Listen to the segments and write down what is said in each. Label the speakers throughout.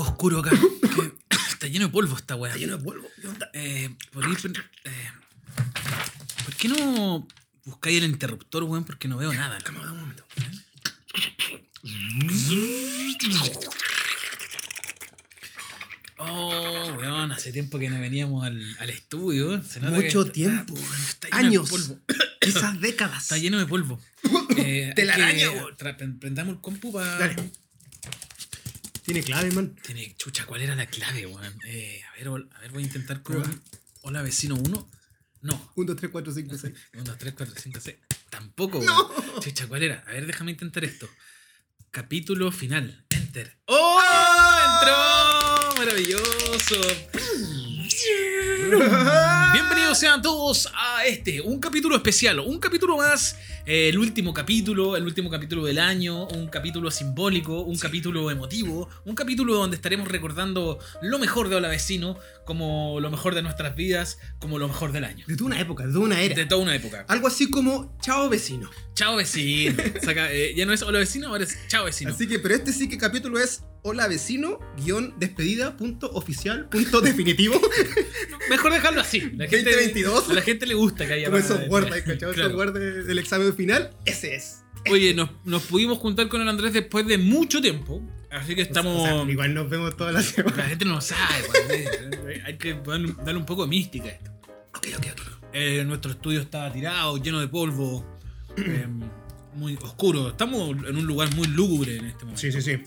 Speaker 1: oscuro acá. que está lleno de polvo esta weá.
Speaker 2: Está lleno de polvo. ¿Qué onda?
Speaker 1: Eh, por, ahí, por- eh, ¿por qué no buscáis el interruptor, weón? Porque no veo nada.
Speaker 2: Calma, dame un momento.
Speaker 1: Oh, weón, hace tiempo que no veníamos al, al estudio. Se nota que
Speaker 2: Mucho
Speaker 1: está-
Speaker 2: tiempo.
Speaker 1: está lleno de
Speaker 2: años.
Speaker 1: polvo.
Speaker 2: Quizás décadas.
Speaker 1: Está lleno de polvo. Eh,
Speaker 2: Telaraña,
Speaker 1: hay que
Speaker 2: weón.
Speaker 1: tra- pre- Prendamos el compu para.
Speaker 2: Dale. Tiene clave, man.
Speaker 1: Tiene, chucha, ¿cuál era la clave, weón? Eh, a, ver, ol- a ver, voy a intentar con. Hola, vecino 1. No.
Speaker 2: 1, 2, 3, 4, 5, 6.
Speaker 1: 1, 2, 3, 4, 5, 6. Tampoco, weón.
Speaker 2: No.
Speaker 1: Chucha, ¿cuál era? A ver, déjame intentar esto. Capítulo final. Enter. ¡Oh! ¡Entró! ¡Maravilloso! Bienvenidos sean todos a este, un capítulo especial, un capítulo más, eh, el último capítulo, el último capítulo del año, un capítulo simbólico, un capítulo emotivo, un capítulo donde estaremos recordando lo mejor de Hola Vecino, como lo mejor de nuestras vidas, como lo mejor del año.
Speaker 2: De toda una época, de toda una era.
Speaker 1: De toda una época.
Speaker 2: Algo así como Chao vecino.
Speaker 1: Chao vecino. Saca, eh, ya no es hola vecino, ahora es chao vecino.
Speaker 2: Así que, pero este sí que capítulo es Hola vecino, guión despedida, punto oficial, punto definitivo.
Speaker 1: Mejor dejarlo así. La gente,
Speaker 2: 2022.
Speaker 1: A la gente le gusta que haya
Speaker 2: Como
Speaker 1: más-
Speaker 2: esos guardas, ¿cachai?
Speaker 1: Claro.
Speaker 2: Esos guardas del examen final, ese es.
Speaker 1: Oye, nos, nos pudimos juntar con el Andrés después de mucho tiempo. Así que
Speaker 2: O
Speaker 1: estamos.
Speaker 2: sea, igual nos vemos todas las semanas.
Speaker 1: la gente no lo sabe, güey. Hay que dar- darle un poco de mística a esto.
Speaker 2: Ok, ok, ok.
Speaker 1: Eh, nuestro estudio está tirado, lleno de polvo, eh, muy oscuro. Estamos en un lugar muy lúgubre en este momento.
Speaker 2: Sí, sí, sí.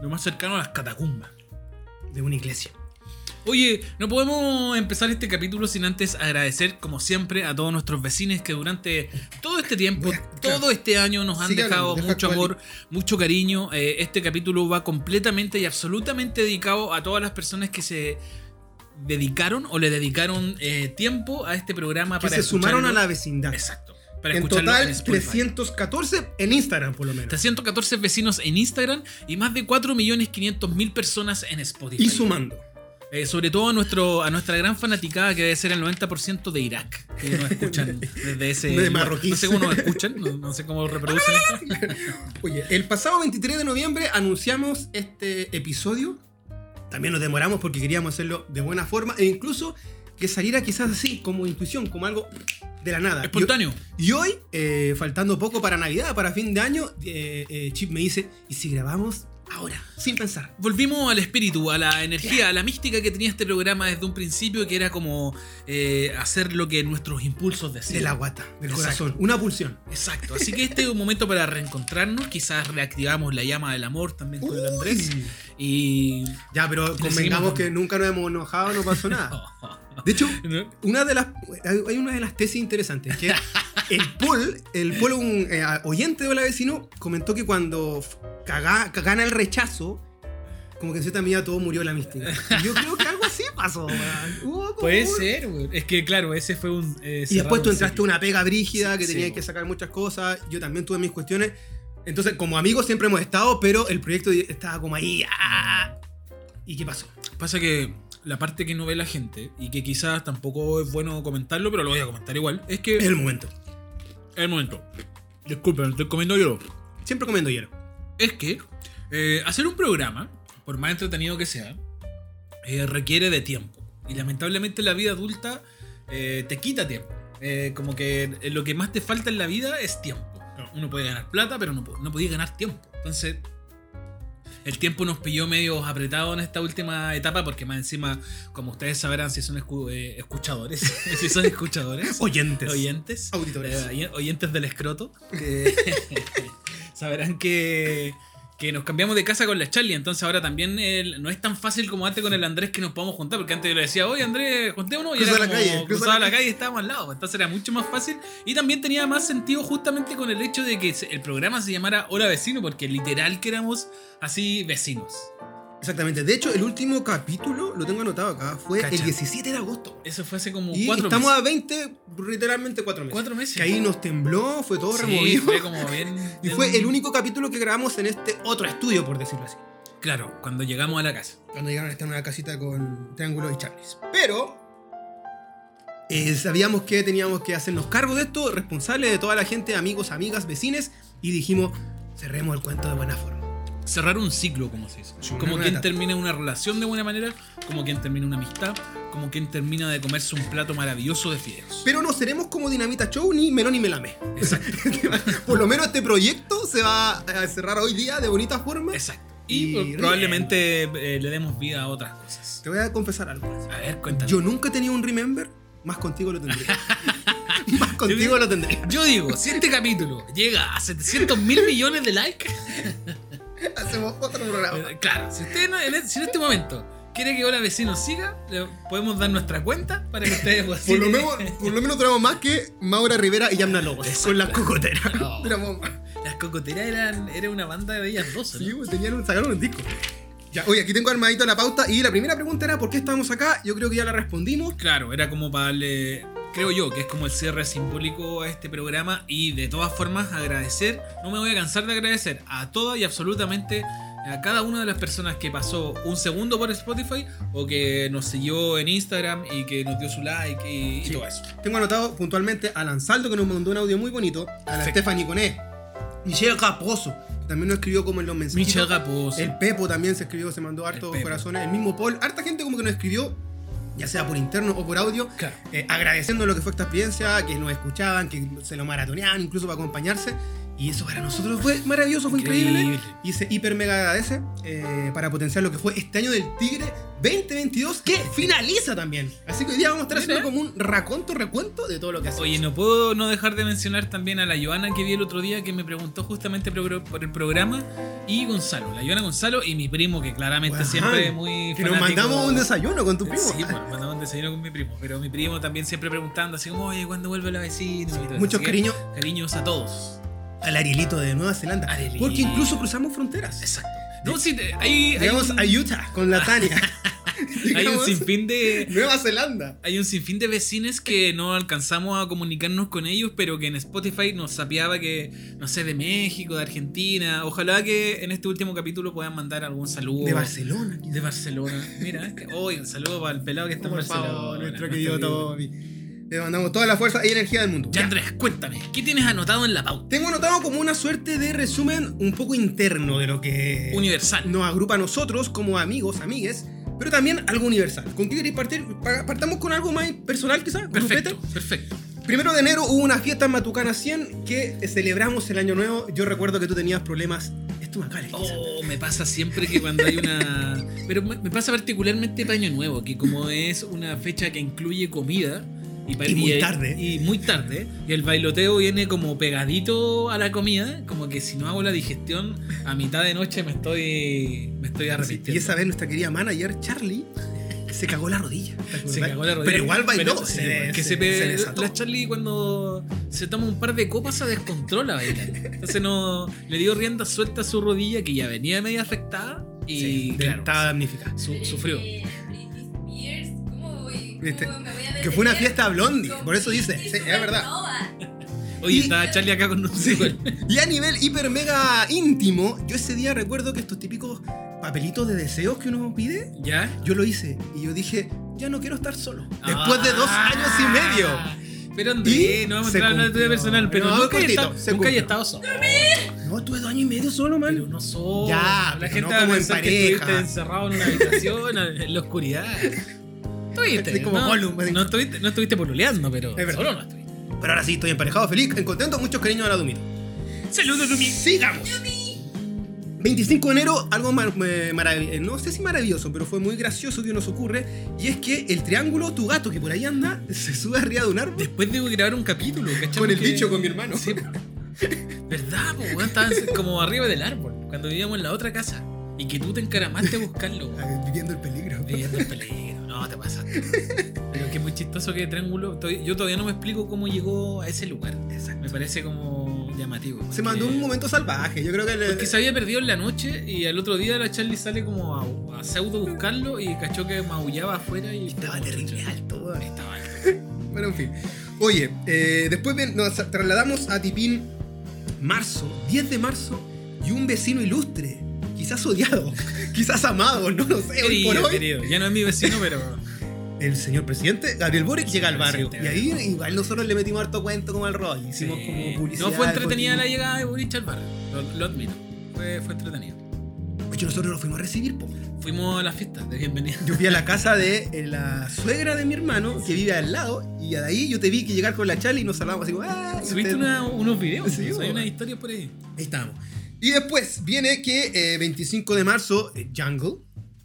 Speaker 1: Lo más cercano a las catacumbas.
Speaker 2: De una iglesia.
Speaker 1: Oye, no podemos empezar este capítulo sin antes agradecer, como siempre, a todos nuestros vecinos que durante todo este tiempo,
Speaker 2: Bueno, claro.
Speaker 1: todo este año nos han
Speaker 2: Sigue
Speaker 1: dejado
Speaker 2: hablando, deja
Speaker 1: mucho
Speaker 2: actual-
Speaker 1: amor, mucho cariño. Eh, este capítulo va completamente y absolutamente dedicado a todas las personas que se dedicaron o le dedicaron eh, tiempo a este programa
Speaker 2: Que
Speaker 1: para
Speaker 2: se sumaron a
Speaker 1: escucharlo.
Speaker 2: la vecindad.
Speaker 1: Exacto. Para
Speaker 2: En
Speaker 1: escucharlo
Speaker 2: total,
Speaker 1: Spotify.
Speaker 2: 314 en Instagram, por lo menos.
Speaker 1: 314 vecinos en Instagram y más de 4.500.000 personas en Spotify.
Speaker 2: Y sumando.
Speaker 1: Eh, sobre todo a, nuestro, a nuestra gran fanaticada que debe ser el 90% de Irak, que nos escuchan desde ese...
Speaker 2: De
Speaker 1: lugar.
Speaker 2: marroquíes.
Speaker 1: No sé cómo nos escuchan, no, no sé cómo reproducen esto.
Speaker 2: Oye, el pasado 23 de noviembre anunciamos este episodio. También nos demoramos porque queríamos hacerlo de buena forma e incluso que saliera quizás así, como intuición, como algo de la nada.
Speaker 1: Espontáneo.
Speaker 2: Y hoy, eh, faltando poco para Navidad, para fin de año, eh, eh, Chip me dice, ¿y si grabamos ahora? Sin pensar.
Speaker 1: Volvimos al espíritu, a la energía, a la mística que tenía este programa desde un principio, que era como eh, hacer lo que nuestros impulsos
Speaker 2: De
Speaker 1: decían.
Speaker 2: la guata, del
Speaker 1: Exacto.
Speaker 2: corazón, una pulsión.
Speaker 1: Exacto, así que este es un momento para reencontrarnos, quizás reactivamos la llama del amor también con el Andrés.
Speaker 2: Uy.
Speaker 1: Y...
Speaker 2: Ya, pero
Speaker 1: Le
Speaker 2: convengamos
Speaker 1: seguimos
Speaker 2: que nunca nos hemos enojado, no pasó nada. De hecho, una de las hay hay una de las tesis interesantes que el Paul el Paul un eh, oyente de Hola Vecino comentó que cuando f- caga- ca- gana el rechazo como que en cierta medida todo murió en la mística yo creo que algo así pasó weón. Hubo como
Speaker 1: Puede
Speaker 2: un-
Speaker 1: ser, güey. es que claro, ese fue un... eh,
Speaker 2: y
Speaker 1: cerrar
Speaker 2: después tú
Speaker 1: un
Speaker 2: entraste a una pega brígida que
Speaker 1: Sí,
Speaker 2: tenías
Speaker 1: sí,
Speaker 2: que sacar muchas cosas yo también tuve mis cuestiones entonces como amigos siempre hemos estado pero el proyecto estaba como ahí ah. y qué pasó
Speaker 1: Pasa que la parte que no ve la gente, y que quizás tampoco es bueno comentarlo, pero lo voy a comentar igual, es que...
Speaker 2: es el momento
Speaker 1: El momento. Disculpen, estoy comiendo yo.
Speaker 2: siempre comiendo hielo
Speaker 1: Es que eh, hacer un programa, por más entretenido que sea, eh, requiere de tiempo. Y lamentablemente la vida adulta eh, te quita tiempo. Eh, como que lo que más te falta en la vida es tiempo. Uno puede ganar plata, pero no, po- no podía ganar tiempo. Entonces, el tiempo nos pilló medio apretados en esta última etapa, porque más encima, como ustedes sabrán, si son escu- eh, escuchadores, si son escuchadores,
Speaker 2: oyentes
Speaker 1: oyentes,
Speaker 2: auditores
Speaker 1: eh, oyen- oyentes del escroto, que sabrán que, que nos cambiamos de casa con la Charlie. Entonces ahora también el- no es tan fácil como antes con el Andrés que nos podamos juntar. Porque antes yo le decía, oye Andrés, juntémonos. Y
Speaker 2: Cruza
Speaker 1: era
Speaker 2: la
Speaker 1: como,
Speaker 2: calle, cruza
Speaker 1: cruzaba
Speaker 2: la
Speaker 1: la calle y estábamos al lado. Entonces era mucho más fácil. Y también tenía más sentido justamente con el hecho de que se- el programa se llamara Hola Vecino. Porque literal que éramos así vecinos.
Speaker 2: Exactamente. De hecho, el último capítulo, lo tengo anotado acá, fue
Speaker 1: Cacha.
Speaker 2: el 17 de agosto.
Speaker 1: Eso fue hace como
Speaker 2: Y
Speaker 1: cuatro
Speaker 2: estamos
Speaker 1: meses.
Speaker 2: a 20, literalmente cuatro meses.
Speaker 1: Cuatro meses.
Speaker 2: Que ahí nos tembló, fue todo
Speaker 1: Sí,
Speaker 2: removido.
Speaker 1: fue como bien-
Speaker 2: Y
Speaker 1: bien-
Speaker 2: fue el único capítulo que grabamos en este otro estudio, por decirlo así.
Speaker 1: Claro, cuando llegamos a la casa.
Speaker 2: Cuando llegaron a esta nueva casita con Triángulo y Charles. Pero eh, sabíamos que teníamos que hacernos cargo de esto, responsables de toda la gente, amigos, amigas, vecines, y dijimos, cerremos el cuento de buena forma.
Speaker 1: cerrar un ciclo, como se dice. como quien
Speaker 2: etapa.
Speaker 1: termina una relación de buena manera, como quien termina una amistad, como quien termina de comerse un plato maravilloso de fideos.
Speaker 2: Pero no seremos como Dinamita Show ni Melón ni Melame. Por lo menos este proyecto se va a cerrar hoy día de bonita forma.
Speaker 1: Exacto.
Speaker 2: Y
Speaker 1: Y, pues,
Speaker 2: bien.
Speaker 1: probablemente eh, le demos vida a otras cosas.
Speaker 2: Te voy a confesar algo.
Speaker 1: A ver, cuéntame.
Speaker 2: Yo nunca he tenido un Remember, más contigo lo tendría. más contigo lo tendría.
Speaker 1: Yo digo, si este capítulo llega a 700 mil millones de likes,
Speaker 2: Hacemos otro programa.
Speaker 1: eh, claro, si usted no- en, e- si en este momento quiere que Hola Vecino siga, le podemos dar nuestra cuenta para que ustedes puedan
Speaker 2: Por lo,
Speaker 1: seguir.
Speaker 2: menos, por lo menos tenemos más que Maura Rivera y Yamna Lobos. Con las cocoteras.
Speaker 1: No.
Speaker 2: Tenemos más.
Speaker 1: Las cocoteras eran era una banda de ellas dos, ¿no?
Speaker 2: Sí, pues, tenían un- sacaron un disco. Ya, oye, aquí tengo armadito la pauta. Y la primera pregunta era: ¿por qué estábamos acá? Yo creo que ya la respondimos.
Speaker 1: Claro, era como para darle, creo yo, que es como el cierre simbólico a este programa y de todas formas agradecer, no me voy a cansar de agradecer a todas y absolutamente a cada una de las personas que pasó un segundo por Spotify o que nos siguió en Instagram y que nos dio su like y, y
Speaker 2: Sí.
Speaker 1: todo eso.
Speaker 2: Tengo anotado puntualmente a Lanzaldo, que nos mandó un audio muy bonito. A la
Speaker 1: Perfecto.
Speaker 2: Stephanie Coné. Michelle Caposo. que También nos escribió como en los mensajes.
Speaker 1: Michelle Gaposo.
Speaker 2: El Pepo también se escribió, se mandó hartos
Speaker 1: Pepo.
Speaker 2: corazones. El mismo Paul. Harta gente como que nos escribió, ya sea por interno o por audio,
Speaker 1: Claro.
Speaker 2: eh, agradeciendo lo que fue esta experiencia, que nos escuchaban, que se lo maratoneaban incluso para acompañarse. Y eso para nosotros fue maravilloso, fue increíble.
Speaker 1: Increíble.
Speaker 2: Y se hiper mega agradece eh, para potenciar lo que fue este año del Tigre 2022, que finaliza también. Así que hoy día vamos a estar
Speaker 1: Mira.
Speaker 2: haciendo como un raconto, recuento de todo lo que hacemos.
Speaker 1: Oye, no puedo no dejar de mencionar también a la Joana que vi el otro día que me preguntó justamente pro- por el programa y Gonzalo, la Joana Gonzalo y mi primo que claramente
Speaker 2: Guau,
Speaker 1: siempre es muy
Speaker 2: Que nos
Speaker 1: fanático.
Speaker 2: mandamos un desayuno con tu primo.
Speaker 1: Sí, pues, bueno, mandaba un desayuno con mi primo. Pero mi primo también siempre preguntando, así como, oye, ¿cuándo vuelve la vecina? Y todo eso.
Speaker 2: Muchos
Speaker 1: Así que,
Speaker 2: cariños
Speaker 1: Cariños a todos.
Speaker 2: al Arielito de Nueva Zelanda.
Speaker 1: Arielito.
Speaker 2: Porque incluso cruzamos fronteras.
Speaker 1: Exacto. No, sí, te- hay, hay,
Speaker 2: Llegamos
Speaker 1: un,
Speaker 2: a Utah con la Tania.
Speaker 1: hay un
Speaker 2: Llegamos
Speaker 1: sinfín de.
Speaker 2: Nueva Zelanda.
Speaker 1: Hay un sinfín de vecines que no alcanzamos a comunicarnos con ellos, pero que en Spotify nos sapeaba que, no sé, de México, de Argentina. Ojalá que en este último capítulo puedan mandar algún saludo.
Speaker 2: De Barcelona.
Speaker 1: De Barcelona. Mira, este- oye, un saludo para el pelado que está en
Speaker 2: Por
Speaker 1: Barcelona.
Speaker 2: favor,
Speaker 1: nuestro
Speaker 2: nuestro querido
Speaker 1: querido.
Speaker 2: Tommy. Le mandamos toda la fuerza y energía del mundo.
Speaker 1: Ya,
Speaker 2: Ya.
Speaker 1: Andrés, cuéntame, ¿qué tienes anotado en la pauta?
Speaker 2: Tengo anotado como una suerte de resumen un poco interno de lo que
Speaker 1: Universal.
Speaker 2: nos agrupa a nosotros como amigos, amigues, pero también algo universal. ¿Con qué queréis partir? Pa- Partamos con algo más personal, quizás. con
Speaker 1: Perfecto,
Speaker 2: Fete.
Speaker 1: perfecto.
Speaker 2: Primero de enero hubo una fiesta en Matucana 100 que eh, celebramos el año nuevo. Yo recuerdo que tú tenías problemas estomacales. quizás.
Speaker 1: Oh, me pasa siempre que cuando hay una. Pero me me pasa particularmente para Año Nuevo, que como es una fecha que incluye comida. Y, pa-
Speaker 2: Y muy tarde.
Speaker 1: Y muy tarde. Y el bailoteo viene como pegadito a la comida. Como que si no hago la digestión, a mitad de noche me estoy. Me estoy
Speaker 2: Sí,
Speaker 1: arrepintiendo.
Speaker 2: Y esa vez nuestra querida manager, Charlie, se cagó la rodilla. ¿te acordás?
Speaker 1: Se cagó la rodilla.
Speaker 2: Pero igual bailó.
Speaker 1: Pero-
Speaker 2: se,
Speaker 1: sí,
Speaker 2: de-
Speaker 1: que
Speaker 2: se-
Speaker 1: se pe-
Speaker 2: se desató.
Speaker 1: La Charlie cuando se toma un par de copas se descontrola bailar. Entonces no, le dio rienda suelta a su rodilla que ya venía media afectada y
Speaker 2: Sí,
Speaker 1: claro,
Speaker 2: estaba damnificada.
Speaker 1: su- sufrió.
Speaker 3: Eh, Britney Spears, ¿cómo voy-
Speaker 2: Viste,
Speaker 3: cómo me voy a
Speaker 2: Que fue una
Speaker 3: detener?
Speaker 2: fiesta blondie,
Speaker 3: Con
Speaker 2: por eso dice.
Speaker 3: Britney
Speaker 2: Sí, es verdad.
Speaker 3: Supernova.
Speaker 1: Oye,
Speaker 2: Y-
Speaker 1: estaba Charlie acá con nosotros.
Speaker 2: Y a nivel hiper mega íntimo, yo ese día recuerdo que estos típicos papelitos de deseos que uno pide,
Speaker 1: ¿Ya?
Speaker 2: yo lo hice. Y yo dije, ya no quiero estar solo. Después de dos años y medio.
Speaker 1: medio. Ah. Pero André,
Speaker 2: Y
Speaker 1: no vamos a
Speaker 2: se
Speaker 1: entrar a hablar de tu vida
Speaker 2: cumplió.
Speaker 1: personal, pero
Speaker 2: No,
Speaker 1: nunca, he
Speaker 2: cortito,
Speaker 1: estado, nunca
Speaker 2: se
Speaker 1: he
Speaker 2: cumplió.
Speaker 1: estado solo.
Speaker 2: No, tuve dos años y medio solo,
Speaker 1: Pero
Speaker 2: man.
Speaker 1: no solo.
Speaker 2: Ya,
Speaker 1: la
Speaker 2: pero
Speaker 1: gente
Speaker 2: no
Speaker 1: va a
Speaker 2: como en
Speaker 1: pensar que
Speaker 2: pareja.
Speaker 1: estuviste encerrado en una habitación, en la oscuridad. Estuviste.
Speaker 2: Estoy como
Speaker 1: no,
Speaker 2: Gollum, así.
Speaker 1: no estuviste, no estuviste pololeando, pero
Speaker 2: verdad.
Speaker 1: solo no estuviste.
Speaker 2: Pero ahora sí, estoy emparejado, feliz, contento, muchos cariños a la Dumito.
Speaker 1: Saludos, Lumi.
Speaker 2: Sigamos. 25 de enero, algo mar- eh, marav- eh, no sé si maravilloso, pero fue muy gracioso que nos ocurre, y es que el triángulo, tu gato que por ahí anda, se sube arriba de un árbol
Speaker 1: Después de grabar un capítulo, ¿cachai?
Speaker 2: con el
Speaker 1: Porque-
Speaker 2: bicho, con mi hermano.
Speaker 1: Sí, po. ¿Verdad, po? weón? Estaban como arriba del árbol, cuando vivíamos en la otra casa. Y que tú te encaramaste a buscarlo, weón.
Speaker 2: Viviendo el peligro.
Speaker 1: Viviendo el peligro. No, te pasaste. Pero que muy chistoso que Triángulo. todavía- Yo todavía no me explico cómo llegó a ese lugar. Me parece como llamativo. porque-
Speaker 2: Se mandó un momento salvaje, yo creo que... le-
Speaker 1: Porque se había perdido en la noche y al otro día la Charlie sale como a, a pseudo buscarlo y cachó que maullaba afuera y
Speaker 2: Estaba terrible alto, weón.
Speaker 1: Estaba alto.
Speaker 2: Bueno, en fin. Oye, eh, después ven- nos trasladamos a Tipín, marzo, 10 de marzo, y un vecino ilustre, quizás odiado, quizás amado, no lo sé, hoy por
Speaker 1: Querido,
Speaker 2: hoy.
Speaker 1: querido. Ya no es mi vecino, pero.
Speaker 2: el señor presidente Gabriel Boric llega al barrio. Y
Speaker 1: presidente,
Speaker 2: ahí igual nosotros le metimos harto cuento como al rol. Hicimos
Speaker 1: Sí.
Speaker 2: como publicidad.
Speaker 1: No fue entretenida la
Speaker 2: deportiva.
Speaker 1: llegada de Boric al barrio, lo, lo admito. Fue, fue entretenido.
Speaker 2: hecho, nosotros lo fuimos a recibir, po.
Speaker 1: Fuimos a la fiesta de bienvenida.
Speaker 2: Yo fui a la casa de eh, la suegra de mi hermano, que vive al lado, y de ahí yo te vi que llegar con la chale y nos saludamos así como, ¡ah! y
Speaker 1: Subiste
Speaker 2: ustedes-
Speaker 1: una- unos videos,
Speaker 2: Sí,
Speaker 1: ¿no? hay
Speaker 2: bueno.
Speaker 1: unas historias por ahí.
Speaker 2: Ahí estábamos. Y después viene que eh, 25 de marzo, eh, Jungle,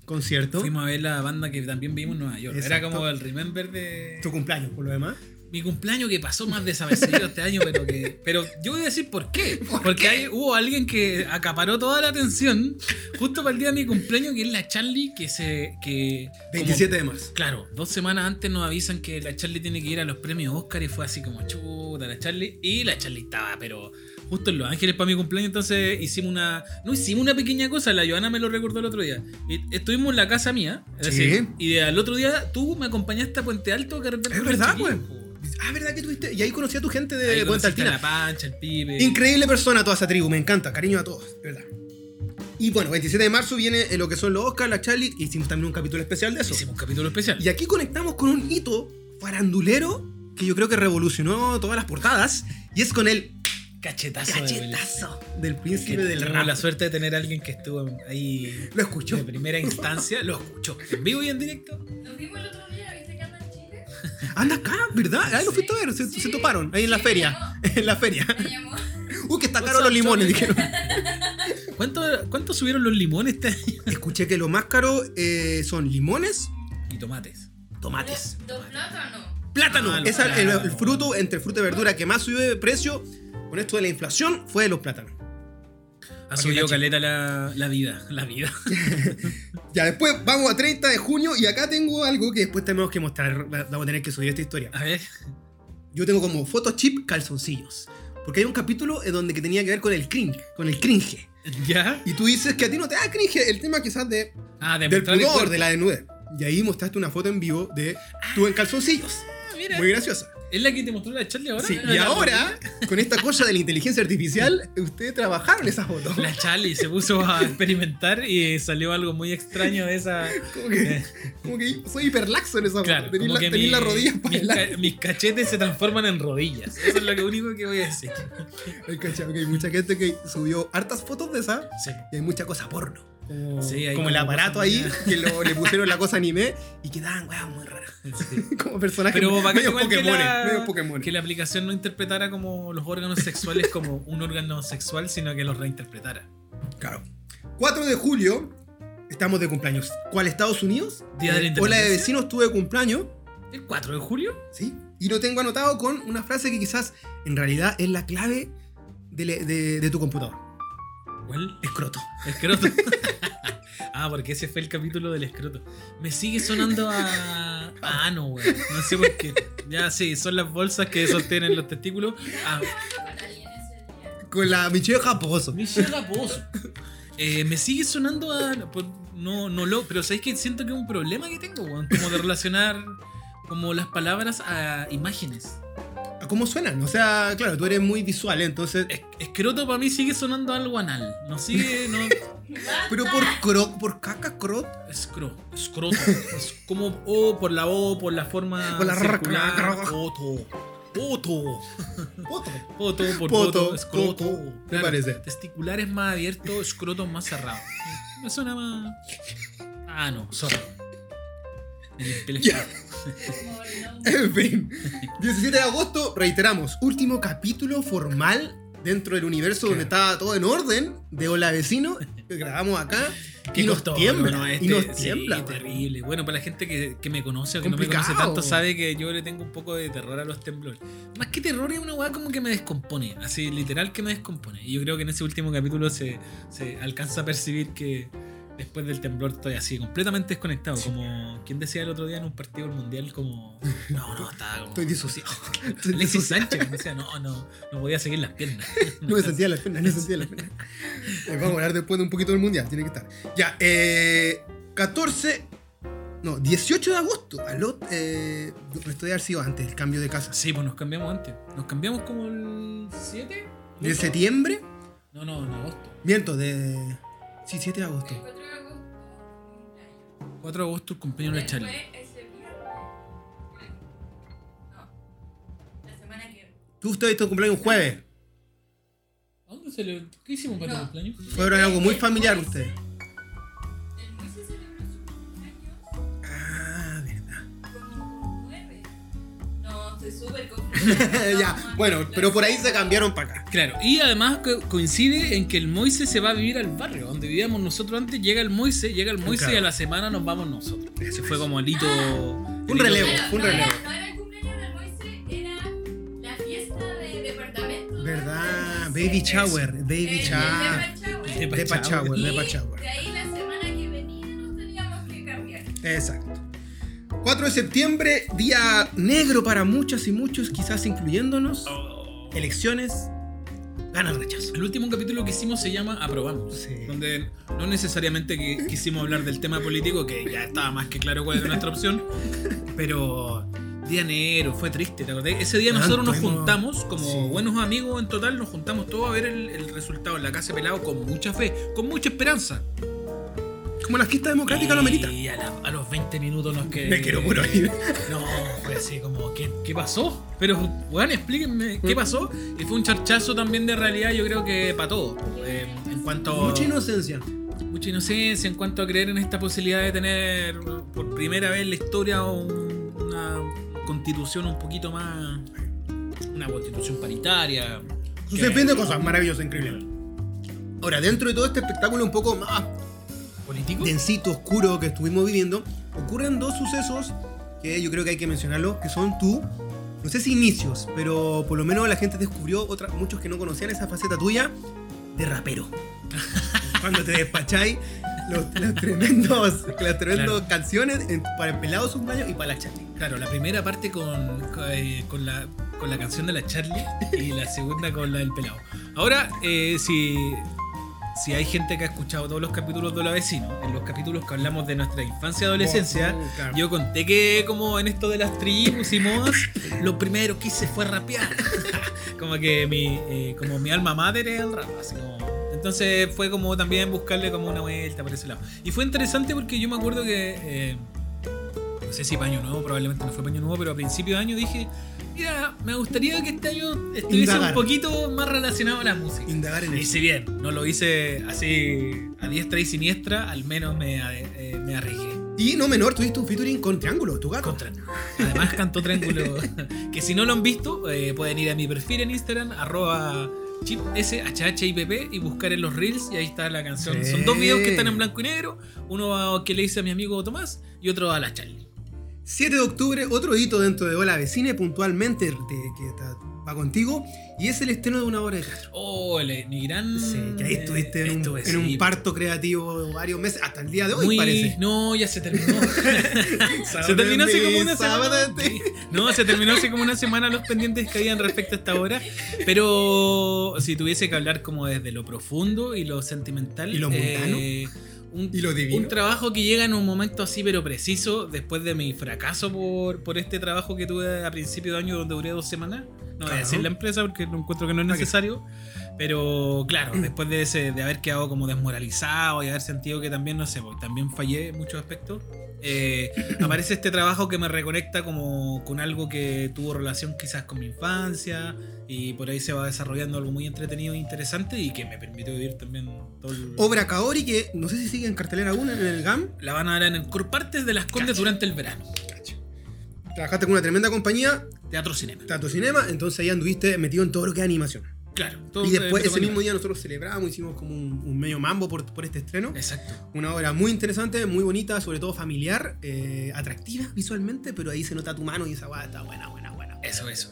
Speaker 2: concierto.
Speaker 1: Fuimos a ver la banda que también vimos en Nueva York. Era
Speaker 2: Exacto.
Speaker 1: como el Remember de.
Speaker 2: Tu cumpleaños, por lo demás.
Speaker 1: Mi cumpleaños que pasó más desapercibido este año, pero que. Pero yo voy a decir por qué. Porque hay- hubo alguien que acaparó toda la atención justo para el día de mi cumpleaños, que es la Charlie, que se. que. como-
Speaker 2: 27 de marzo.
Speaker 1: Claro, dos semanas antes nos avisan que la Charlie tiene que ir a los premios Oscar y fue así como chuta la Charlie. Y la Charlie estaba, pero justo en Los Ángeles para mi cumpleaños, entonces hicimos una. No hicimos una pequeña cosa, la Joana me lo recordó el otro día. Y- Estuvimos en la casa mía, es
Speaker 2: Sí.
Speaker 1: decir, y al otro día tú me acompañaste a Puente Alto que
Speaker 2: Es verdad,
Speaker 1: pues.
Speaker 2: güey. Ah, ¿verdad que tuviste? Y ahí conocí a tu gente de
Speaker 1: De
Speaker 2: Puente
Speaker 1: Puente
Speaker 2: Altina.
Speaker 1: La pancha, el pibe.
Speaker 2: Increíble persona toda esa tribu, me encanta, cariño a todos, de verdad. Y bueno, 27 de marzo viene eh, lo que son los Oscars, la Charlie, hicimos también un capítulo especial de eso.
Speaker 1: Hicimos un capítulo especial.
Speaker 2: Y aquí conectamos con un hito farandulero que yo creo que revolucionó todas las portadas, y es con el
Speaker 1: Cachetazo. de
Speaker 2: cachetazo del
Speaker 1: Belén. Que
Speaker 2: príncipe del
Speaker 1: tuvimos
Speaker 2: rap.
Speaker 1: la suerte de tener a alguien que estuvo ahí
Speaker 2: Lo escuchó.
Speaker 1: de primera instancia, lo escuchó en vivo y en directo.
Speaker 3: Nos vimos el otro día, ¿viste que anda en Chile?
Speaker 2: Anda acá, ¿verdad? Ahí lo fuiste a ver, se,
Speaker 3: Sí.
Speaker 2: se toparon, ahí en la
Speaker 3: Sí,
Speaker 2: feria. En la feria.
Speaker 3: Me llamó.
Speaker 2: Uy, que está
Speaker 1: What's
Speaker 2: caro
Speaker 1: up,
Speaker 2: los limones,
Speaker 1: Johnny?
Speaker 2: dijeron.
Speaker 1: ¿Cuánto, cuánto subieron los limones este año?
Speaker 2: Escuché que lo más caro eh, son limones,
Speaker 1: Y tomates.
Speaker 2: tomates.
Speaker 3: ¿Dos plátanos?
Speaker 2: Plátano,
Speaker 1: Ah, los
Speaker 2: es el- el,
Speaker 1: plátanos.
Speaker 2: el fruto entre fruta y verdura que más subió de precio con esto de la inflación fue de los plátanos.
Speaker 1: Ha
Speaker 2: que
Speaker 1: subido
Speaker 2: cachen.
Speaker 1: caleta la, la vida. La vida.
Speaker 2: Ya después vamos a 30 de junio y acá tengo algo que después tenemos que mostrar, la- vamos a tener que subir esta historia.
Speaker 1: A ver.
Speaker 2: Yo tengo como Photoshop calzoncillos, porque hay un capítulo en donde que tenía que ver con el cringe, con el cringe.
Speaker 1: ¿Ya?
Speaker 2: Y tú dices que a ti no te da cringe el tema quizás de,
Speaker 1: Ah, de
Speaker 2: del
Speaker 1: mostrar el
Speaker 2: pudor,
Speaker 1: cuerpo.
Speaker 2: de la desnudez. Y ahí mostraste una foto en vivo de tú en calzoncillos.
Speaker 1: Ah, mira.
Speaker 2: Muy graciosa.
Speaker 1: ¿Es la que te mostró la Charlie ahora?
Speaker 2: Sí,
Speaker 1: La-
Speaker 2: y
Speaker 1: la-
Speaker 2: ahora, con esta cosa de la inteligencia artificial, ustedes trabajaron esa foto.
Speaker 1: La Charlie se puso a experimentar y salió algo muy extraño de esa.
Speaker 2: Como que, como que soy hiperlaxo en esa foto.
Speaker 1: Claro,
Speaker 2: tenés
Speaker 1: como
Speaker 2: la,
Speaker 1: que
Speaker 2: tenés
Speaker 1: mi-
Speaker 2: las rodillas para
Speaker 1: mis,
Speaker 2: el lado.
Speaker 1: ca- mis cachetes se transforman en rodillas. Eso es lo único que voy a decir.
Speaker 2: Ay, cacha, ok, hay mucha gente que subió hartas fotos de esa
Speaker 1: Sí.
Speaker 2: y hay mucha cosa porno. Como,
Speaker 1: Sí, hay
Speaker 2: como el
Speaker 1: como
Speaker 2: aparato
Speaker 1: cosas
Speaker 2: ahí
Speaker 1: muy-
Speaker 2: que lo- le pusieron la cosa anime y quedaban weas muy raras.
Speaker 1: Sí.
Speaker 2: Como personajes
Speaker 1: Pero bacán
Speaker 2: medio
Speaker 1: igual que
Speaker 2: Pokémon.
Speaker 1: la-
Speaker 2: Medio Pokémon.
Speaker 1: Que la aplicación no interpretara como los órganos sexuales como un órgano sexual, sino que los reinterpretara.
Speaker 2: Claro. 4 de julio estamos de cumpleaños. ¿Cuál? ¿Estados Unidos?
Speaker 1: Día de la
Speaker 2: Eh, Hola de
Speaker 1: Independencia.
Speaker 2: vecinos, tuve cumpleaños.
Speaker 1: ¿El 4 de julio?
Speaker 2: ¿sí? Y lo tengo anotado con una frase que quizás en realidad es la clave de, le- de- de tu computador.
Speaker 1: ¿Cuál?
Speaker 2: Escroto.
Speaker 1: Escroto. ah, porque ese fue el capítulo del escroto. Me sigue sonando a, a ano, güey. No sé por qué. Ya, sí, son las bolsas que sostienen los testículos. Ah,
Speaker 3: Con alguien ese día.
Speaker 2: Con la Michelle Japoso.
Speaker 1: Michelle Pozo. Eh, me sigue sonando a. por- No, no lo. Pero sabéis que siento que es un problema que tengo, güey. Como de relacionar como las palabras a imágenes.
Speaker 2: ¿A ¿Cómo suenan? O sea, claro, tú eres muy visual, ¿eh? entonces.
Speaker 1: Es- escroto para mí sigue sonando algo anal. No sigue. No,
Speaker 2: Pero por cro, por caca crot,
Speaker 1: Escro, escroto. Es como O por la O, por la forma.
Speaker 2: Por la
Speaker 1: circular.
Speaker 2: raca.
Speaker 1: Poto. Poto.
Speaker 2: poto.
Speaker 1: Poto por
Speaker 2: Poto,
Speaker 1: poto. escroto.
Speaker 2: coco, me parece.
Speaker 1: Testicular es más abierto, escroto más cerrado. Me suena más. Ah, no, sorry. Me limpié el
Speaker 2: Ya.
Speaker 1: escroto.
Speaker 3: Como no,
Speaker 2: En fin. 17 de agosto, reiteramos, último capítulo formal dentro del universo donde estaba todo en orden de Hola Vecino. que Grabamos acá.
Speaker 1: Qué
Speaker 2: y nos
Speaker 1: costoso,
Speaker 2: tiembla.
Speaker 1: ¿no? Este-
Speaker 2: y nos
Speaker 1: sí,
Speaker 2: tiembla. güey.
Speaker 1: terrible. Bueno, para la gente que, que me conoce o que no me
Speaker 2: Complicado.
Speaker 1: conoce tanto, sabe que yo le tengo un poco de terror a los temblores. Más que terror, es una weá como que me descompone. Así, literal que me descompone. Y yo creo que en ese último capítulo se, se alcanza a percibir que después del temblor estoy así, completamente desconectado. Como quien decía el otro día en un partido del mundial, como. No, no, estaba como.
Speaker 2: Estoy disociado. Estoy
Speaker 1: Alexis
Speaker 2: disociado.
Speaker 1: Sánchez me decía, no, no, no podía seguir las piernas.
Speaker 2: No me sentía la pena, no me sentía la pena. Eh, vamos a hablar después de un poquito del mundial, tiene que estar. Ya, eh, 14. No, 18 de agosto. Aló, eh, esto debe haber sido antes el cambio de casa.
Speaker 1: Sí, pues nos cambiamos antes. Nos cambiamos como el 7?
Speaker 2: De septiembre.
Speaker 1: No, no, en agosto.
Speaker 2: Miento, de. Sí, 7 de
Speaker 3: el
Speaker 2: agosto.
Speaker 3: 4 de agosto, mi
Speaker 1: 4 de agosto el cumpleaños de la
Speaker 3: cumpleaños.
Speaker 1: Charlie.
Speaker 3: Después, ese viernes, no, la semana que-
Speaker 2: Tú ustedes tu cumpleaños un jueves.
Speaker 1: ¿A dónde se le.? ¿Qué hicimos para tu
Speaker 3: No.
Speaker 1: cumpleaños?
Speaker 2: Fueron algo muy familiar ustedes. Ah,
Speaker 3: Estoy súper confundida.
Speaker 2: ya, bueno, pero por ahí se cambiaron para acá.
Speaker 1: Claro, y además co- coincide en que el Moise se va a vivir al barrio donde vivíamos nosotros antes. Llega el Moise, llega el Moise
Speaker 2: Claro.
Speaker 1: y a la semana nos vamos nosotros. Ese fue como el hito. Un
Speaker 2: relevo.
Speaker 3: Bueno,
Speaker 2: fue un
Speaker 3: no era-
Speaker 2: relevo.
Speaker 3: No era el cumpleaños del Moise, era la fiesta de departamento.
Speaker 2: ¿Verdad? Baby shower, baby
Speaker 3: Eh,
Speaker 2: shower.
Speaker 3: shower.
Speaker 1: Depa
Speaker 2: De Pachauer, de
Speaker 3: Y
Speaker 2: Pachauer.
Speaker 3: de ahí la semana que venía nos teníamos que cambiar.
Speaker 2: Exacto. 4 de septiembre, día negro para muchas y muchos, quizás incluyéndonos. Oh. Elecciones, gana el rechazo.
Speaker 1: El último capítulo que hicimos se llama Aprobamos.
Speaker 2: Sí.
Speaker 1: Donde no necesariamente que- quisimos hablar del tema político, que ya estaba más que claro cuál era nuestra opción. Pero día negro, fue triste, ¿te acordás? Ese día
Speaker 2: Weón,
Speaker 1: nosotros nos
Speaker 2: tuvimos-
Speaker 1: juntamos, como
Speaker 2: Ah, Sí.
Speaker 1: buenos amigos en total, nos juntamos todos a ver el, el resultado en la casa de pelado con mucha fe, con mucha esperanza.
Speaker 2: Como la fiesta democrática lo amerita.
Speaker 1: Y a, la- a los 20 minutos nos quedé.
Speaker 2: Me quiero puro ahí.
Speaker 1: No, fue así como, ¿qué, qué pasó? Pero, weón, explíquenme
Speaker 2: Mm.
Speaker 1: qué pasó. Y fue un charchazo también de realidad, yo creo que para todo. Eh, en cuanto.
Speaker 2: Mucha inocencia.
Speaker 1: mucha inocencia, en cuanto a creer en esta posibilidad de tener por primera vez en la historia un- una constitución un poquito más. Una constitución paritaria.
Speaker 2: Suceden de cosas maravillosas, increíbles. Ahora, dentro de todo este espectáculo un poco más
Speaker 1: ¿Político?
Speaker 2: densito, oscuro que estuvimos viviendo, ocurren dos sucesos que yo creo que hay que mencionarlos, que son tú, no sé si inicios, pero por lo menos la gente descubrió, otra, muchos que no conocían esa faceta tuya, de rapero. Cuando te despacháis los, los tremendos, las tremendas
Speaker 1: Claro.
Speaker 2: canciones en- para el pelado cumpleaños y para la Charlie.
Speaker 1: Claro, la primera parte con, con, eh, con la, con la canción de la Charlie y la segunda con la del pelado. Ahora, eh, si, si hay gente que ha escuchado todos los capítulos de La Vecino, en los capítulos que hablamos de nuestra infancia y adolescencia,
Speaker 2: Oh, claro.
Speaker 1: yo conté que como en esto de las tribus y modas, lo primero que hice fue rapear. como que mi, eh, como mi alma mater es el rap, así como... Entonces fue como también buscarle como una vuelta por ese lado. Y fue interesante porque yo me acuerdo que... eh, no sé si paño nuevo, probablemente no fue paño nuevo, pero a principio de año dije, mira, me gustaría que este año estuviese
Speaker 2: Indagar.
Speaker 1: un poquito más relacionado a la música.
Speaker 2: Indagar en
Speaker 1: Y
Speaker 2: eso.
Speaker 1: si bien no lo hice así a diestra y siniestra, al menos me, eh, me arriesgué.
Speaker 2: Y no menor, tuviste un featuring con Triángulo, tu gato.
Speaker 1: Contra. Además cantó Triángulo. que si no lo han visto, eh, pueden ir a mi perfil en Instagram, arroba chip SHHIPP y buscar en los reels y ahí está la canción.
Speaker 2: Sí.
Speaker 1: Son dos videos que están en blanco y negro, uno a- que le hice a mi amigo Tomás y otro a la Charlie.
Speaker 2: 7 de octubre, otro hito dentro de Hola Vecine, puntualmente te- que está- va contigo, y es el estreno de una obra de teatro.
Speaker 1: Oh, el, mi gran.
Speaker 2: Sí, que ahí estuviste
Speaker 1: eh,
Speaker 2: en, un,
Speaker 1: estuve,
Speaker 2: en un
Speaker 1: sí.
Speaker 2: parto creativo varios meses, hasta el día de hoy
Speaker 1: Muy-
Speaker 2: parece.
Speaker 1: No, ya se terminó. se
Speaker 2: Sábado
Speaker 1: terminó hace
Speaker 2: en
Speaker 1: como
Speaker 2: mí,
Speaker 1: una
Speaker 2: sábado
Speaker 1: semana.
Speaker 2: en ti.
Speaker 1: No, se terminó hace como una semana los pendientes que habían respecto a esta hora. Pero si tuviese que hablar como desde lo profundo y lo sentimental. eh,
Speaker 2: Y lo mundano.
Speaker 1: un,
Speaker 2: Y lo divino.
Speaker 1: un trabajo que llega en un momento así pero preciso, después de mi fracaso por, por este trabajo que tuve a principio de año donde duré dos semanas. No voy a
Speaker 2: Claro.
Speaker 1: decir la empresa porque no encuentro que no es
Speaker 2: ¿Para qué?
Speaker 1: necesario. Pero claro,
Speaker 2: Mm.
Speaker 1: después de, ese, de haber quedado como desmoralizado y haber sentido que también, no sé, pues, también fallé en muchos aspectos, eh, aparece este trabajo que me reconecta como con algo que tuvo relación quizás con mi infancia y por ahí se va desarrollando algo muy entretenido e interesante y que me permitió vivir también todo el...
Speaker 2: Obra Kaori, que no sé si sigue en cartelera aún en el GAM.
Speaker 1: La van a dar en el Corpartes de las Condes
Speaker 2: Cacho.
Speaker 1: durante el verano.
Speaker 2: Trabajaste con una tremenda compañía,
Speaker 1: Teatro Cinema.
Speaker 2: Teatro Cinema, entonces ahí anduviste metido en todo lo que es animación.
Speaker 1: Claro. todo este
Speaker 2: Y después,
Speaker 1: me
Speaker 2: ese
Speaker 1: tocó
Speaker 2: mismo día, nosotros celebramos, hicimos como un, un medio mambo por, por este estreno.
Speaker 1: animar. Exacto.
Speaker 2: Una obra muy interesante, muy bonita, sobre todo familiar, eh, atractiva visualmente, pero ahí se nota tu mano y esa guada está buena, buena, buena.
Speaker 1: Eso, eso.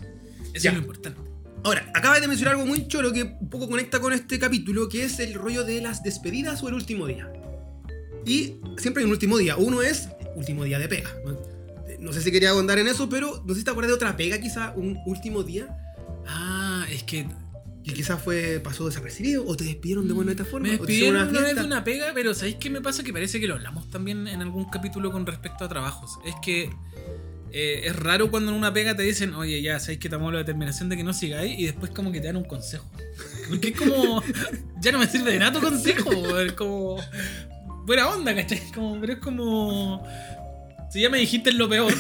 Speaker 1: Eso
Speaker 2: Ya.
Speaker 1: es lo importante.
Speaker 2: Ahora, acabas de mencionar algo muy choro que un poco conecta con este capítulo, que es el rollo de las despedidas o el último día. Y siempre hay un último día. Uno es último día de pega. ¿no? No sé si quería ahondar en eso, pero no sé si te acuerdas de otra pega, quizá un último día,
Speaker 1: Ah, es que
Speaker 2: que quizás fue, pasó desapercibido, o te despidieron de buena u otra forma,
Speaker 1: Mm, Me
Speaker 2: o te hicieron
Speaker 1: despidieron una vez de
Speaker 2: fiesta.
Speaker 1: una pega, pero ¿sabéis qué me pasa? Que parece que lo hablamos también en algún capítulo con respecto a trabajos. Es que eh, es raro cuando en una pega te dicen, oye, ya, ¿sabéis que tomamos la determinación de que no sigáis? Y después como que te dan un consejo. Porque es como, ya no me sirve de nada tu consejo, es como... Buena onda, ¿cachai? Como, pero es como... Si ya me dijiste lo peor,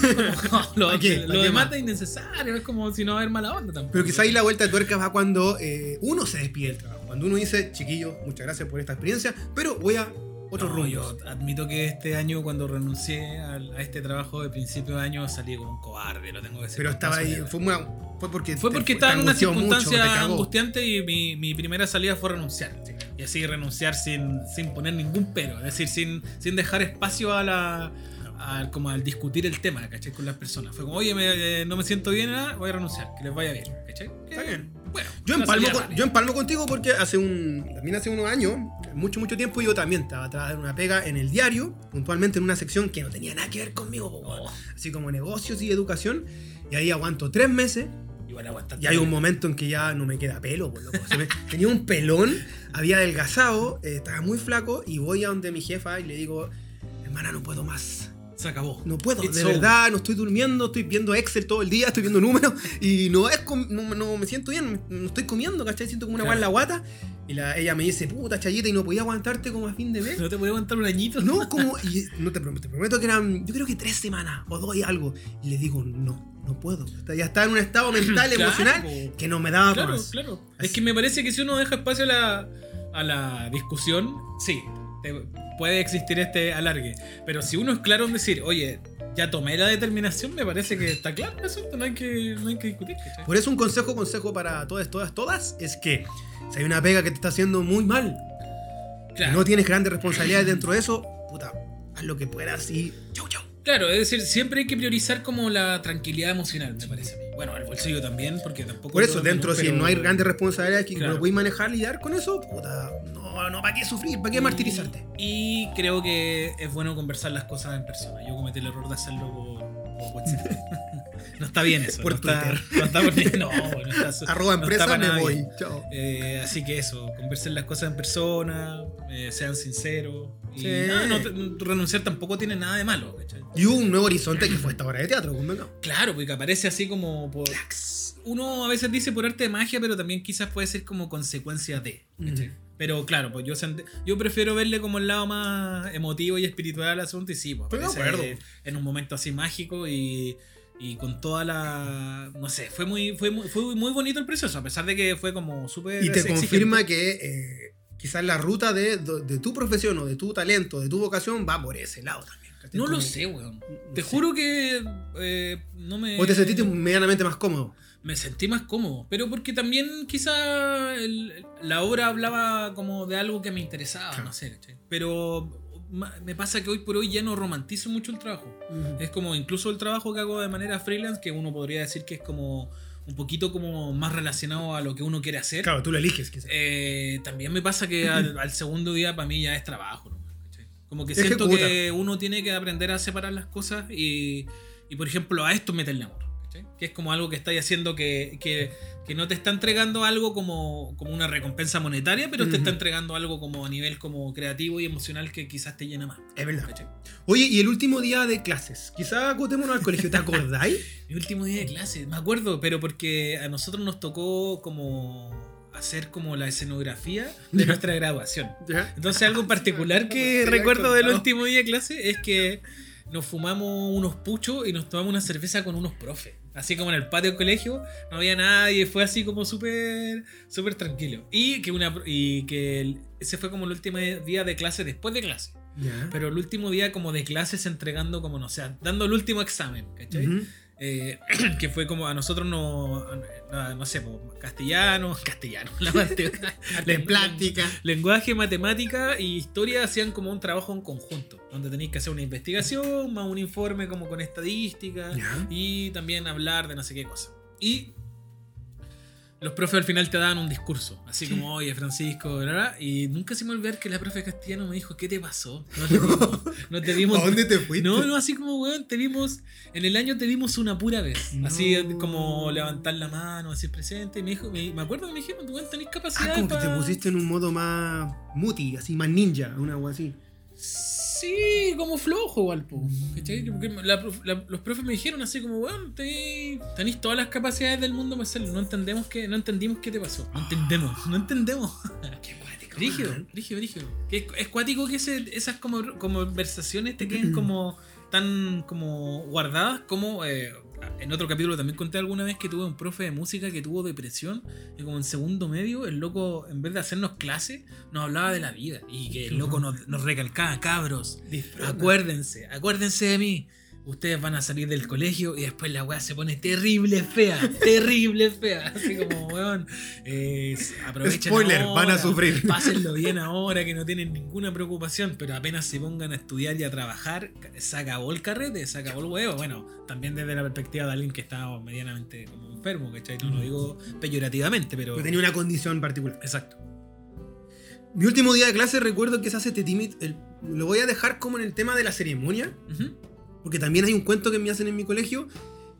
Speaker 1: como, lo,
Speaker 2: ¿Pa qué? ¿Pa
Speaker 1: lo
Speaker 2: qué
Speaker 1: demás
Speaker 2: más?
Speaker 1: es innecesario, es como si no va a haber mala onda tampoco.
Speaker 2: Pero quizá ahí la vuelta de tuerca va cuando eh, uno se despide del trabajo. Cuando uno dice, chiquillo, muchas gracias por esta experiencia, pero voy a otros
Speaker 1: No,
Speaker 2: rumbos.
Speaker 1: Yo admito que este año, cuando renuncié al- a, este trabajo de principio de año, salí como un cobarde, lo tengo que decir.
Speaker 2: Pero
Speaker 1: con
Speaker 2: estaba
Speaker 1: toda
Speaker 2: ahí,
Speaker 1: soledad.
Speaker 2: fue, una- fue porque
Speaker 1: Fue
Speaker 2: te-
Speaker 1: porque
Speaker 2: te
Speaker 1: estaba en una
Speaker 2: angustió mucho, te
Speaker 1: circunstancia
Speaker 2: cagó.
Speaker 1: angustiante y mi, mi primera salida fue renunciar. Y así renunciar sin, sin poner ningún pero, es decir, sin, sin dejar espacio a la. al- como al discutir el tema, ¿cachai? Con las personas. Fue como, oye, me- eh, no me siento bien, ah, voy a renunciar, que les vaya bien, ¿cachai? Que,
Speaker 2: Está bien.
Speaker 1: Bueno,
Speaker 2: Yo
Speaker 1: una
Speaker 2: empalmo,
Speaker 1: salida
Speaker 2: con-
Speaker 1: rápida.
Speaker 2: yo empalmo contigo porque hace un. También hace unos años, mucho, mucho tiempo, yo también estaba atrás de una pega en el diario, puntualmente en una sección que no tenía nada que ver conmigo, po, weón.
Speaker 1: Oh,
Speaker 2: así como negocios y educación. Y ahí aguanto tres meses
Speaker 1: igual aguantaste.
Speaker 2: y hay un momento en que ya no me queda pelo, po, loco. Se me- tenía un pelón, había adelgazado, eh, estaba muy flaco y voy a donde mi jefa y le digo, hermana, no puedo más.
Speaker 1: Se acabó.
Speaker 2: No puedo,
Speaker 1: It's
Speaker 2: de
Speaker 1: over.
Speaker 2: verdad, no estoy durmiendo, estoy viendo Excel todo el día, estoy viendo números y no es com- no, no me siento bien, no estoy comiendo, ¿cachai? Siento como una
Speaker 1: Claro.
Speaker 2: guay en la guata. Y la- ella me dice, puta chayita, y no podía aguantarte como a fin de mes.
Speaker 1: No te podía aguantar un añito.
Speaker 2: No, como. y no te prometo, te prometo que eran, yo creo que tres semanas o dos y algo. Y le digo, no, no puedo. Está- Ya estaba en un estado mental,
Speaker 1: Claro,
Speaker 2: emocional,
Speaker 1: po.
Speaker 2: que no me daba
Speaker 1: Claro,
Speaker 2: más.
Speaker 1: claro.
Speaker 2: Ah, Así.
Speaker 1: Es que me parece que si uno deja espacio a la, a la discusión, sí, te- puede existir este alargue. Pero si uno es claro en decir, oye, ya tomé la determinación, me parece que está claro el asunto, no hay que, no hay que discutir. ¿cachai?
Speaker 2: Por eso, un consejo, consejo para todas, todas, todas, es que si hay una pega que te está haciendo muy mal, y
Speaker 1: Claro,
Speaker 2: no tienes grandes responsabilidades dentro de eso, puta, haz lo que puedas y chau, chau.
Speaker 1: claro, es decir, siempre hay que priorizar como la tranquilidad emocional, me parece. a mí. Bueno, el bolsillo también, porque tampoco...
Speaker 2: Por
Speaker 1: yo-
Speaker 2: eso, dentro, si
Speaker 1: pero-
Speaker 2: no hay grandes responsabilidades que
Speaker 1: Claro.
Speaker 2: no puedes manejar, lidiar con eso, puta, no, no, ¿para qué sufrir? ¿Para qué martirizarte?
Speaker 1: Y creo que es bueno conversar las cosas en persona. Yo cometí el error de hacerlo por, por WhatsApp. no está bien eso.
Speaker 2: Por
Speaker 1: no está- no está bien. No, no está su-
Speaker 2: Arroba
Speaker 1: no
Speaker 2: empresa,
Speaker 1: está para
Speaker 2: me
Speaker 1: nada
Speaker 2: voy.
Speaker 1: bien.
Speaker 2: Chao.
Speaker 1: Eh, así que eso, conversen las cosas en persona, eh, sean sinceros. Y
Speaker 2: Sí.
Speaker 1: nada, no te- renunciar tampoco tiene nada de malo, ¿cachai?
Speaker 2: Y hubo un nuevo horizonte que fue esta obra de teatro, pues, convengamos.
Speaker 1: Claro, porque aparece así como por. Uno a veces dice por arte de magia, pero también quizás puede ser como consecuencia de. ¿cachai?
Speaker 2: Ujú.
Speaker 1: Pero claro, pues yo, sent- yo prefiero verle como el lado más emotivo y espiritual al asunto y sí, pues
Speaker 2: Estoy de
Speaker 1: aparece
Speaker 2: acuerdo.
Speaker 1: en un momento así mágico y, y con toda la... No sé, fue muy, fue muy, fue muy bonito el precioso, a pesar de que fue como súper...
Speaker 2: Y te
Speaker 1: exigente.
Speaker 2: confirma que eh, quizás la ruta de, de tu profesión o de tu talento, de tu vocación, va por ese lado también. ¿cachai?
Speaker 1: No
Speaker 2: Como-
Speaker 1: lo sé, weón.
Speaker 2: no
Speaker 1: Te
Speaker 2: sé.
Speaker 1: juro que eh, no me...
Speaker 2: O te sentiste medianamente más cómodo.
Speaker 1: Me sentí más cómodo, pero porque también quizá el- la obra hablaba como de algo que me interesaba,
Speaker 2: Claro.
Speaker 1: no sé, ¿cachai? pero ma- me pasa que hoy por hoy ya no romantizo mucho el trabajo.
Speaker 2: Eh,
Speaker 1: Es como incluso el trabajo que hago de manera freelance, que uno podría decir que es como un poquito como más relacionado a lo que uno quiere hacer.
Speaker 2: Claro, tú lo eliges quizás.
Speaker 1: Eh, también me pasa que al, al segundo día para mí ya es trabajo. ¿no? ¿Cachai? Como que siento
Speaker 2: Ejecuta.
Speaker 1: que uno tiene que aprender a separar las cosas y, y, por ejemplo, a esto meterle amor. ¿cachai? Que es como algo que estáis haciendo que, que- que no te está entregando algo como, como una recompensa monetaria, pero te
Speaker 2: Ujú.
Speaker 1: está entregando algo como a nivel como creativo y emocional que quizás te llena más.
Speaker 2: Es verdad.
Speaker 1: ¿cachai?
Speaker 2: Oye, y el último día de clases. Quizás acotémonos al colegio, ¿te acordáis?
Speaker 1: Mi último día de clase, me acuerdo, pero porque a nosotros nos tocó como hacer como la escenografía de
Speaker 2: Ya.
Speaker 1: nuestra graduación.
Speaker 2: ¿Ya?
Speaker 1: Entonces algo en particular que
Speaker 2: Sí,
Speaker 1: recuerdo
Speaker 2: habías
Speaker 1: del
Speaker 2: contado.
Speaker 1: último día de clase es que nos fumamos unos puchos y nos tomamos una cerveza con unos profes. Así como en el patio del colegio, no había nadie, fue así como súper súper tranquilo. Y que una y que el- ese fue como el último día de clase después de clase. Pero el último día como de clases entregando como no sé, dando el último examen, ¿cachai?
Speaker 2: Ujú.
Speaker 1: Eh, que fue como a nosotros no, no, no sé, po, castellano, castellano, la parte-
Speaker 2: De plática.
Speaker 1: lenguaje, matemática y historia hacían como un trabajo en conjunto, donde tenéis que hacer una investigación, más un informe como con estadística
Speaker 2: Ya.
Speaker 1: y también hablar de no sé qué cosa. Y los profes al final te dan un discurso, así como, oye Francisco, bla, bla", y nunca se me olvidó que la profe Castellano me dijo, ¿qué te pasó? No te vimos, no te vimos
Speaker 2: ¿A dónde te fuiste?
Speaker 1: no, no, así como, weón, te vimos, en el año te vimos una pura vez.
Speaker 2: No.
Speaker 1: Así como levantar la mano, así presente. Y me dijo, me, me acuerdo que me dijeron, weón, tenés
Speaker 2: Ah,
Speaker 1: capacidad
Speaker 2: como que te pusiste en un modo más muti, así más ninja, una agua así.
Speaker 1: Sí, como flojo igual, po. ¿Cachai? Porque la prof- la- los profes me dijeron así como, weón, te- tenés todas las capacidades del mundo para hacerlo. No entendemos que, no entendimos qué te pasó. No entendemos, no entendemos.
Speaker 2: Qué cuático.
Speaker 1: Rígido, rígido, rígido. Que es, es cuático que ese- esas como, como conversaciones te queden como tan como guardadas como eh, en otro capítulo también conté alguna vez que tuve un profe de música que tuvo depresión y como en segundo medio el loco en vez de hacernos clases nos hablaba de la vida y que el loco nos, nos recalcaba, cabros,
Speaker 2: Disfruta.
Speaker 1: acuérdense, acuérdense de mí. Ustedes van a salir del colegio y después la weá se pone terrible fea, terrible fea. Así como, weón, eh, aprovechen.
Speaker 2: Spoiler, van a
Speaker 1: ahora,
Speaker 2: sufrir.
Speaker 1: Pásenlo bien ahora que no tienen ninguna preocupación, pero apenas se pongan a estudiar y a trabajar, se acabó el carrete, se acabó el huevo. Bueno, también desde la perspectiva de alguien que estaba medianamente como enfermo, ¿cachai? No lo digo peyorativamente, pero.
Speaker 2: Porque Ah, tenía una condición particular.
Speaker 1: Exacto.
Speaker 2: Mi último día de clase recuerdo que se hace Tetimit. el- Lo voy a dejar como en el tema de la ceremonia,
Speaker 1: Ujú.
Speaker 2: porque también hay un cuento que me hacen en mi colegio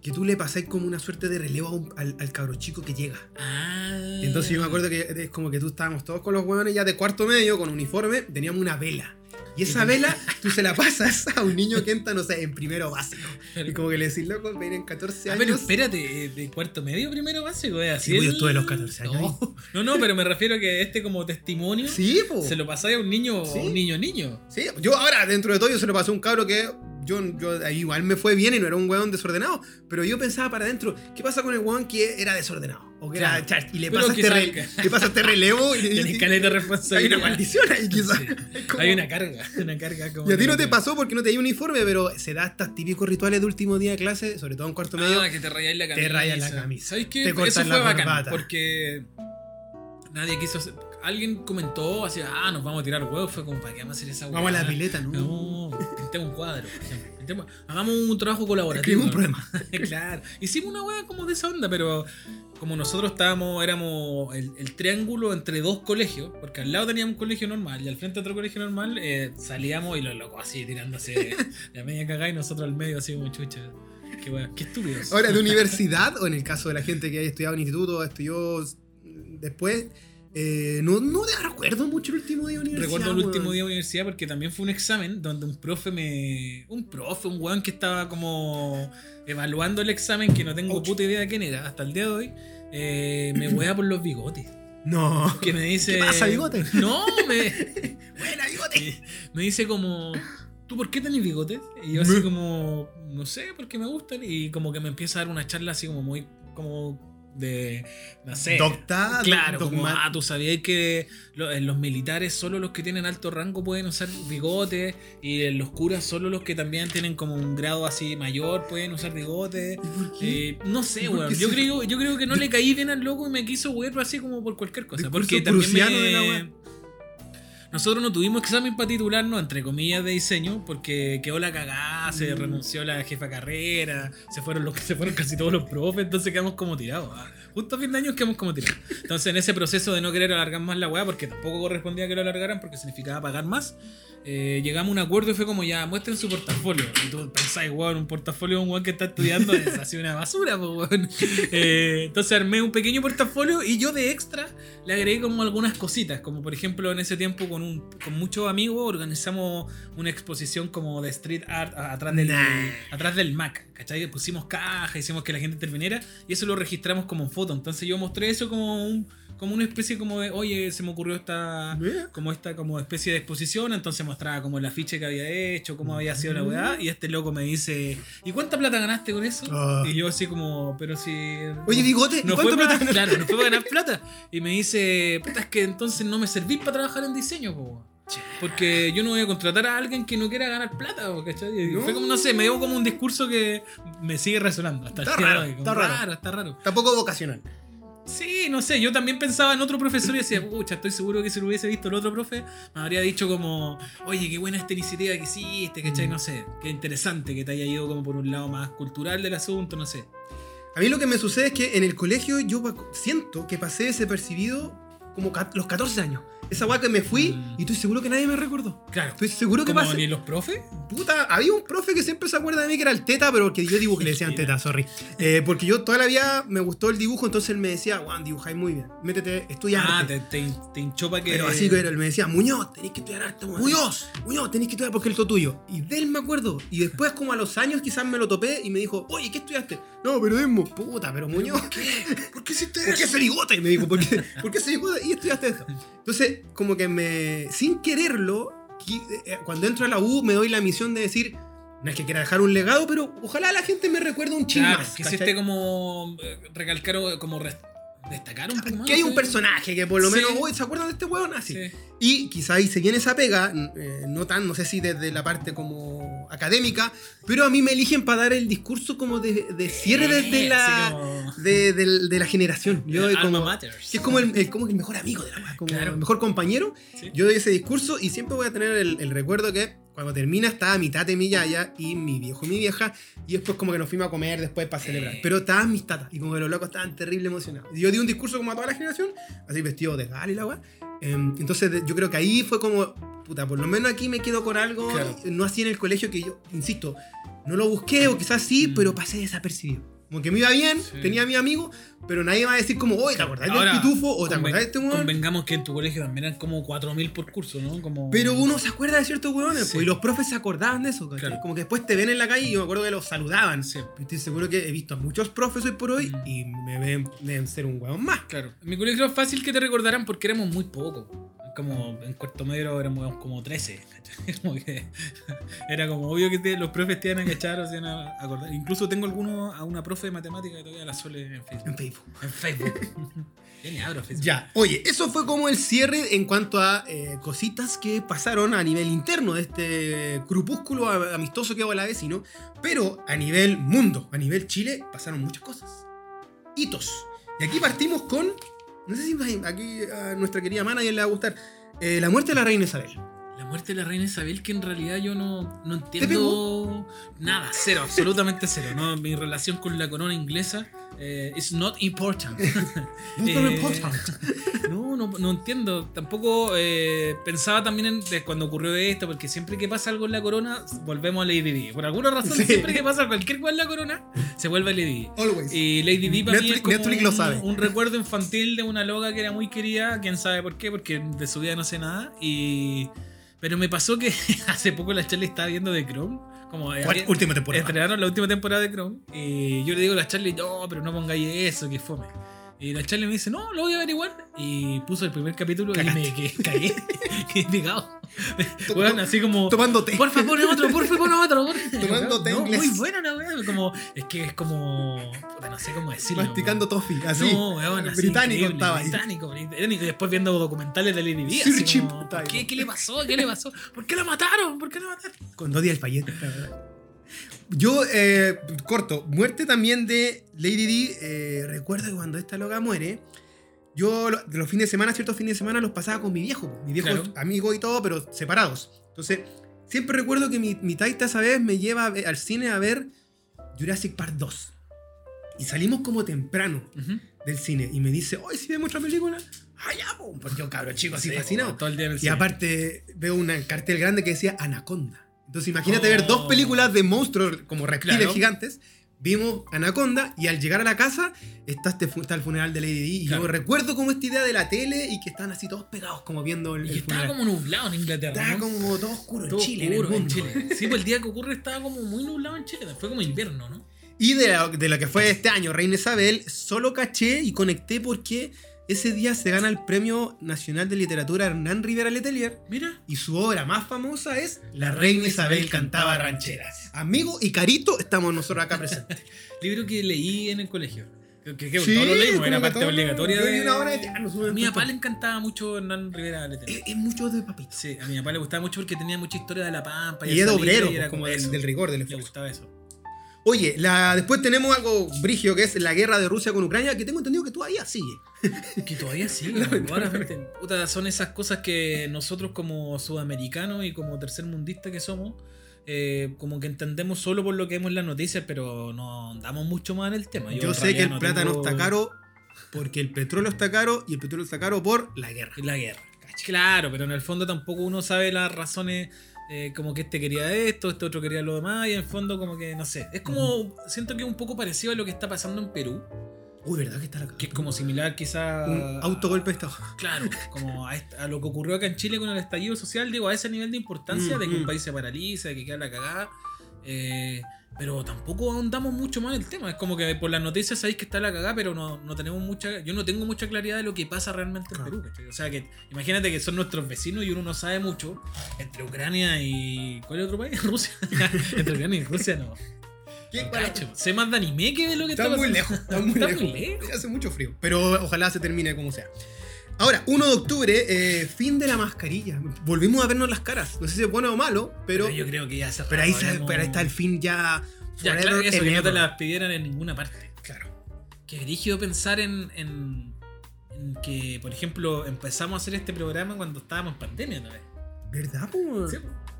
Speaker 2: que tú le pasás como una suerte de relevo a un- al, al cabro chico que llega.
Speaker 1: Ah.
Speaker 2: Entonces yo me acuerdo que es como que tú estábamos todos con los hueones ya de cuarto medio, con uniforme, teníamos una vela. Y esa vela tú se la pasas a un niño que entra, no sé, en primero básico. Y como que le decís, loco, vienen 14
Speaker 1: Ah,
Speaker 2: años.
Speaker 1: pero espérate, eh, ¿de cuarto medio primero básico? ¿Es así?
Speaker 2: Sí, pues, yo
Speaker 1: el-
Speaker 2: estuve a los 14 años
Speaker 1: No. no, no, pero me refiero a que este como testimonio
Speaker 2: Sí, po.
Speaker 1: se lo pasáis a un niño, a
Speaker 2: Sí.
Speaker 1: un niño niño.
Speaker 2: Sí, yo ahora dentro de todo yo se lo pasé a un cabro que yo, yo ahí igual me fue bien y no era un weón desordenado, pero yo pensaba para adentro, ¿qué pasa con el weón que era desordenado? O que era
Speaker 1: Claro.
Speaker 2: char- y le
Speaker 1: Pero
Speaker 2: pasaste,
Speaker 1: quizá-
Speaker 2: re- le pasaste relevo y, y-
Speaker 1: Tenés caleta de
Speaker 2: hay
Speaker 1: responsabilidad.
Speaker 2: una maldición ahí quizás.
Speaker 1: Sí.
Speaker 2: Es como-
Speaker 1: Hay una carga, una carga como.
Speaker 2: Y a ti
Speaker 1: que
Speaker 2: no te
Speaker 1: te-
Speaker 2: pasó porque no te di uniforme, pero se da estos típicos rituales de último día de clase, sobre todo en cuarto medio.
Speaker 1: Ah, que te rayáis la
Speaker 2: Te
Speaker 1: camisa.
Speaker 2: rayas la camisa.
Speaker 1: ¿Sabes qué?
Speaker 2: Te
Speaker 1: Eso
Speaker 2: cortas
Speaker 1: fue
Speaker 2: la
Speaker 1: bacán.
Speaker 2: corbata.
Speaker 1: Porque nadie quiso hacer. Alguien comentó así, ah, nos vamos a tirar huevos. Fue como, ¿para qué vamos a hacer esa hueá?
Speaker 2: Vamos a la pileta, ¿no?
Speaker 1: No, pintemos un cuadro. por ejemplo. Pintemos- Hagamos un trabajo colaborativo.
Speaker 2: Escribimos un problema.
Speaker 1: claro. Hicimos una hueá como de esa onda, pero como nosotros estábamos, éramos el, el triángulo entre dos colegios, porque al lado teníamos un colegio normal y al frente otro colegio normal, eh, salíamos y los locos así tirándose la media cagada y nosotros al medio así como chucha. Qué hueá, qué estúpidos.
Speaker 2: Ahora, de universidad, o en el caso de la gente que haya estudiado en instituto, estudió después, eh, no, no te recuerdo mucho el último día de universidad.
Speaker 1: Recuerdo el último
Speaker 2: weón.
Speaker 1: día de universidad porque también fue un examen donde un profe me. Un profe, un weón que estaba como evaluando el examen que no tengo
Speaker 2: Ouch.
Speaker 1: puta idea de quién era hasta el día de hoy. eh, me wea por los bigotes.
Speaker 2: No.
Speaker 1: Que me dice.
Speaker 2: ¿Qué pasa, bigote?
Speaker 1: No, me,
Speaker 2: Buena, bigote.
Speaker 1: me dice como. ¿Tú por qué tenés bigotes? Y yo así como. No sé, porque me gustan. Y como que me empieza a dar una charla así como muy. como de. No sé.
Speaker 2: Docta,
Speaker 1: Claro,
Speaker 2: doc-
Speaker 1: como,
Speaker 2: dogma-
Speaker 1: ah, tú sabías que lo- en los militares solo los que tienen alto rango pueden usar bigotes y en los curas solo los que también tienen como un grado así mayor pueden usar bigotes.
Speaker 2: ¿Y por qué?
Speaker 1: Eh, no sé,
Speaker 2: ¿Por qué
Speaker 1: weón. Yo
Speaker 2: se-
Speaker 1: creo, yo creo que no le caí bien al loco y me quiso wear así como por cualquier cosa.
Speaker 2: Discurso
Speaker 1: Porque también
Speaker 2: prusiano
Speaker 1: me-
Speaker 2: de la wea.
Speaker 1: Nosotros no tuvimos examen para titularnos, entre comillas, de diseño, porque quedó la cagada, se renunció la jefa de carrera, se fueron los se fueron casi todos los profes, entonces quedamos como tirados. ah. Justo a fin de año quedamos como tirados. Entonces, en ese proceso de no querer alargar más la weá, porque tampoco correspondía que lo alargaran, porque significaba pagar más, eh, llegamos a un acuerdo y fue como ya, muestren su portafolio. Y tú pensás, weón, un portafolio de un weón que está estudiando es así una basura, pues, weón. Eh, entonces armé un pequeño portafolio y yo de extra le agregué como algunas cositas, como por ejemplo en ese tiempo con, un, con muchos amigos organizamos una exposición como de street art a- atrás del,
Speaker 2: Nah.
Speaker 1: atrás del Mac, ¿cachai? Pusimos caja, hicimos que la gente interviniera y eso lo registramos como en foto. Entonces yo mostré eso como un, como una especie como de, oye, se me ocurrió esta
Speaker 2: Mira.
Speaker 1: como esta como especie de exposición, entonces mostraba como el afiche que había hecho, cómo había sido la weá, y este loco me dice, ¿y cuánta plata ganaste con eso?
Speaker 2: Ah.
Speaker 1: Y yo así como, pero si...
Speaker 2: Oye, bigote,
Speaker 1: no fue
Speaker 2: ¿cuánto plata
Speaker 1: para, Claro, no fue para ganar plata. Y me dice, puta, es que entonces no me servís para trabajar en diseño, po, weón. Porque yo no voy a contratar a alguien que no quiera ganar plata, po, ¿cachai? Y
Speaker 2: No.
Speaker 1: Fue como, no sé, me dio como un discurso que me sigue resonando. Hasta el
Speaker 2: Está
Speaker 1: día de
Speaker 2: raro,
Speaker 1: hoy, como
Speaker 2: está raro.
Speaker 1: está raro.
Speaker 2: Tampoco vocacional.
Speaker 1: Sí, no sé, yo también pensaba en otro profesor y decía, pucha, estoy seguro que si lo hubiese visto el otro profe, me habría dicho como, oye, qué buena esta iniciativa que hiciste, ¿cachai?
Speaker 2: Mm.
Speaker 1: No sé, qué interesante que te haya ido como por un lado más cultural del asunto, no sé.
Speaker 2: A mí lo que me sucede es que en el colegio yo pa- siento que pasé desapercibido como ca- los 14 años. Esa guaca me fui
Speaker 1: Mm.
Speaker 2: y estoy seguro que nadie me recordó.
Speaker 1: Claro.
Speaker 2: Estoy seguro que
Speaker 1: ¿Cómo
Speaker 2: pasé.
Speaker 1: ni los profes?
Speaker 2: Puta, había un profe que siempre se acuerda de mí que era el teta, pero que yo dibujo que le decían teta, sorry. Eh, porque yo toda la vida me gustó el dibujo, entonces él me decía, Juan, dibujáis muy bien. Métete, estudia
Speaker 1: Ah,
Speaker 2: arte.
Speaker 1: te, te, te hinchó pa' que...
Speaker 2: Pero así que era, él me decía, Muñoz, tenés que estudiar arte, Eh, Muñoz.
Speaker 1: ¡Dios!
Speaker 2: Muñoz, tenés que estudiar porque es lo tuyo. Y de él me acuerdo. Y después, como a los años, quizás me lo topé y me dijo, oye, ¿qué estudiaste? No, periodismo. Puta, pero Muñoz. ¿Por qué? ¿Por qué hiciste ¿Por qué ese bigote? Me dijo, ¿por qué, ¿por qué ese bigote? Y estudiaste esto. Entonces, eh, como que me. Sin quererlo, qui- eh, cuando entro a la U, me doy la misión de decir, No es que quiera dejar un legado, pero ojalá la gente me recuerde un chin
Speaker 1: Claro,
Speaker 2: más,
Speaker 1: que se
Speaker 2: ¿cachai?
Speaker 1: esté como eh, recalcar o como res- destacar un poco más.
Speaker 2: Que hay
Speaker 1: no
Speaker 2: un
Speaker 1: sé.
Speaker 2: personaje que por lo
Speaker 1: Sí.
Speaker 2: menos, "Uy, ¿se acuerdan de este weón? Así.
Speaker 1: Sí.
Speaker 2: Y quizá ahí se viene esa pega, n- eh, no tan, no sé si desde la parte como académica, pero a mí me eligen para dar el discurso como de, de cierre desde
Speaker 1: Sí, así
Speaker 2: la,
Speaker 1: como-
Speaker 2: de, del- de la generación. Yo
Speaker 1: Alma
Speaker 2: como-
Speaker 1: mater.
Speaker 2: que es como el, el- como el mejor amigo de la weá, como
Speaker 1: Claro.
Speaker 2: el mejor compañero.
Speaker 1: Sí.
Speaker 2: Yo doy ese discurso y siempre voy a tener el, el recuerdo que cuando termina estaba a mitad de mi yaya y mi viejo y mi vieja, y después como que nos fuimos a comer después para celebrar.
Speaker 1: Sí.
Speaker 2: Pero estaban mis tatas y como que los locos estaban terrible emocionados. Y yo di un discurso como a toda la generación, así vestido de gal y la weá. Em, Entonces de- yo creo que ahí fue como, puta, por lo menos aquí me quedo con algo,
Speaker 1: Claro.
Speaker 2: no así en el colegio que yo, insisto, no lo busqué o quizás sí,
Speaker 1: Mm.
Speaker 2: pero pasé desapercibido. Como que me iba bien,
Speaker 1: Sí.
Speaker 2: tenía a mi amigo, pero nadie va a decir como, oye, ¿te acordás
Speaker 1: Ahora,
Speaker 2: del pitufo? ¿O te
Speaker 1: conven-
Speaker 2: acordás de este weón?
Speaker 1: Convengamos que en tu colegio también eran como 4.000 por curso, ¿no? Como...
Speaker 2: Pero uno se acuerda de ciertos weones,
Speaker 1: Sí.
Speaker 2: pues, y los profes se acordaban de eso, ¿cachai?
Speaker 1: Claro.
Speaker 2: Como que después te ven en la calle y yo me acuerdo que los saludaban.
Speaker 1: Sí.
Speaker 2: Pero Estoy seguro que he visto a muchos profes hoy por hoy
Speaker 1: Mm.
Speaker 2: y me ven deben ser un weón más.
Speaker 1: Claro. En mi colegio es fácil que te recordaran porque éramos muy pocos. Como en cuarto medio éramos como 13. ¿cachai? Como que era como obvio que te- los profes te iban a cachar o se iban a acordar. Incluso tengo alguno a una profe de matemática que todavía la suele en
Speaker 2: En
Speaker 1: Facebook.
Speaker 2: Facebook.
Speaker 1: En Facebook. Yo ni abro Facebook.
Speaker 2: Ya, oye, eso fue como el cierre en cuanto a eh, cositas que pasaron a nivel interno de este crepúsculo a- amistoso que hago a la vecino, pero a nivel mundo, a nivel Chile, pasaron muchas cosas. Hitos. Y aquí partimos con, no sé si va- aquí a nuestra querida manager le va a gustar, eh, la muerte de la reina Isabel.
Speaker 1: La muerte de la reina Isabel, que en realidad yo no, no entiendo
Speaker 2: pegó?
Speaker 1: nada, cero, absolutamente cero. ¿no? Mi relación con la corona inglesa eh, is not important.
Speaker 2: Not
Speaker 1: Eh,
Speaker 2: important.
Speaker 1: No, no, no entiendo. Tampoco eh, pensaba también en de cuando ocurrió esto, porque siempre que pasa algo en la corona, volvemos a Lady Di. Por alguna razón,
Speaker 2: Sí.
Speaker 1: siempre que pasa cualquier cosa en la corona, se vuelve a Lady Di.
Speaker 2: Always.
Speaker 1: Y Lady Di para mí
Speaker 2: Netflix-
Speaker 1: es como
Speaker 2: Netflix lo
Speaker 1: un-
Speaker 2: sabe.
Speaker 1: un recuerdo infantil de una loca que era muy querida, quién sabe por qué, porque de su vida no sé nada. Y... Pero me pasó que hace poco la Charlie estaba viendo de Chrome. Como eh,
Speaker 2: Cuarta- última temporada.
Speaker 1: Estrenaron la última temporada de Chrome. Y yo le digo a la Charlie, no, pero no pongáis eso, que fome. Y la Charlie me dice, no, lo voy a averiguar. Y puso el primer capítulo y me que- cagué. Quedé pegado.
Speaker 2: To-
Speaker 1: Weón,
Speaker 2: to-
Speaker 1: así como.
Speaker 2: Tomando té.
Speaker 1: Por favor, pon otro, por favor, pon otro. porfa.
Speaker 2: Tomando té
Speaker 1: No,
Speaker 2: inglés.
Speaker 1: Muy buena la weá. Como, es que es como. Puta, no sé cómo decirlo.
Speaker 2: Masticando toffee,
Speaker 1: weón.
Speaker 2: así.
Speaker 1: No, weón, así,
Speaker 2: británico
Speaker 1: increíble,
Speaker 2: estaba ahí.
Speaker 1: Británico, británico. Y después viendo documentales de Lady Di.
Speaker 2: Sir
Speaker 1: así
Speaker 2: Chimp
Speaker 1: como,
Speaker 2: estaba ahí.
Speaker 1: ¿qué, ¿Qué le pasó? ¿Qué le pasó? ¿Por qué la mataron? ¿Por qué la mataron?
Speaker 2: Con Dodi Alfayet. Yo, eh, corto, muerte también de Lady Di. eh, recuerdo que cuando esta loca muere, yo lo- de los fines de semana, ciertos fines de semana, los pasaba con mi viejo. Mi viejo
Speaker 1: Claro.
Speaker 2: amigo y todo, pero separados. Entonces, siempre recuerdo que mi, mi taita esa vez me lleva a ver- al cine a ver Jurassic Park 2. Y salimos como temprano
Speaker 1: Ujú.
Speaker 2: del cine y me dice, hoy si vemos otra película, ah, ya, po", porque yo cabro chico así
Speaker 1: Sí,
Speaker 2: fascinado.
Speaker 1: Todo el día en el
Speaker 2: Y
Speaker 1: cine.
Speaker 2: aparte veo un cartel grande que decía Anaconda. Entonces imagínate
Speaker 1: Oh.
Speaker 2: ver dos películas de monstruos como reptiles
Speaker 1: Claro.
Speaker 2: gigantes. Vimos Anaconda y al llegar a la casa está, este fu- está el funeral de Lady Di. Y
Speaker 1: Claro.
Speaker 2: yo recuerdo como esta idea de la tele y que están así todos pegados como viendo el,
Speaker 1: Y
Speaker 2: el
Speaker 1: estaba
Speaker 2: funeral.
Speaker 1: como nublado en Inglaterra.
Speaker 2: Estaba
Speaker 1: ¿no?
Speaker 2: como todo oscuro
Speaker 1: Todo
Speaker 2: en Chile. en el
Speaker 1: oscuro en
Speaker 2: mundo.
Speaker 1: Chile. Sí, pues el día que ocurre estaba como muy nublado en Chile. Fue como invierno, ¿no?
Speaker 2: Y de la, de la que fue este año, Reina Isabel, solo caché y conecté porque ese día se gana el Premio Nacional de Literatura Hernán Rivera Letelier.
Speaker 1: Mira.
Speaker 2: y su obra más famosa es La Reina Isabel cantaba rancheras. Amigo y carito, estamos nosotros acá presentes.
Speaker 1: Libro que leí en el colegio. Que, que, que
Speaker 2: Sí,
Speaker 1: todos lo leímos,
Speaker 2: como
Speaker 1: era
Speaker 2: que
Speaker 1: parte
Speaker 2: todo-
Speaker 1: obligatoria
Speaker 2: yo
Speaker 1: de...
Speaker 2: di una hora de- ah, nos
Speaker 1: A mi papá
Speaker 2: juntamos.
Speaker 1: le encantaba mucho Hernán Rivera Letelier.
Speaker 2: es, es mucho de papito.
Speaker 1: Sí, a mi papá le gustaba mucho porque tenía mucha historia de la pampa.
Speaker 2: Y es de
Speaker 1: esa libre,
Speaker 2: obrero,
Speaker 1: y era
Speaker 2: pues, como del,
Speaker 1: eso.
Speaker 2: del rigor del
Speaker 1: Le
Speaker 2: esfuerzo.
Speaker 1: gustaba eso.
Speaker 2: Oye, la, después tenemos algo brigio que es la guerra de Rusia con Ucrania, que tengo entendido que todavía sigue.
Speaker 1: Que todavía sí, Puta, son esas cosas que nosotros como sudamericanos y como tercermundistas que somos, eh, como que entendemos solo por lo que vemos en las noticias, pero no andamos mucho más en el tema.
Speaker 2: Yo,
Speaker 1: en
Speaker 2: sé
Speaker 1: realidad
Speaker 2: que el
Speaker 1: no
Speaker 2: plátano
Speaker 1: tengo-
Speaker 2: está caro porque el petróleo está caro y el petróleo está caro por la guerra.
Speaker 1: La guerra. Claro, pero en el fondo tampoco uno sabe las razones, eh, como que este quería esto, este otro quería lo demás, y en el fondo como que, no sé, es como, siento que es un poco parecido a lo que está pasando en Perú,
Speaker 2: Uy, ¿verdad que está la
Speaker 1: que es como similar quizá...
Speaker 2: Un autogolpe de Estado.
Speaker 1: Claro, como a, est- a lo que ocurrió acá en Chile con el estallido social, digo, a ese nivel de importancia
Speaker 2: Mm,
Speaker 1: de que un
Speaker 2: mm.
Speaker 1: país se paraliza, de que queda la cagada. eh, Pero tampoco ahondamos mucho más en el tema. Es como que por las noticias sabéis que está la cagada, pero no, no tenemos mucha. Yo no tengo mucha claridad de lo que pasa realmente en Perú.
Speaker 2: Claro.
Speaker 1: ¿cachai? O sea que imagínate que son nuestros vecinos y uno no sabe mucho. Entre Ucrania y. ¿Cuál es otro país? Rusia. Entre Ucrania y Rusia no.
Speaker 2: ¿Qué
Speaker 1: No cacho. Sé más de anime que de lo que
Speaker 2: Está muy
Speaker 1: pasando.
Speaker 2: lejos, está muy
Speaker 1: Está
Speaker 2: lejos.
Speaker 1: muy lejos.
Speaker 2: Hace mucho frío, pero ojalá se termine como sea. Ahora, 1 de octubre, eh, fin de la mascarilla. Volvimos a vernos las caras. No sé si es bueno o malo,
Speaker 1: Pero
Speaker 2: pero, pero,
Speaker 1: yo creo que ya se
Speaker 2: ahí, se- pero ahí está el fin ya.
Speaker 1: Ya,
Speaker 2: forever
Speaker 1: claro, eso,
Speaker 2: and
Speaker 1: que no te
Speaker 2: ever.
Speaker 1: las pidieran en ninguna parte.
Speaker 2: Claro.
Speaker 1: Que brígido pensar en, en, en que, por ejemplo, empezamos a hacer este programa cuando estábamos en pandemia, ¿no?
Speaker 2: ¿Verdad, po?
Speaker 1: Sí,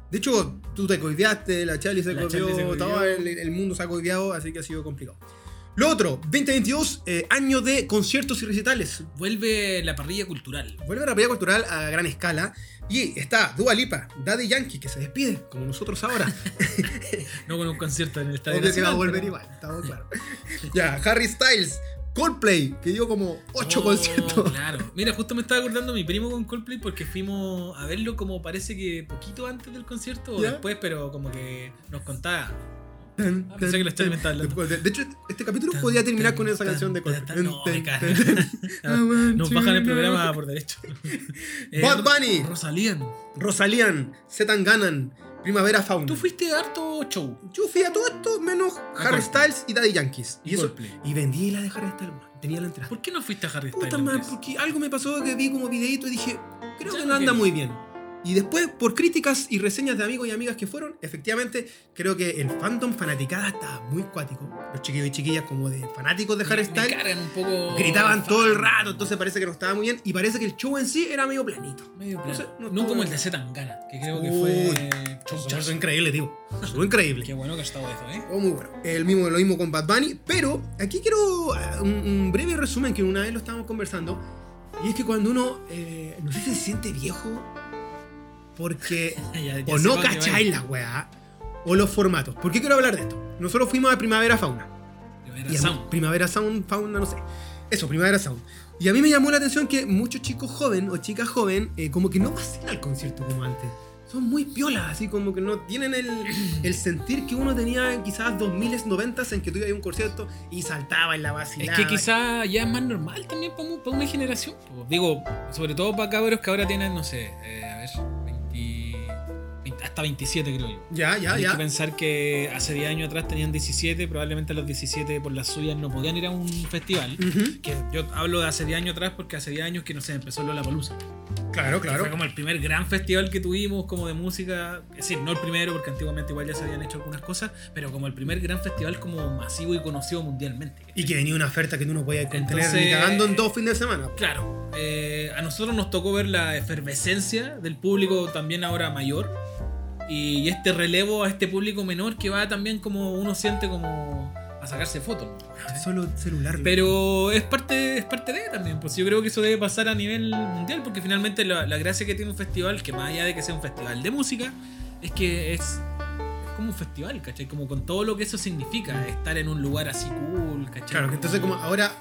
Speaker 2: De hecho, tú te coideaste, la Charlie se
Speaker 1: La Charlie se
Speaker 2: coideó,
Speaker 1: coideó.
Speaker 2: todo el, el mundo se ha coideado, así que ha sido complicado. Lo otro, 2022, eh, año de conciertos y recitales.
Speaker 1: Vuelve la parrilla cultural.
Speaker 2: Vuelve la pelea cultural a gran escala y está Dua Lipa, Daddy Yankee, que se despide, como nosotros ahora.
Speaker 1: No con un concierto en el estadio.
Speaker 2: Obvio que va a
Speaker 1: Nacional,
Speaker 2: volver
Speaker 1: pero-
Speaker 2: igual, estamos claro. ya, Harry Styles, Coldplay, que dio como 8
Speaker 1: Oh,
Speaker 2: conciertos.
Speaker 1: Claro. Mira, justo me estaba acordando mi primo con Coldplay porque fuimos a verlo como parece que poquito antes del concierto o
Speaker 2: ¿Ya?
Speaker 1: después, pero como que nos contaba.
Speaker 2: Tan,
Speaker 1: Ah, pensé
Speaker 2: tan,
Speaker 1: que la Stanley me estaba hablando.
Speaker 2: tan. De, de hecho, este capítulo
Speaker 1: Tan,
Speaker 2: podía terminar
Speaker 1: tan,
Speaker 2: con esa
Speaker 1: tan,
Speaker 2: canción de Coldplay.
Speaker 1: tan, tan. No, me
Speaker 2: Tan,
Speaker 1: cae.
Speaker 2: tan,
Speaker 1: No,
Speaker 2: tan.
Speaker 1: Nos bajan el programa por derecho. Eh,
Speaker 2: Bad Bunny.
Speaker 1: Rosalían.
Speaker 2: Rosalían, Ganan, Primavera Fauna.
Speaker 1: Tú fuiste a harto show.
Speaker 2: Yo fui a todo esto menos Harry
Speaker 1: Coldplay.
Speaker 2: Styles y Daddy Yankees.
Speaker 1: Y
Speaker 2: Y, eso,
Speaker 1: Coldplay.
Speaker 2: y vendí la de Harry Styles. weón. Tenía la entrada.
Speaker 1: ¿Por qué no fuiste a Harry Styles?
Speaker 2: Puta madre,
Speaker 1: Andrés?
Speaker 2: porque algo me pasó que vi como videito y dije, creo
Speaker 1: Ya
Speaker 2: que
Speaker 1: no
Speaker 2: no anda
Speaker 1: quiero.
Speaker 2: muy bien. Y después, por críticas y reseñas de amigos y amigas que fueron, efectivamente, creo que el fandom fanaticada estaba muy cuático. Los chiquillos y chiquillas como de fanáticos de Harry
Speaker 1: Me- me
Speaker 2: Styles
Speaker 1: cargan un poco.
Speaker 2: gritaban
Speaker 1: fan.
Speaker 2: todo el rato, entonces parece que no estaba muy bien. Y parece que el show en sí era medio planito.
Speaker 1: Medio plano.
Speaker 2: No sé, no
Speaker 1: no
Speaker 2: estuvo
Speaker 1: como
Speaker 2: bien.
Speaker 1: el de Zetangana, que creo que
Speaker 2: Uy,
Speaker 1: fue.
Speaker 2: Eso
Speaker 1: Chau,
Speaker 2: fue
Speaker 1: chau.
Speaker 2: increíble, tío. Eso fue increíble.
Speaker 1: Qué bueno que ha estado eso, ¿eh?
Speaker 2: Oh, muy bueno. El mismo, lo mismo con Bad Bunny. Pero aquí quiero eh, un, un breve resumen que una vez lo estábamos conversando. Y es que cuando uno, eh, no sé si se siente viejo porque
Speaker 1: Ya- ya
Speaker 2: o
Speaker 1: sé
Speaker 2: no
Speaker 1: pa' qué
Speaker 2: cacháis
Speaker 1: va.
Speaker 2: la weá o los formatos. ¿Por qué quiero hablar de esto? Nosotros fuimos a Primavera Fauna.
Speaker 1: Primavera
Speaker 2: Y a mí-
Speaker 1: Sound.
Speaker 2: Primavera Sound, Fauna, no sé. Eso, Primavera Sound. Y a mí me llamó la atención que muchos chicos joven o chicas joven eh, como que no pasan al concierto como antes. Son muy piolas, así como que no tienen el, el sentir que uno tenía en quizás 2000, 90 en que tú ibas a un concierto y saltaba en la
Speaker 1: Es
Speaker 2: vacilada.
Speaker 1: que quizá ya es más normal también para, un- para una generación. po. Digo, sobre todo para cabros que ahora tienen, no sé, eh, a ver, 20 20 hasta 27 creo yo.
Speaker 2: Ya, ya,
Speaker 1: Hay que
Speaker 2: ya.
Speaker 1: pensar que hace 10 años atrás tenían 17, probablemente a los 17 por las suyas no podían ir a un festival.
Speaker 2: Ujú,
Speaker 1: Que yo hablo de hace 10 años atrás porque hace 10 años que no sé, empezó la Palusa.
Speaker 2: Claro,
Speaker 1: Fue
Speaker 2: claro.
Speaker 1: como el primer gran festival que tuvimos como de música, es decir, no el primero porque antiguamente igual ya se habían hecho algunas cosas, pero como el primer gran festival como masivo y conocido mundialmente.
Speaker 2: Y que venía una oferta que tú no podías contener ni
Speaker 1: Entonces-
Speaker 2: cagando en dos fines de semana.
Speaker 1: Claro, eh, a nosotros nos tocó ver la efervescencia del público también ahora mayor y este relevo a este público menor que va también como uno siente como a sacarse fotos. ¿no?
Speaker 2: Solo celular.
Speaker 1: Pero es parte, es parte de también, pues yo creo que eso debe pasar a nivel mundial, porque finalmente la, la gracia que tiene un festival, que más allá de que sea un festival de música, es que es, es como un festival, ¿cachai? Como con todo lo que eso significa, estar en un lugar así cool, ¿cachai?
Speaker 2: Claro, que entonces como ahora,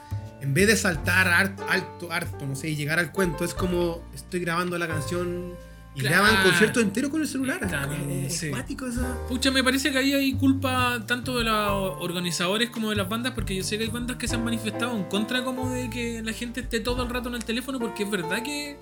Speaker 2: en vez de saltar harto, alto, harto, no sé, y llegar al cuento, es como estoy grabando la canción y
Speaker 1: Claro.
Speaker 2: graban concierto entero con el celular.
Speaker 1: Claro,
Speaker 2: es
Speaker 1: sí.
Speaker 2: acuático esa-
Speaker 1: Pucha, me parece que ahí hay culpa tanto de los organizadores como de las bandas, porque yo sé que hay bandas que se han manifestado en contra como de que la gente esté todo el rato en el teléfono, porque es verdad que,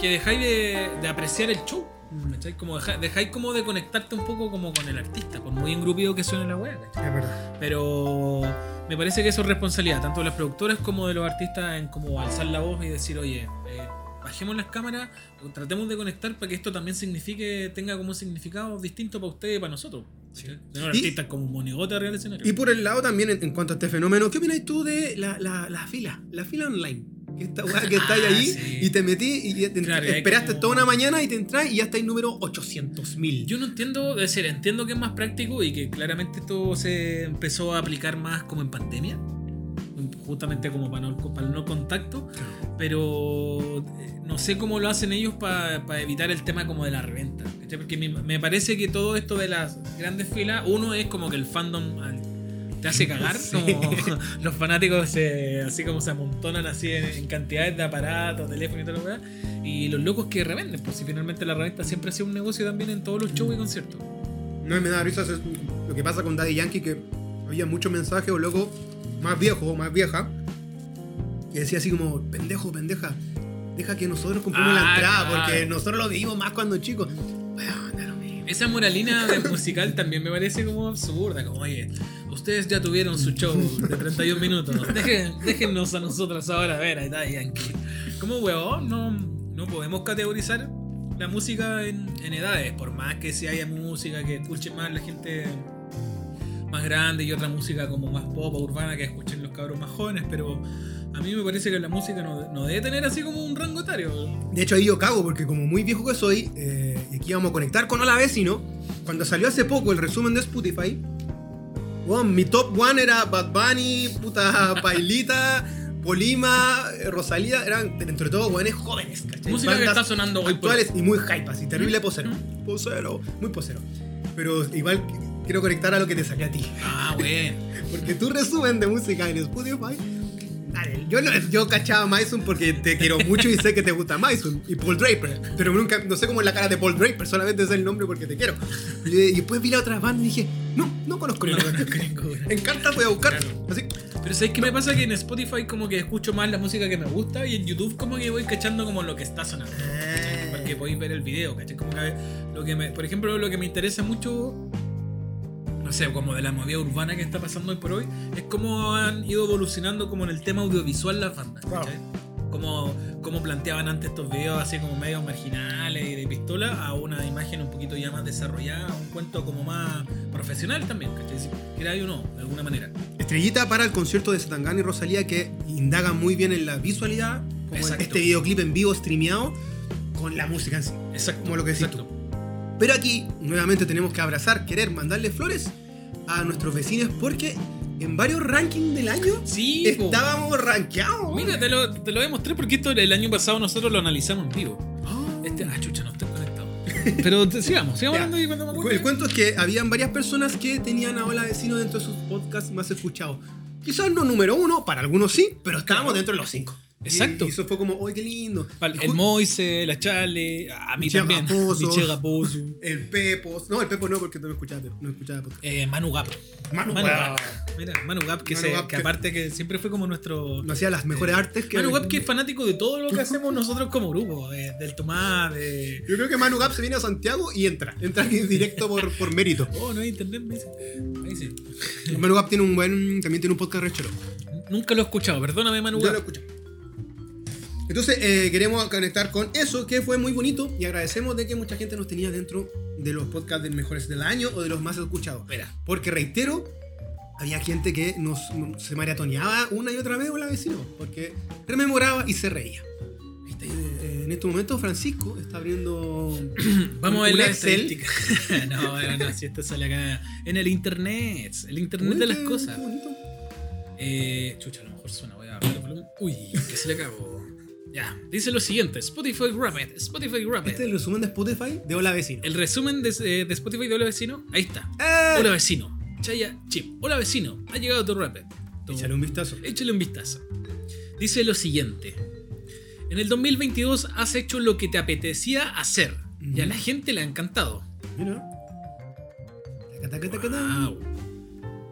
Speaker 1: que dejáis de, de apreciar el show. ¿cachai? Como deja- dejáis como de conectarte un poco como con el artista, por muy engrupido que suene la wea. ¿cachai?
Speaker 2: Es verdad.
Speaker 1: Pero me parece que eso es responsabilidad tanto de las productoras como de los artistas en como alzar la voz y decir, oye, eh, bajemos las cámaras, tratemos de conectar para que esto también signifique, tenga como un significado distinto para ustedes y para nosotros. ¿cachai? Si no, los
Speaker 2: Y-
Speaker 1: artistas como monigota arriba del escenario.
Speaker 2: Y por el lado también, en, en cuanto a este fenómeno, ¿qué opinas tú de la, la, la fila? La fila online. Esta weá que está ahí,
Speaker 1: Ah,
Speaker 2: ahí
Speaker 1: sí.
Speaker 2: y te metí y te-
Speaker 1: Claro, y hay
Speaker 2: esperaste
Speaker 1: como-
Speaker 2: toda una mañana y te entras y ya está el número 800.000.
Speaker 1: Yo no entiendo, es decir, entiendo que es más práctico y que claramente esto se empezó a aplicar más como en pandemia, justamente como para no, para el no contacto, pero eh, no sé cómo lo hacen ellos para evitar el tema como de la reventa, ¿cachai? porque me, me parece que todo esto de las grandes filas, uno es como que el fandom al- te hace cagar,
Speaker 2: Sí.
Speaker 1: como los fanáticos se- así como se amontonan así en, en cantidades de aparatos, teléfonos y todo lo que y los locos que revenden, pues si finalmente la reventa siempre ha sido un negocio también en todos los shows y conciertos.
Speaker 2: No me da risa. se- lo que pasa con Daddy Yankee, que había muchos mensajes o locos más viejos o más viejas, que decía así como, pendejo, pendeja, deja que nosotros compremos la
Speaker 1: Ah,
Speaker 2: entrada,
Speaker 1: claro.
Speaker 2: porque nosotros lo vivimos más cuando chicos. Weón, da lo mismo.
Speaker 1: Esa moralina de musical también me parece como absurda. Como, oye, ustedes ya tuvieron su show de 31 minutos. Dejen- déjennos a nosotras ahora a ver a Daddy Yankee. Como weón, no, no podemos categorizar la música en, en edades. Por más que si haya música que escuche más la gente más grande y otra música como más pop o urbana que escuchen los cabros más jóvenes. Pero a mí me parece que la música no, no debe tener así como un rango etario.
Speaker 2: De hecho, ahí yo cago, porque como muy viejo que soy, eh, y aquí vamos a conectar con Hola Vecino, cuando salió hace poco el resumen de Spotify, weón, mi top one era Bad Bunny, puta Bailita, Polima, eh, Rosalía, eran entre todos weones jóvenes, ¿cachai?
Speaker 1: Música que
Speaker 2: Bandas
Speaker 1: está sonando hoy por
Speaker 2: actuales y muy hype, así terrible
Speaker 1: ¿Mm?
Speaker 2: posero. Posero, muy posero. Pero igual quiero conectar a lo que te saqué a ti.
Speaker 1: Ah, bueno.
Speaker 2: Porque tu resumen de música en Spotify. Dale, yo, no- yo cachaba a Myson porque te quiero mucho y sé que te gusta Myson y Paul Draper. Pero nunca, no sé cómo es la cara de Paul Draper, solamente sé el nombre porque te quiero. Y, y después vi la otra banda y dije, no, no conozco
Speaker 1: No
Speaker 2: ninguna.
Speaker 1: conozco ninguna.
Speaker 2: Encanta, voy a buscar.
Speaker 1: Claro.
Speaker 2: Así,
Speaker 1: Pero ¿sabes qué me pasa? Que en Spotify como que escucho más la música que me gusta y en YouTube como que voy cachando como lo que está sonando. ¿cachai? Porque voy a ver el video, ¿cachai? Como que lo que me, por ejemplo, lo que me interesa mucho, no sé, como de la movida urbana que está pasando hoy por hoy, es cómo han ido evolucionando como en el tema audiovisual las bandas,
Speaker 2: Claro.
Speaker 1: ¿cachai? Como, como planteaban antes estos videos así como medios marginales y de pistola a una imagen un poquito ya más desarrollada, a un cuento como más profesional también, ¿cachai? Si era yo no, de alguna manera.
Speaker 2: Estrellita para el concierto de Satangana y Rosalía que indaga muy bien en la visualidad, como en
Speaker 1: Exacto.
Speaker 2: este videoclip en vivo streameado con la música en sí.
Speaker 1: Exacto.
Speaker 2: Como lo que decís
Speaker 1: exacto.
Speaker 2: Pero aquí nuevamente tenemos que abrazar, querer, mandarle flores a nuestros vecinos porque en varios rankings del año
Speaker 1: Sí, po.
Speaker 2: estábamos rankeados.
Speaker 1: Mira, te lo, te lo demostré porque esto el año pasado nosotros lo analizamos en vivo. Este, ah, chucha, no estoy conectado. Pero te- sigamos, sigamos
Speaker 2: Ya.
Speaker 1: hablando y cuando me
Speaker 2: El
Speaker 1: acuerde.
Speaker 2: cuento es que habían varias personas que tenían a Hola Vecino dentro de sus podcasts más escuchados. Quizás no número uno, para algunos sí, pero estábamos dentro de los cinco.
Speaker 1: Exacto.
Speaker 2: Y eso fue como, ¡ay, qué lindo!
Speaker 1: Vale,
Speaker 2: Y
Speaker 1: El
Speaker 2: ju-
Speaker 1: Moise, la Chale, a mí
Speaker 2: Michelle
Speaker 1: también.
Speaker 2: Raposo.
Speaker 1: Michelle Raposo.
Speaker 2: el Pepo. No, el Pepo no, porque no lo escuchaste. No escuchaba podcast.
Speaker 1: Eh, Manu Gap.
Speaker 2: Manu Gap.
Speaker 1: Gap. Mira, Manu Gap, que,
Speaker 2: Manu
Speaker 1: se-
Speaker 2: Gap
Speaker 1: que
Speaker 2: que-
Speaker 1: aparte que siempre fue como nuestro.
Speaker 2: No hacía las mejores artes que.
Speaker 1: Eh, Manu Gap, que es fanático de todo lo que hacemos nosotros como grupo. eh, del Tomás, de.
Speaker 2: Yo creo que Manu Gap se viene a Santiago y entra. Entra aquí directo por, por mérito.
Speaker 1: Oh, no hay internet, me dice. Ahí sí.
Speaker 2: Manu Gap tiene un buen. También tiene un podcast rechero.
Speaker 1: Nunca lo he escuchado, perdóname, Manu
Speaker 2: Yo lo
Speaker 1: Gap.
Speaker 2: escuché. Entonces, eh, queremos conectar con eso, que fue muy bonito. Y agradecemos de que mucha gente nos tenía dentro de los podcasts de mejores del año o de los más escuchados.
Speaker 1: Espera.
Speaker 2: Porque reitero, había gente que nos, nos- se maratoneaba una y otra vez o la vecino, porque rememoraba y se reía. Ahí está, eh, En este momento, Francisco está abriendo.
Speaker 1: Vamos a ver
Speaker 2: Un
Speaker 1: la
Speaker 2: Excel.
Speaker 1: estadística. no, no, no, si esto sale acá. En el internet. El internet de las
Speaker 2: Uy, qué-
Speaker 1: cosas.
Speaker 2: qué bonito.
Speaker 1: Eh, chucha, a lo mejor suena, voy a bajar el volumen. Uy, que se le acabó. Ya, dice lo siguiente: Spotify Rapid. Spotify Rapid.
Speaker 2: Este es el resumen de Spotify de Hola Vecino.
Speaker 1: El resumen de, eh, de Spotify de Hola Vecino. Ahí está.
Speaker 2: ¡Eh!
Speaker 1: Hola Vecino. Chaya Chip. Hola Vecino. Ha llegado tu Rapid. Tu-
Speaker 2: Échale un vistazo.
Speaker 1: Échale un vistazo. Dice lo siguiente. En el 2022 has hecho lo que te apetecía hacer. Y a la gente le ha encantado.
Speaker 2: Mira. Taca, taca, taca, taca.
Speaker 1: Wow.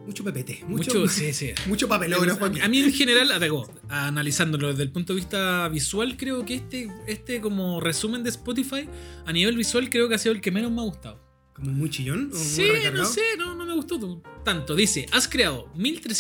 Speaker 2: Mucho PPT. Mucho,
Speaker 1: Mucho,
Speaker 2: mucho,
Speaker 1: sí, sí.
Speaker 2: papelógrafo aquí.
Speaker 1: A mí en general, atacó, analizándolo desde el punto de vista visual, creo que este, este como resumen de Spotify, a nivel visual creo que ha sido el que menos me ha gustado.
Speaker 2: Como muy chillón. o muy
Speaker 1: Sí, no
Speaker 2: recargado.
Speaker 1: sé, no, no me gustó tu- tanto. Dice, has creado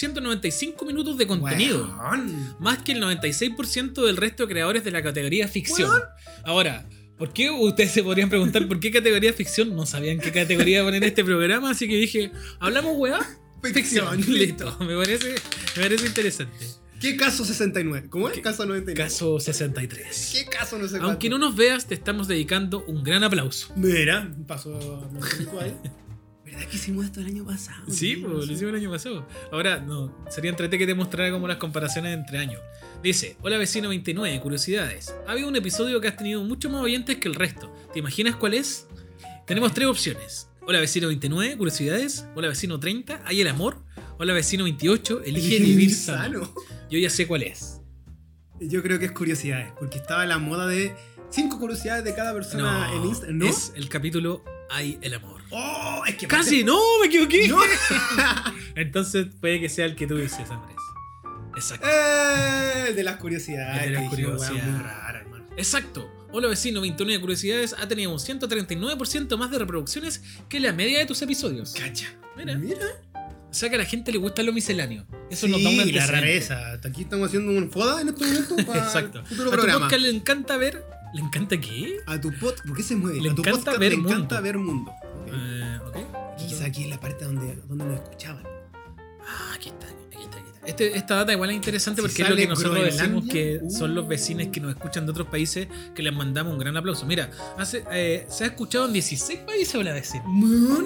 Speaker 1: 1395 minutos de contenido.
Speaker 2: Weón.
Speaker 1: Más que el 96% del resto de creadores de la categoría ficción.
Speaker 2: Weón.
Speaker 1: Ahora, ¿por qué ustedes se podrían preguntar por qué categoría ficción? No sabían qué categoría poner en este programa, así que dije, ¿hablamos weá?
Speaker 2: Ficción.
Speaker 1: Listo. Me parece, me parece interesante.
Speaker 2: ¿Qué caso 69? ¿Cómo es? Caso 99.
Speaker 1: Caso 63.
Speaker 2: ¿Qué caso no sé
Speaker 1: Aunque no
Speaker 2: cuánto?
Speaker 1: nos veas, te estamos dedicando un gran aplauso.
Speaker 2: Mira, pasó virtual. ¿Verdad que hicimos esto el año pasado?
Speaker 1: Sí, pues, lo hicimos el año pasado. Ahora, no, sería entrete que te mostrara como las comparaciones entre años. Dice, hola vecino 29, curiosidades. Ha habido un episodio que has tenido mucho más oyentes que el resto. ¿Te imaginas cuál es? Tenemos tres opciones. Hola vecino 29, curiosidades. Hola vecino 30, hay el amor. Hola vecino 28, elige vivir sano. Yo ya sé cuál es.
Speaker 2: Yo creo que es curiosidades, porque estaba la moda de cinco curiosidades de cada persona en Instagram. ¿No?
Speaker 1: es el capítulo hay el amor.
Speaker 2: ¡Oh! Es que
Speaker 1: Casi, no, me equivoqué.
Speaker 2: No.
Speaker 1: Entonces puede que sea el que tú dices, Andrés. Exacto.
Speaker 2: Eh, de las
Speaker 1: El
Speaker 2: curiosidades.
Speaker 1: de las
Speaker 2: que dije, weón,
Speaker 1: curiosidades.
Speaker 2: muy rara, hermano.
Speaker 1: Exacto. Hola vecino, 21 de curiosidades ha tenido un 139% más de reproducciones que la media de tus episodios.
Speaker 2: Cacha.
Speaker 1: Mira.
Speaker 2: Mira.
Speaker 1: O sea que a la gente le gusta lo misceláneo. Eso
Speaker 2: Sí,
Speaker 1: nos da una
Speaker 2: la rareza. Hasta Aquí estamos haciendo un foda en estos momentos para
Speaker 1: Exacto.
Speaker 2: el
Speaker 1: A
Speaker 2: futuro
Speaker 1: tu
Speaker 2: programa.
Speaker 1: podcast le encanta ver. ¿Le encanta qué?
Speaker 2: A tu pod, ¿por qué se mueve?
Speaker 1: Le
Speaker 2: a tu
Speaker 1: encanta ver
Speaker 2: le
Speaker 1: mundo.
Speaker 2: encanta ver mundo. Ok.
Speaker 1: Eh, ok.
Speaker 2: Quizá aquí es la parte donde, donde nos escuchaban.
Speaker 1: Ah, aquí está, aquí está, aquí está. Este- esta data igual es interesante
Speaker 2: Si
Speaker 1: porque es lo
Speaker 2: sale
Speaker 1: que nosotros decimos
Speaker 2: Groenlandia,
Speaker 1: que
Speaker 2: uh.
Speaker 1: son los vecinos que nos escuchan de otros países que les mandamos un gran aplauso. Mira, hace, eh, se ha escuchado en 16 países la vecina.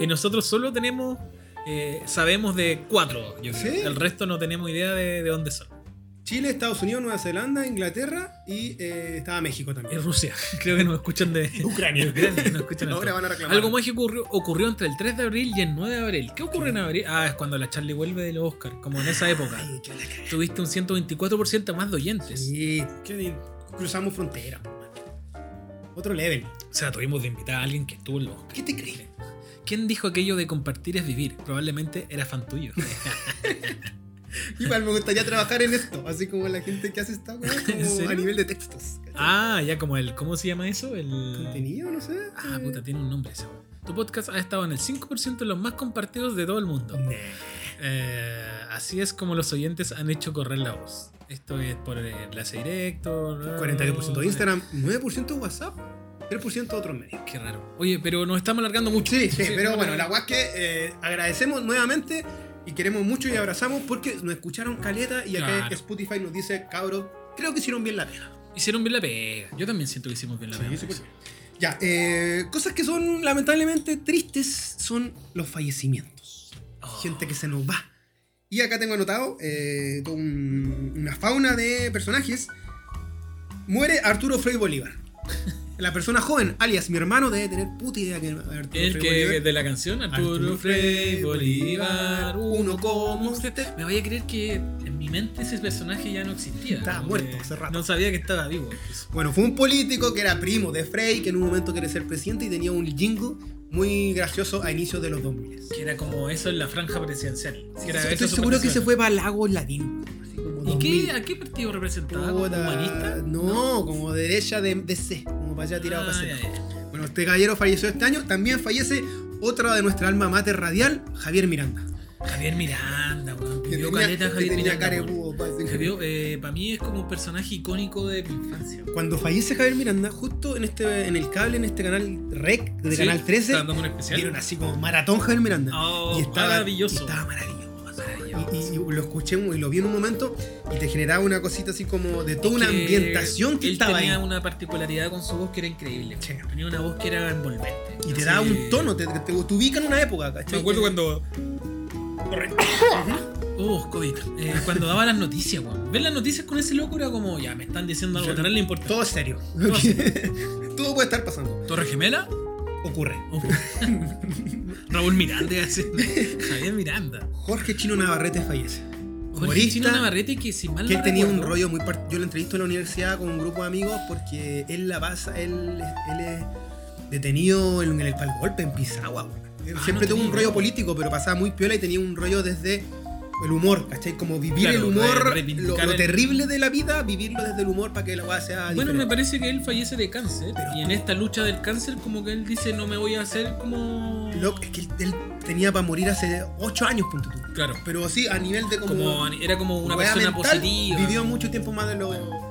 Speaker 1: Y nosotros solo tenemos, eh, sabemos de cuatro, yo creo.
Speaker 2: Sí.
Speaker 1: El resto no tenemos idea de, de dónde son.
Speaker 2: Chile, Estados Unidos, Nueva Zelanda, Inglaterra y eh, estaba México
Speaker 1: Y
Speaker 2: también.
Speaker 1: Rusia, creo que nos escuchan de
Speaker 2: Ucrania.
Speaker 1: de Ucrania, nos escuchan de
Speaker 2: Ahora
Speaker 1: todo.
Speaker 2: van a reclamar.
Speaker 1: Algo más que ocurrió, ocurrió entre el 3 de abril y el 9 de abril. ¿Qué ocurre en abril? Ah, es cuando la Charlie vuelve de los Oscars, como en esa época.
Speaker 2: Ay, qué la cagada.
Speaker 1: Tuviste un 124% más de oyentes.
Speaker 2: Sí, qué- cruzamos frontera. po, man. Otro level.
Speaker 1: O sea, tuvimos de invitar a alguien que estuvo en los Oscars.
Speaker 2: ¿Qué te crees?
Speaker 1: ¿Quién dijo aquello de compartir es vivir? Probablemente era fan tuyo.
Speaker 2: Igual me gustaría trabajar en esto, así como la gente que hace esta weá, como
Speaker 1: ¿En serio?
Speaker 2: a nivel de textos.
Speaker 1: ah, ya como el. ¿Cómo se llama eso? El.
Speaker 2: Contenido, no sé.
Speaker 1: Ah, puta, tiene un nombre ese. weón. Tu podcast ha estado en el 5% de los más compartidos de todo el mundo. Eh, así es como los oyentes han hecho correr la voz. Esto es por el enlace directo. ah, bla, bla, bla,
Speaker 2: 42% de
Speaker 1: bla.
Speaker 2: Instagram, 9% WhatsApp, 3% otros medios.
Speaker 1: Qué raro. Oye, pero nos estamos alargando mucho.
Speaker 2: Sí, sí, pero bueno, la guas que eh, agradecemos nuevamente y queremos mucho y abrazamos porque nos escucharon caleta y acá
Speaker 1: Claro.
Speaker 2: Spotify nos dice, cabros, creo que hicieron bien la pega.
Speaker 1: Hicieron bien la pega. Yo también siento que hicimos bien la pega.
Speaker 2: Ya, eh, cosas que son lamentablemente tristes son los fallecimientos.
Speaker 1: Oh.
Speaker 2: Gente que se nos va. Y acá tengo anotado eh, toda un- una fauna de personajes. Muere Arturo Frei Bolívar. La persona joven, alias mi hermano, debe tener puta idea que Arturo
Speaker 1: El
Speaker 2: Frei
Speaker 1: que
Speaker 2: Bolívar-
Speaker 1: de la canción Arturo
Speaker 2: Arturo
Speaker 1: Frei
Speaker 2: Frei,
Speaker 1: Bolívar,
Speaker 2: Bolívar,
Speaker 1: uno
Speaker 2: uno
Speaker 1: como
Speaker 2: como
Speaker 1: usted. Me vaya a creer que en mi mente ese personaje ya no existía.
Speaker 2: Estaba
Speaker 1: Como
Speaker 2: muerto
Speaker 1: que
Speaker 2: hace rato.
Speaker 1: No sabía que estaba vivo.
Speaker 2: Bueno, fue un político que era primo de Frey, que en un momento quería ser presidente y tenía un jingle muy gracioso a inicios de los 2000.
Speaker 1: Que era como eso en la franja presidencial. Que era eso
Speaker 2: Estoy
Speaker 1: su
Speaker 2: seguro que se
Speaker 1: presidencial.
Speaker 2: fue para Lago Ladín. así como
Speaker 1: ¿Y
Speaker 2: 2000.
Speaker 1: qué, a qué partido representaba? ¿Como
Speaker 2: Puta,
Speaker 1: humanista?
Speaker 2: No, como derecha de, de C, como para allá tirado para
Speaker 1: Ah,
Speaker 2: C.
Speaker 1: ya, ya.
Speaker 2: Bueno, este gallero falleció este año. También fallece otra de nuestra alma mater radial, Javier Miranda.
Speaker 1: Javier Miranda, weón.
Speaker 2: Que
Speaker 1: Yo
Speaker 2: tenía-
Speaker 1: caleta
Speaker 2: que
Speaker 1: Javier
Speaker 2: tenía
Speaker 1: Miranda. weón.
Speaker 2: carebudo, parece que-
Speaker 1: Javier, eh, para mí es como un personaje icónico de mi infancia.
Speaker 2: Cuando fallece Javier Miranda, justo en este en el cable, en este canal REC de
Speaker 1: Sí,
Speaker 2: Canal 13,
Speaker 1: Estaban dando un especial.
Speaker 2: dieron así como maratón Javier Miranda.
Speaker 1: Oh,
Speaker 2: y estaba
Speaker 1: maravilloso.
Speaker 2: y estaba maravilloso.
Speaker 1: Maravilloso.
Speaker 2: Y, y- y lo escuché y lo vi en un momento y te generaba una cosita así como de toda una
Speaker 1: que
Speaker 2: ambientación que
Speaker 1: él
Speaker 2: estaba
Speaker 1: tenía
Speaker 2: ahí.
Speaker 1: una particularidad con su voz que era increíble.
Speaker 2: Sí.
Speaker 1: Tenía una voz que era envolvente.
Speaker 2: Y te
Speaker 1: Así
Speaker 2: daba
Speaker 1: que-
Speaker 2: un tono, te, te, te ubica en una época. ¿cachai?
Speaker 1: Me acuerdo cuando. Oh, COVID. Eh, cuando daba las noticias, weón. Ver las noticias con ese loco era como, ya, me están diciendo algo tan le importa.
Speaker 2: Todo serio.
Speaker 1: Todo
Speaker 2: Todo puede estar pasando.
Speaker 1: ¿Torre Gemela?
Speaker 2: Ocurre.
Speaker 1: Oh. Raúl Miranda, iba a decir. Javier Miranda.
Speaker 2: Jorge Chino Navarrete fallece.
Speaker 1: Jorge
Speaker 2: Humorista,
Speaker 1: Chino Navarrete, que si mal
Speaker 2: Que
Speaker 1: no
Speaker 2: él tenía un
Speaker 1: recuerdo-
Speaker 2: rollo muy... par- Yo lo entrevisto en la universidad con un grupo de amigos porque él la pasa, él, él es detenido en el pal golpe en Pisagua. güey. Él
Speaker 1: Ah,
Speaker 2: siempre
Speaker 1: no
Speaker 2: tuvo un
Speaker 1: tenía idea.
Speaker 2: rollo político, pero pasaba muy piola y tenía un rollo desde el humor, ¿cachai? Como vivir
Speaker 1: Claro,
Speaker 2: el humor,
Speaker 1: re- reivindicar
Speaker 2: lo, lo
Speaker 1: el-
Speaker 2: terrible de la vida, vivirlo desde el humor para que la weá sea
Speaker 1: Bueno, me
Speaker 2: diferente.
Speaker 1: parece que él fallece de cáncer.
Speaker 2: Pero
Speaker 1: y en esta lucha del cáncer, como que él dice, no me voy a hacer como.
Speaker 2: Lo- es que él, él tenía para morir hace 8 años, punto tú.
Speaker 1: Claro.
Speaker 2: Pero sí, a nivel de como...
Speaker 1: Como, era como una
Speaker 2: wea
Speaker 1: persona
Speaker 2: mental,
Speaker 1: positiva.
Speaker 2: Vivió mucho tiempo más de lo...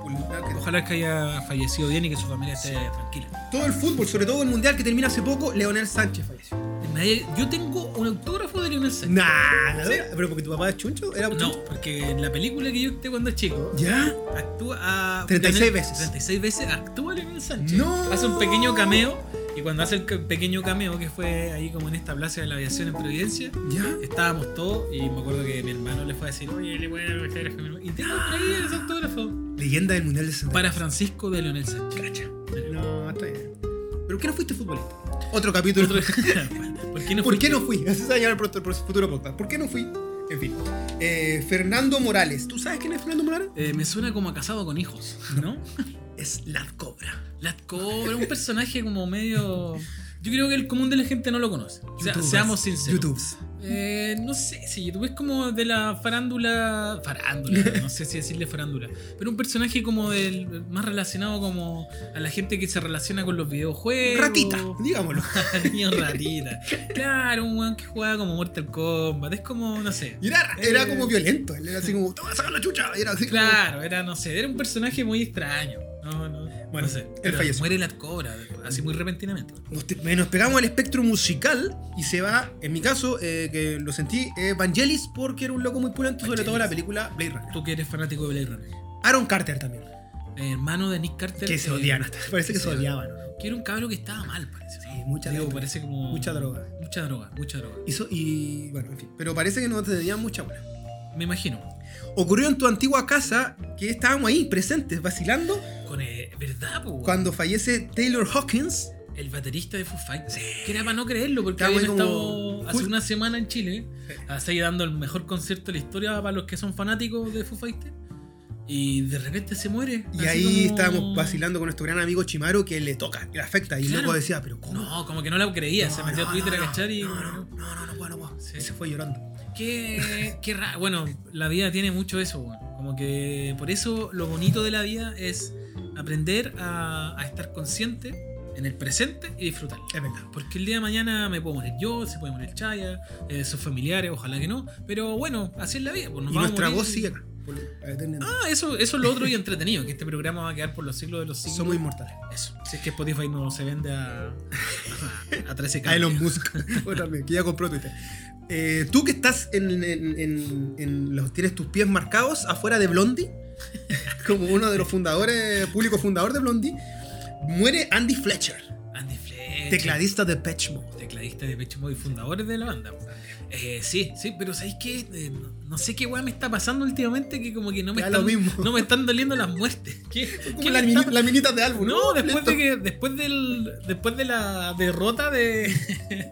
Speaker 1: Ojalá que haya fallecido bien y que su familia esté tranquila.
Speaker 2: Todo el fútbol, sobre todo el mundial que termina hace poco, Leonel Sánchez falleció.
Speaker 1: Nadie- Yo tengo un autógrafo de Lionel Sánchez.
Speaker 2: Nah, la verdad, pero porque tu papá es chuncho, era un chuncho.
Speaker 1: No, porque en la película que yo vi cuando chico,
Speaker 2: ¿Ya?
Speaker 1: actúa a.
Speaker 2: 36
Speaker 1: Leonel-
Speaker 2: veces.
Speaker 1: 36 veces actúa Lionel Sánchez.
Speaker 2: No.
Speaker 1: Hace un pequeño cameo. Y cuando hace el ca- pequeño cameo, que fue ahí como en esta plaza de la aviación en Providencia,
Speaker 2: ¿Ya?
Speaker 1: estábamos todos y me acuerdo que mi hermano le fue a decir, oye, le voy a dar un autógrafo. a mi hermano". Y tengo por ahí
Speaker 2: ¡Ah!
Speaker 1: ese autógrafo.
Speaker 2: Leyenda del mundial de Santa
Speaker 1: Para Francisco de Leonel Sánchez.
Speaker 2: Cacha. No, está bien. ¿Pero por qué no fuiste futbolista? Otro capítulo.
Speaker 1: Otro- ¿Por qué no
Speaker 2: ¿Por
Speaker 1: fue?
Speaker 2: qué no fui? Así se va a llamar el pro- pro- futuro podcast. ¿Por qué no fui? En fin. Eh, Fernando Morales. ¿Tú sabes quién es Fernando Morales?
Speaker 1: Eh, me suena como a casado con hijos, ¿no?
Speaker 2: Es la cobra.
Speaker 1: La cobra, un personaje como medio. Yo creo que el común de la gente no lo conoce. O sea,
Speaker 2: YouTubers,
Speaker 1: seamos sinceros.
Speaker 2: YouTubes.
Speaker 1: Eh, no sé si YouTube es como de la farándula. Farándula, no sé si decirle farándula. Pero un personaje como del. más relacionado como a la gente que se relaciona con los videojuegos.
Speaker 2: Ratita, digámoslo.
Speaker 1: Niño ratita. Claro, un weón que juega como Mortal Kombat. Es como, no sé.
Speaker 2: Y era, era
Speaker 1: Eh.
Speaker 2: como violento. Él era así como, te voy a sacar la chucha. Y era así como-
Speaker 1: Claro, era, no sé, era un personaje muy extraño. No, no. Bueno, no sé. Pero
Speaker 2: falleció.
Speaker 1: Muere la cobra, así muy repentinamente.
Speaker 2: Nos, te- eh, nos pegamos al espectro musical y se va, en mi caso, eh, que lo sentí, eh, Vangelis porque era un loco muy pulento, sobre todo en la película Blade Runner.
Speaker 1: Tú que eres fanático de Blade Runner.
Speaker 2: Aaron Carter también,
Speaker 1: Eh, hermano de Nick Carter.
Speaker 2: que se
Speaker 1: eh,
Speaker 2: odian hasta. Parece que
Speaker 1: sí.
Speaker 2: se odiaban. ¿no?
Speaker 1: Que era un cabro que estaba mal, parece.
Speaker 2: Sí, mucha
Speaker 1: Digo,
Speaker 2: droga.
Speaker 1: parece como.
Speaker 2: Mucha droga.
Speaker 1: Mucha droga, mucha droga.
Speaker 2: Y, so- y bueno, en fin. Pero parece que no tenían mucha buena.
Speaker 1: Me imagino.
Speaker 2: Ocurrió en tu antigua casa que estábamos ahí presentes, vacilando,
Speaker 1: Con eh, ¿Verdad, po? weón?
Speaker 2: cuando fallece Taylor Hawkins.
Speaker 1: El baterista de Foo Fighters. Que era para no creerlo, porque
Speaker 2: Estaba
Speaker 1: habían
Speaker 2: ahí como-
Speaker 1: estado hace
Speaker 2: Ju-
Speaker 1: una semana en Chile.
Speaker 2: Sí.
Speaker 1: Así dando el mejor concierto de la historia para los que son fanáticos de Foo Fighters. Y de repente se muere.
Speaker 2: Y
Speaker 1: así
Speaker 2: ahí
Speaker 1: como-
Speaker 2: estábamos vacilando con nuestro gran amigo Chimaro que le toca, que le afecta. Y
Speaker 1: Claro.
Speaker 2: luego decía, pero ¿cómo?
Speaker 1: No, como que no lo creía. se metió a Twitter a cachar y.
Speaker 2: No, no, no, no, no puedo, no puedo.
Speaker 1: Sí.
Speaker 2: Y se fue llorando.
Speaker 1: Qué, qué ra- Bueno, la vida tiene mucho eso, weón. Como que por eso lo bonito de la vida es aprender a, a estar consciente en el presente y disfrutar.
Speaker 2: Es verdad.
Speaker 1: Porque el día de mañana me puedo morir yo, se puede morir Chaya, eh, sus familiares, ojalá que no. Pero bueno, así es la vida. Pues nos
Speaker 2: y
Speaker 1: vamos a
Speaker 2: nuestra
Speaker 1: morir.
Speaker 2: voz sigue acá. por la eternidad.
Speaker 1: Ah, eso, eso es lo otro y entretenido, que este programa va a quedar por los siglos de los siglos.
Speaker 2: Somos inmortales.
Speaker 1: Eso. Si es que Spotify no se vende a, a 13
Speaker 2: A Ah, Elon Musk. Otra vez, que ya compró Twitter. Eh, Tú que estás en, en- en- en los tienes tus pies marcados afuera de Blondie, como uno de los fundadores, público fundador de Blondie, muere Andy Fletcher,
Speaker 1: Andy Fletcher.
Speaker 2: tecladista de Patch Mode.
Speaker 1: tecladista de Pecho Mode y fundadores de la banda. Eh, sí, sí, pero ¿sabéis qué? Eh, no, no sé qué weá me está pasando últimamente que como que no me,
Speaker 2: Ya
Speaker 1: están,
Speaker 2: lo mismo.
Speaker 1: no me están doliendo las muertes. ¿Qué,
Speaker 2: Como
Speaker 1: qué
Speaker 2: las
Speaker 1: me está-
Speaker 2: mini- las minitas de álbum.
Speaker 1: No, después
Speaker 2: Lento.
Speaker 1: de que después del después de la derrota de,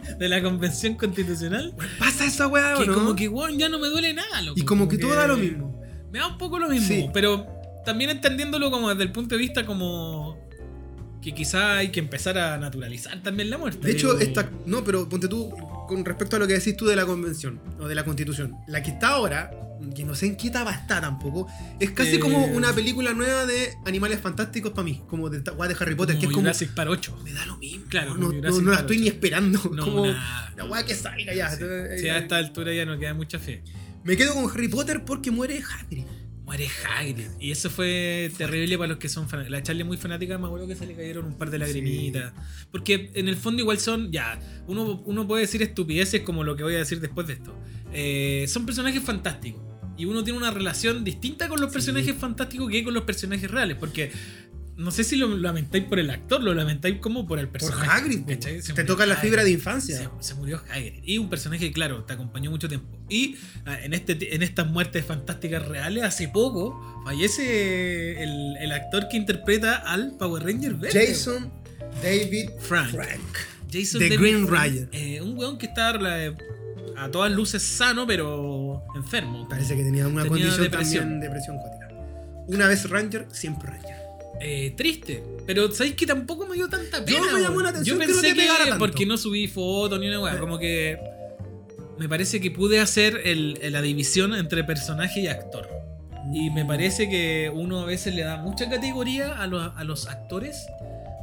Speaker 1: de la convención constitucional,
Speaker 2: Pasa esa weá, ¿o
Speaker 1: que
Speaker 2: no?
Speaker 1: como que weón, ya no me duele nada, loco.
Speaker 2: y como que todo da lo mismo.
Speaker 1: Me da un poco lo mismo,
Speaker 2: Sí.
Speaker 1: pero también entendiéndolo como desde el punto de vista como que quizá hay que empezar a naturalizar también la muerte.
Speaker 2: De hecho,
Speaker 1: Digo,
Speaker 2: esta. No, pero ponte tú con respecto a lo que decís tú de la convención o de la constitución. La que está ahora, que no sé en qué etapa está tampoco, es casi
Speaker 1: Eh.
Speaker 2: como una película nueva de animales fantásticos para mí, como de, esta weá de Harry Potter,
Speaker 1: como
Speaker 2: que es como.
Speaker 1: Jurassic Park 8.
Speaker 2: Me da lo mismo.
Speaker 1: Claro,
Speaker 2: no,
Speaker 1: como
Speaker 2: no-
Speaker 1: Jurassic
Speaker 2: no la
Speaker 1: Park
Speaker 2: estoy ni esperando.
Speaker 1: No,
Speaker 2: como
Speaker 1: nada.
Speaker 2: la weá que salga ya.
Speaker 1: Sí.
Speaker 2: Eh,
Speaker 1: Sí, a esta altura ya no queda mucha fe.
Speaker 2: Me quedo con Harry Potter porque muere Hagrid.
Speaker 1: Muere Hagrid. Y eso fue terrible para los que son fanáticos. La Charlie muy fanática, me acuerdo que se le cayeron un par de lagrimitas. Porque en el fondo igual son, ya, uno, uno puede decir estupideces como lo que voy a decir después de esto. Eh, son personajes fantásticos. Y uno tiene una relación distinta con los personajes fantásticos que con los personajes reales. Porque no sé si lo lamentáis por el actor, lo lamentáis como por el
Speaker 2: Por
Speaker 1: personaje.
Speaker 2: Hagrid. po.
Speaker 1: ¿cachai? Se
Speaker 2: Te
Speaker 1: murió
Speaker 2: toca la
Speaker 1: Hagrid.
Speaker 2: fibra de infancia.
Speaker 1: Se, se murió Hagrid. Y un personaje que, claro, te acompañó mucho tiempo. Y ah, en, este, en estas muertes fantásticas reales, hace poco, fallece el, el actor que interpreta al Power Ranger verde.
Speaker 2: Jason David
Speaker 1: Frank.
Speaker 2: Frank.
Speaker 1: Jason
Speaker 2: The
Speaker 1: David
Speaker 2: Green
Speaker 1: Frank,
Speaker 2: Ranger.
Speaker 1: eh, un weón que está la- a todas luces sano, pero enfermo.
Speaker 2: Parece que tenía una
Speaker 1: Tenía
Speaker 2: condición
Speaker 1: depresión.
Speaker 2: también depresión cuática. Una vez Ranger, siempre Ranger.
Speaker 1: Eh, triste. Pero sabéis que tampoco me dio tanta pena.
Speaker 2: me llamó
Speaker 1: weón.
Speaker 2: la atención
Speaker 1: Yo
Speaker 2: que no
Speaker 1: pensé
Speaker 2: te pegara tanto.
Speaker 1: porque no subí foto ni una weá.
Speaker 2: Eh.
Speaker 1: Como que me parece que pude hacer el- la división entre personaje y actor. Y me parece que uno a veces le da mucha categoría a los, a los actores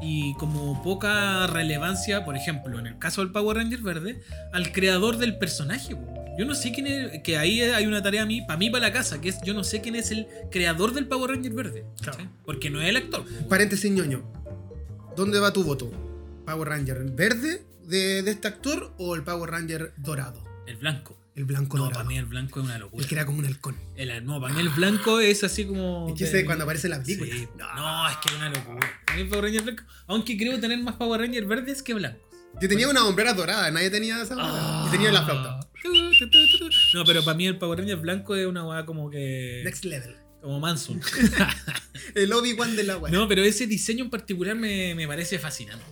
Speaker 1: y como poca relevancia, por ejemplo, en el caso del Power Ranger verde, al creador del personaje. po. Yo no sé quién es, que ahí hay una tarea a mí, para mí, para la casa, que es yo no sé quién es el creador del Power Ranger verde.
Speaker 2: Claro.
Speaker 1: ¿cachai? Porque no es el actor.
Speaker 2: Paréntesis ñoño. ¿Dónde va tu voto? ¿Power Ranger verde de, de este actor o el Power Ranger dorado?
Speaker 1: El blanco.
Speaker 2: El blanco
Speaker 1: No, para
Speaker 2: dorado.
Speaker 1: mí el blanco es una locura.
Speaker 2: El que era como un halcón.
Speaker 1: El, no, para mí el blanco es así como.
Speaker 2: Es que
Speaker 1: de-
Speaker 2: ese cuando aparece en la película.
Speaker 1: Sí. No. es que es una locura. Para mí el Power Ranger blanco. Aunque creo tener más Power Rangers verdes que blancos.
Speaker 2: Yo tenía una hombrera dorada, nadie tenía esa.
Speaker 1: Ah.
Speaker 2: Y tenía la flauta.
Speaker 1: No, pero para mí el Power Ranger blanco es una weá como que.
Speaker 2: Next level.
Speaker 1: Como Manson.
Speaker 2: El Obi-Wan del agua.
Speaker 1: No, pero ese diseño en particular me, me parece fascinante.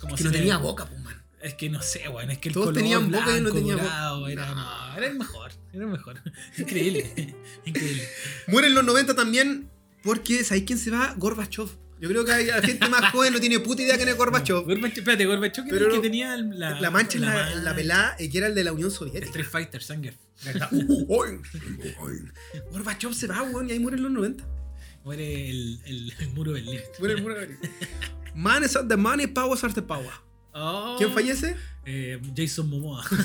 Speaker 1: Como
Speaker 2: que
Speaker 1: se
Speaker 2: no
Speaker 1: le-
Speaker 2: tenía boca, pues, man.
Speaker 1: Es que no sé, weón. Es que el
Speaker 2: Todos
Speaker 1: color
Speaker 2: tenían boca y yo no
Speaker 1: blanco,
Speaker 2: tenía boca.
Speaker 1: dorado, Era,
Speaker 2: No.
Speaker 1: era el mejor. Era el mejor. Increíble. Increíble.
Speaker 2: Muere en los 90 también porque ¿sabéis quién se va? Gorbachev. Yo creo que hay- la gente más joven no tiene puta idea quién es Gorbachev.
Speaker 1: Gorbachev, espérate, Gorbachev que,
Speaker 2: Pero
Speaker 1: que
Speaker 2: no-
Speaker 1: tenía la,
Speaker 2: la mancha en la, en la
Speaker 1: mancha.
Speaker 2: pelada y que era el de la Unión Soviética.
Speaker 1: Street Fighter, sangre.
Speaker 2: Uy, uy. Gorbachev se va, weón, y ahí mueren los 90.
Speaker 1: Muere el, el, el muro del Berlín.
Speaker 2: Muere el muro de Berlín. Man is the money, powers are the power.
Speaker 1: Oh.
Speaker 2: ¿Quién fallece?
Speaker 1: Eh, Jason Momoa.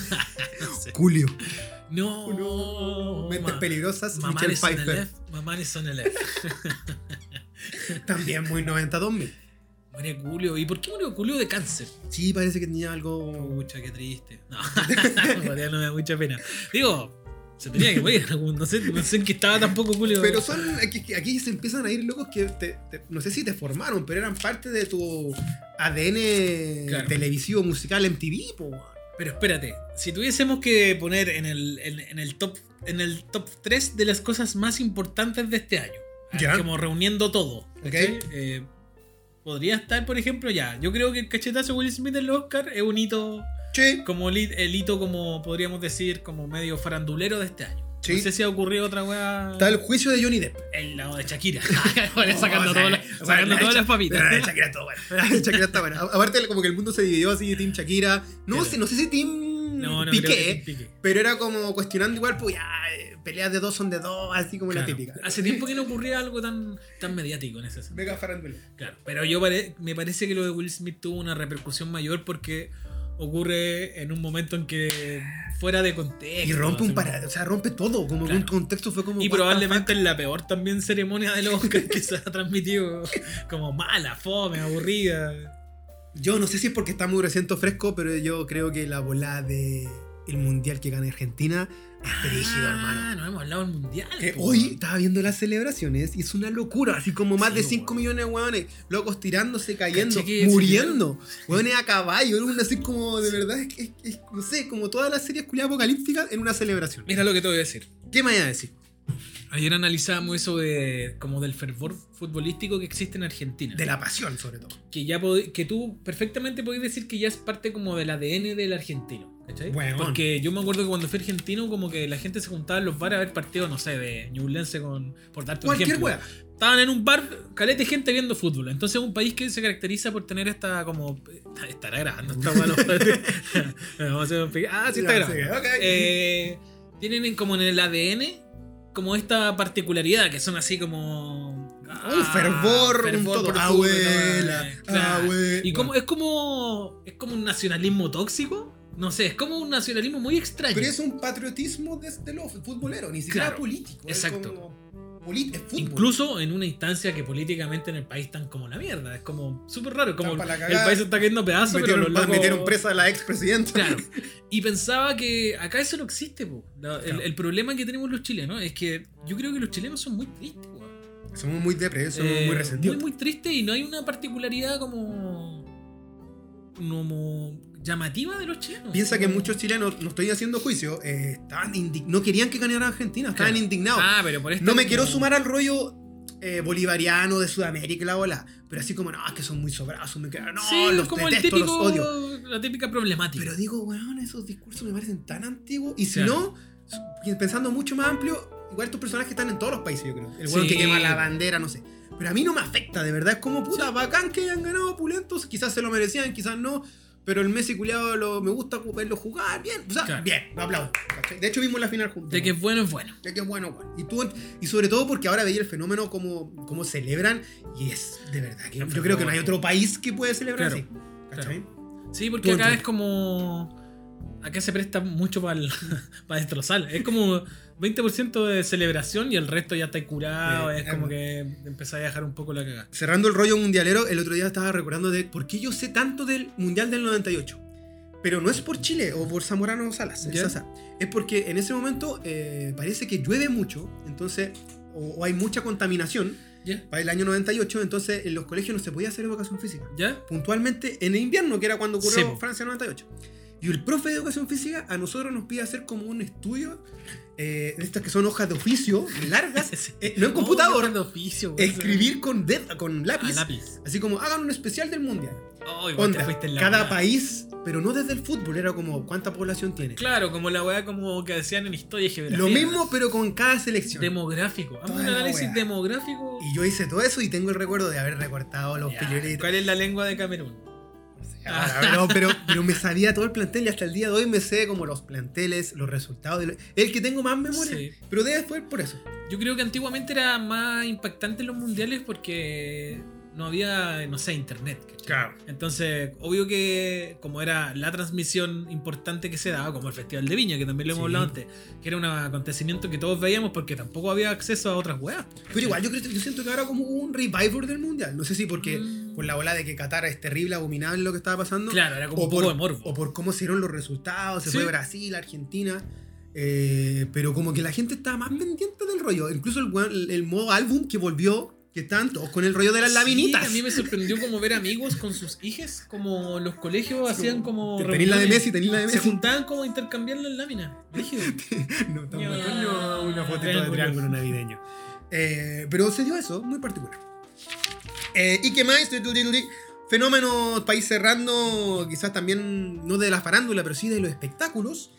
Speaker 1: Sí.
Speaker 2: Julio. Oh,
Speaker 1: No.
Speaker 2: Mentes
Speaker 1: ma-
Speaker 2: peligrosas,
Speaker 1: Mamá
Speaker 2: Michelle
Speaker 1: Nelson
Speaker 2: Pfeiffer.
Speaker 1: Aleph, Mamá Nelson Aleph.
Speaker 2: También muy 90 2000.
Speaker 1: Muere Julio. ¿Y por qué murió Julio de cáncer?
Speaker 2: Sí, parece que tenía algo.
Speaker 1: Mucha, qué triste. No, en realidad no me da mucha pena. Digo, se tenía que morir. No sé, no sé en qué estaba tampoco Julio.
Speaker 2: Pero son. Aquí, aquí se empiezan a ir locos que te- te- no sé si te formaron, pero eran parte de tu ADN
Speaker 1: Claro.
Speaker 2: televisivo, musical, MTV, po. weón.
Speaker 1: Pero espérate, si tuviésemos que poner en el, en, en el top en el top 3 de las cosas más importantes de este año,
Speaker 2: Ya.
Speaker 1: como reuniendo todo,
Speaker 2: Ok.
Speaker 1: ¿cachai? Eh, podría estar, por ejemplo, ya. Yo creo que el cachetazo de Will Smith en el Oscar es un hito,
Speaker 2: Sí.
Speaker 1: como el, hit- el hito, como podríamos decir, como medio farandulero de este año.
Speaker 2: Sí.
Speaker 1: No sé si ha ocurrido otra weá.
Speaker 2: Está el juicio de Johnny Depp.
Speaker 1: El lado de Shakira. sacando
Speaker 2: Oh,
Speaker 1: todas
Speaker 2: sí.
Speaker 1: las-
Speaker 2: Bueno,
Speaker 1: sacando
Speaker 2: la
Speaker 1: todas
Speaker 2: de
Speaker 1: las papitas.
Speaker 2: Pero Shakira está buena. Shakira está buena. A- Aparte, como que el mundo se dividió así, Team Shakira. No
Speaker 1: Claro.
Speaker 2: sé, no sé si Team
Speaker 1: No, no, creo que
Speaker 2: Piqué, ¿eh?
Speaker 1: Piqué.
Speaker 2: pero era como cuestionando igual, pues ya, eh, peleas de dos son de dos, así como la
Speaker 1: Claro.
Speaker 2: típica.
Speaker 1: Hace tiempo que no ocurría algo tan, tan mediático en ese sentido.
Speaker 2: Mega farándula.
Speaker 1: Claro, pero yo pare- me parece que lo de Will Smith tuvo una repercusión mayor porque ocurre en un momento en que fuera de contexto.
Speaker 2: Y rompe
Speaker 1: así como-
Speaker 2: un para, o sea, rompe todo, como
Speaker 1: Claro.
Speaker 2: un contexto fue como
Speaker 1: Y
Speaker 2: what the
Speaker 1: probablemente en la peor también ceremonia del Oscar que se ha transmitido como mala, fome, aburrida.
Speaker 2: fuck. Yo no sé si es porque está muy reciente o fresco, pero yo creo que la volada de el mundial que gana Argentina es brígido, hermano.
Speaker 1: Ah, no hemos hablado del mundial.
Speaker 2: Que
Speaker 1: po.
Speaker 2: hoy estaba viendo las celebraciones y es una locura, así como más
Speaker 1: Sí,
Speaker 2: de
Speaker 1: po,
Speaker 2: 5
Speaker 1: weón.
Speaker 2: millones de hueones, locos tirándose, cayendo,
Speaker 1: Caché que se
Speaker 2: muriendo, hueones a caballo, era una así como de verdad, es, es- es- no sé, como todas las series culiadas apocalípticas en una celebración.
Speaker 1: Mira lo que te voy a decir.
Speaker 2: ¿Qué me vas a decir?
Speaker 1: Ayer analizábamos eso de como del fervor futbolístico que existe en Argentina.
Speaker 2: De la pasión, sobre todo.
Speaker 1: que ya pod- que tú perfectamente podés decir que ya es parte como del ADN del argentino. ¿Cachai?
Speaker 2: Huevón.
Speaker 1: Porque yo me acuerdo que cuando fui argentino, como que la gente se juntaba en los bares a ver partidos, no sé, de Ñublense con. Por darte un
Speaker 2: Cualquier
Speaker 1: ejemplo.
Speaker 2: hueá.
Speaker 1: Estaban en un bar, calete gente viendo fútbol. Entonces, un país que se caracteriza por tener esta como. eh, Estará grabando esta hueá, no? Vamos a hacer un pique. Ah, sí, está
Speaker 2: Ya,
Speaker 1: grabando.
Speaker 2: sí, ok.
Speaker 1: Eh, tienen en- como en el ADN como esta particularidad que son así como
Speaker 2: un
Speaker 1: ah,
Speaker 2: fervor, un
Speaker 1: por
Speaker 2: todo.
Speaker 1: el fútbol,
Speaker 2: Abuela, ah,
Speaker 1: eh, claro.
Speaker 2: abuela.
Speaker 1: y como es como es como un nacionalismo tóxico no sé es como un nacionalismo muy extraño
Speaker 2: Pero es un patriotismo desde lo futbolero, ni siquiera
Speaker 1: Claro,
Speaker 2: político. es
Speaker 1: exacto.
Speaker 2: como polit- es fútbol.
Speaker 1: incluso en una instancia que políticamente en el país están como la mierda es como súper raro como el
Speaker 2: Están pa' la cagada.
Speaker 1: país está cayendo a pedazos pero
Speaker 2: metieron,
Speaker 1: los locos-
Speaker 2: metieron presa a la expresidenta.
Speaker 1: Claro. Y pensaba que acá eso no existe, po. La- el,
Speaker 2: Claro.
Speaker 1: el problema que tenemos los chilenos es que yo creo que los chilenos son muy tristes, weón.
Speaker 2: Somos muy depresos, somos
Speaker 1: Eh,
Speaker 2: muy resentidos.
Speaker 1: Muy, muy tristes y no hay una particularidad como. como llamativa de los chilenos.
Speaker 2: Piensa que
Speaker 1: Como-
Speaker 2: muchos chilenos, no estoy haciendo juicio, eh, estaban indig- no querían que ganara Argentina, estaban
Speaker 1: Claro.
Speaker 2: indignados.
Speaker 1: Ah, pero por esto.
Speaker 2: no me
Speaker 1: como-
Speaker 2: quiero sumar al rollo eh, bolivariano de Sudamérica y la bola, pero así como, no, es que son muy sobrazos, me quedaron, no,
Speaker 1: Sí,
Speaker 2: los
Speaker 1: como el
Speaker 2: detesto,
Speaker 1: típico,
Speaker 2: los odio.
Speaker 1: la típica problemática.
Speaker 2: Pero digo, weón, esos discursos me parecen tan antiguos, y si
Speaker 1: Claro.
Speaker 2: no, pensando mucho más amplio, igual estos personajes están en todos los países, yo creo. El weón
Speaker 1: Sí.
Speaker 2: que quema la bandera, no sé. Pero a mí no me afecta, de verdad, es como puta, bacán que hayan ganado opulentos, quizás se lo merecían, quizás no. Pero el Messi culiado lo- me gusta verlo jugar bien. O sea,
Speaker 1: Claro.
Speaker 2: bien, lo aplaudo. ¿cachai? De hecho, vimos la final juntos.
Speaker 1: de que es bueno, es bueno.
Speaker 2: De que es bueno, weón. Y, tú, y sobre todo porque ahora veía el fenómeno como, como celebran. Y es de verdad que yo creo que no hay otro país que puede celebrar
Speaker 1: Claro,
Speaker 2: así. ¿cachai?
Speaker 1: Sí,
Speaker 2: Tú
Speaker 1: porque acá
Speaker 2: entras.
Speaker 1: es como. Acá se presta mucho para destrozar. Es como 20% de celebración y el resto ya está curado.
Speaker 2: Eh,
Speaker 1: es como
Speaker 2: eh,
Speaker 1: que empezáis a dejar un poco la cagada.
Speaker 2: Cerrando el rollo mundialero, el otro día estaba recordando de por qué yo sé tanto del Mundial del 98. Pero no es por Chile o por Zamorano o Salas, el
Speaker 1: Ya.
Speaker 2: Sasa. es porque en ese momento eh, parece que llueve mucho, entonces, o, o hay mucha contaminación
Speaker 1: ¿Ya?
Speaker 2: para el año 98, entonces en los colegios no se podía hacer educación física.
Speaker 1: ¿Ya?
Speaker 2: puntualmente en el invierno, que era cuando
Speaker 1: Sí,
Speaker 2: ocurrió
Speaker 1: po.
Speaker 2: Francia 98. Y el profe de educación física a nosotros nos pide hacer como un estudio eh, de estas que son hojas de oficio largas, eh, no en computador,
Speaker 1: de oficio, güey.
Speaker 2: escribir con, dedo- con
Speaker 1: Ah,
Speaker 2: lápiz,
Speaker 1: lápiz.
Speaker 2: así como hagan un especial del mundial.
Speaker 1: Ay, güey, te
Speaker 2: Onda,
Speaker 1: fuiste en la
Speaker 2: cada
Speaker 1: weá.
Speaker 2: país, pero no desde el fútbol, era como cuánta población tiene.
Speaker 1: Claro, como la weá como que decían en historia y geografía.
Speaker 2: Lo mismo, pero con cada selección.
Speaker 1: Demográfico. Hazme
Speaker 2: Toda
Speaker 1: un
Speaker 2: la
Speaker 1: análisis
Speaker 2: weá.
Speaker 1: demográfico.
Speaker 2: y yo hice todo eso y tengo el recuerdo de haber recortado los
Speaker 1: Ya,
Speaker 2: pioleritos.
Speaker 1: ¿Cuál es la lengua de Camerún?
Speaker 2: Ah, pero, pero, pero me sabía todo el plantel y hasta el día de hoy me sé como los planteles, los resultados. de lo- el que tengo más memoria.
Speaker 1: Sí.
Speaker 2: Pero debe fue por eso.
Speaker 1: Yo creo que antiguamente era más impactante los mundiales porque no había, no sé, internet. ¿cachai?
Speaker 2: Claro.
Speaker 1: Entonces, obvio que como era la transmisión importante que se daba, como el Festival de Viña, que también lo hemos
Speaker 2: Sí.
Speaker 1: hablado antes, que era un acontecimiento que todos veíamos porque tampoco había acceso a otras weas.
Speaker 2: Pero igual, yo, creo, yo siento que ahora como hubo un revival del mundial. No sé si porque
Speaker 1: Mm.
Speaker 2: por la bola de que Qatar es terrible, abominable lo que estaba pasando.
Speaker 1: Claro, era como
Speaker 2: o
Speaker 1: un
Speaker 2: por,
Speaker 1: poco de morbo.
Speaker 2: o por cómo se dieron los resultados, se
Speaker 1: Sí.
Speaker 2: fue Brasil, Argentina. eh, pero como que la gente estaba más pendiente del rollo. Incluso el, weón- el, el modo álbum que volvió, que tanto, con el rollo de las
Speaker 1: Sí,
Speaker 2: laminitas.
Speaker 1: a mí me sorprendió como ver amigos con sus hijas, como los colegios hacían como.
Speaker 2: Ten- tenés la de
Speaker 1: reuniones.
Speaker 2: Messi, tenés la de
Speaker 1: Se
Speaker 2: Messi.
Speaker 1: juntaban como a intercambiar las láminas. Rígido.
Speaker 2: no, estamos
Speaker 1: Ya.
Speaker 2: buscando una fotito
Speaker 1: Triángulo.
Speaker 2: de triángulo navideño. Eh, pero se dio eso, muy particular. Eh, ¿Y qué más? Tu, tu, tu, tu, tu. Fenómeno país cerrando, quizás también no de la farándula, pero sí de los espectáculos.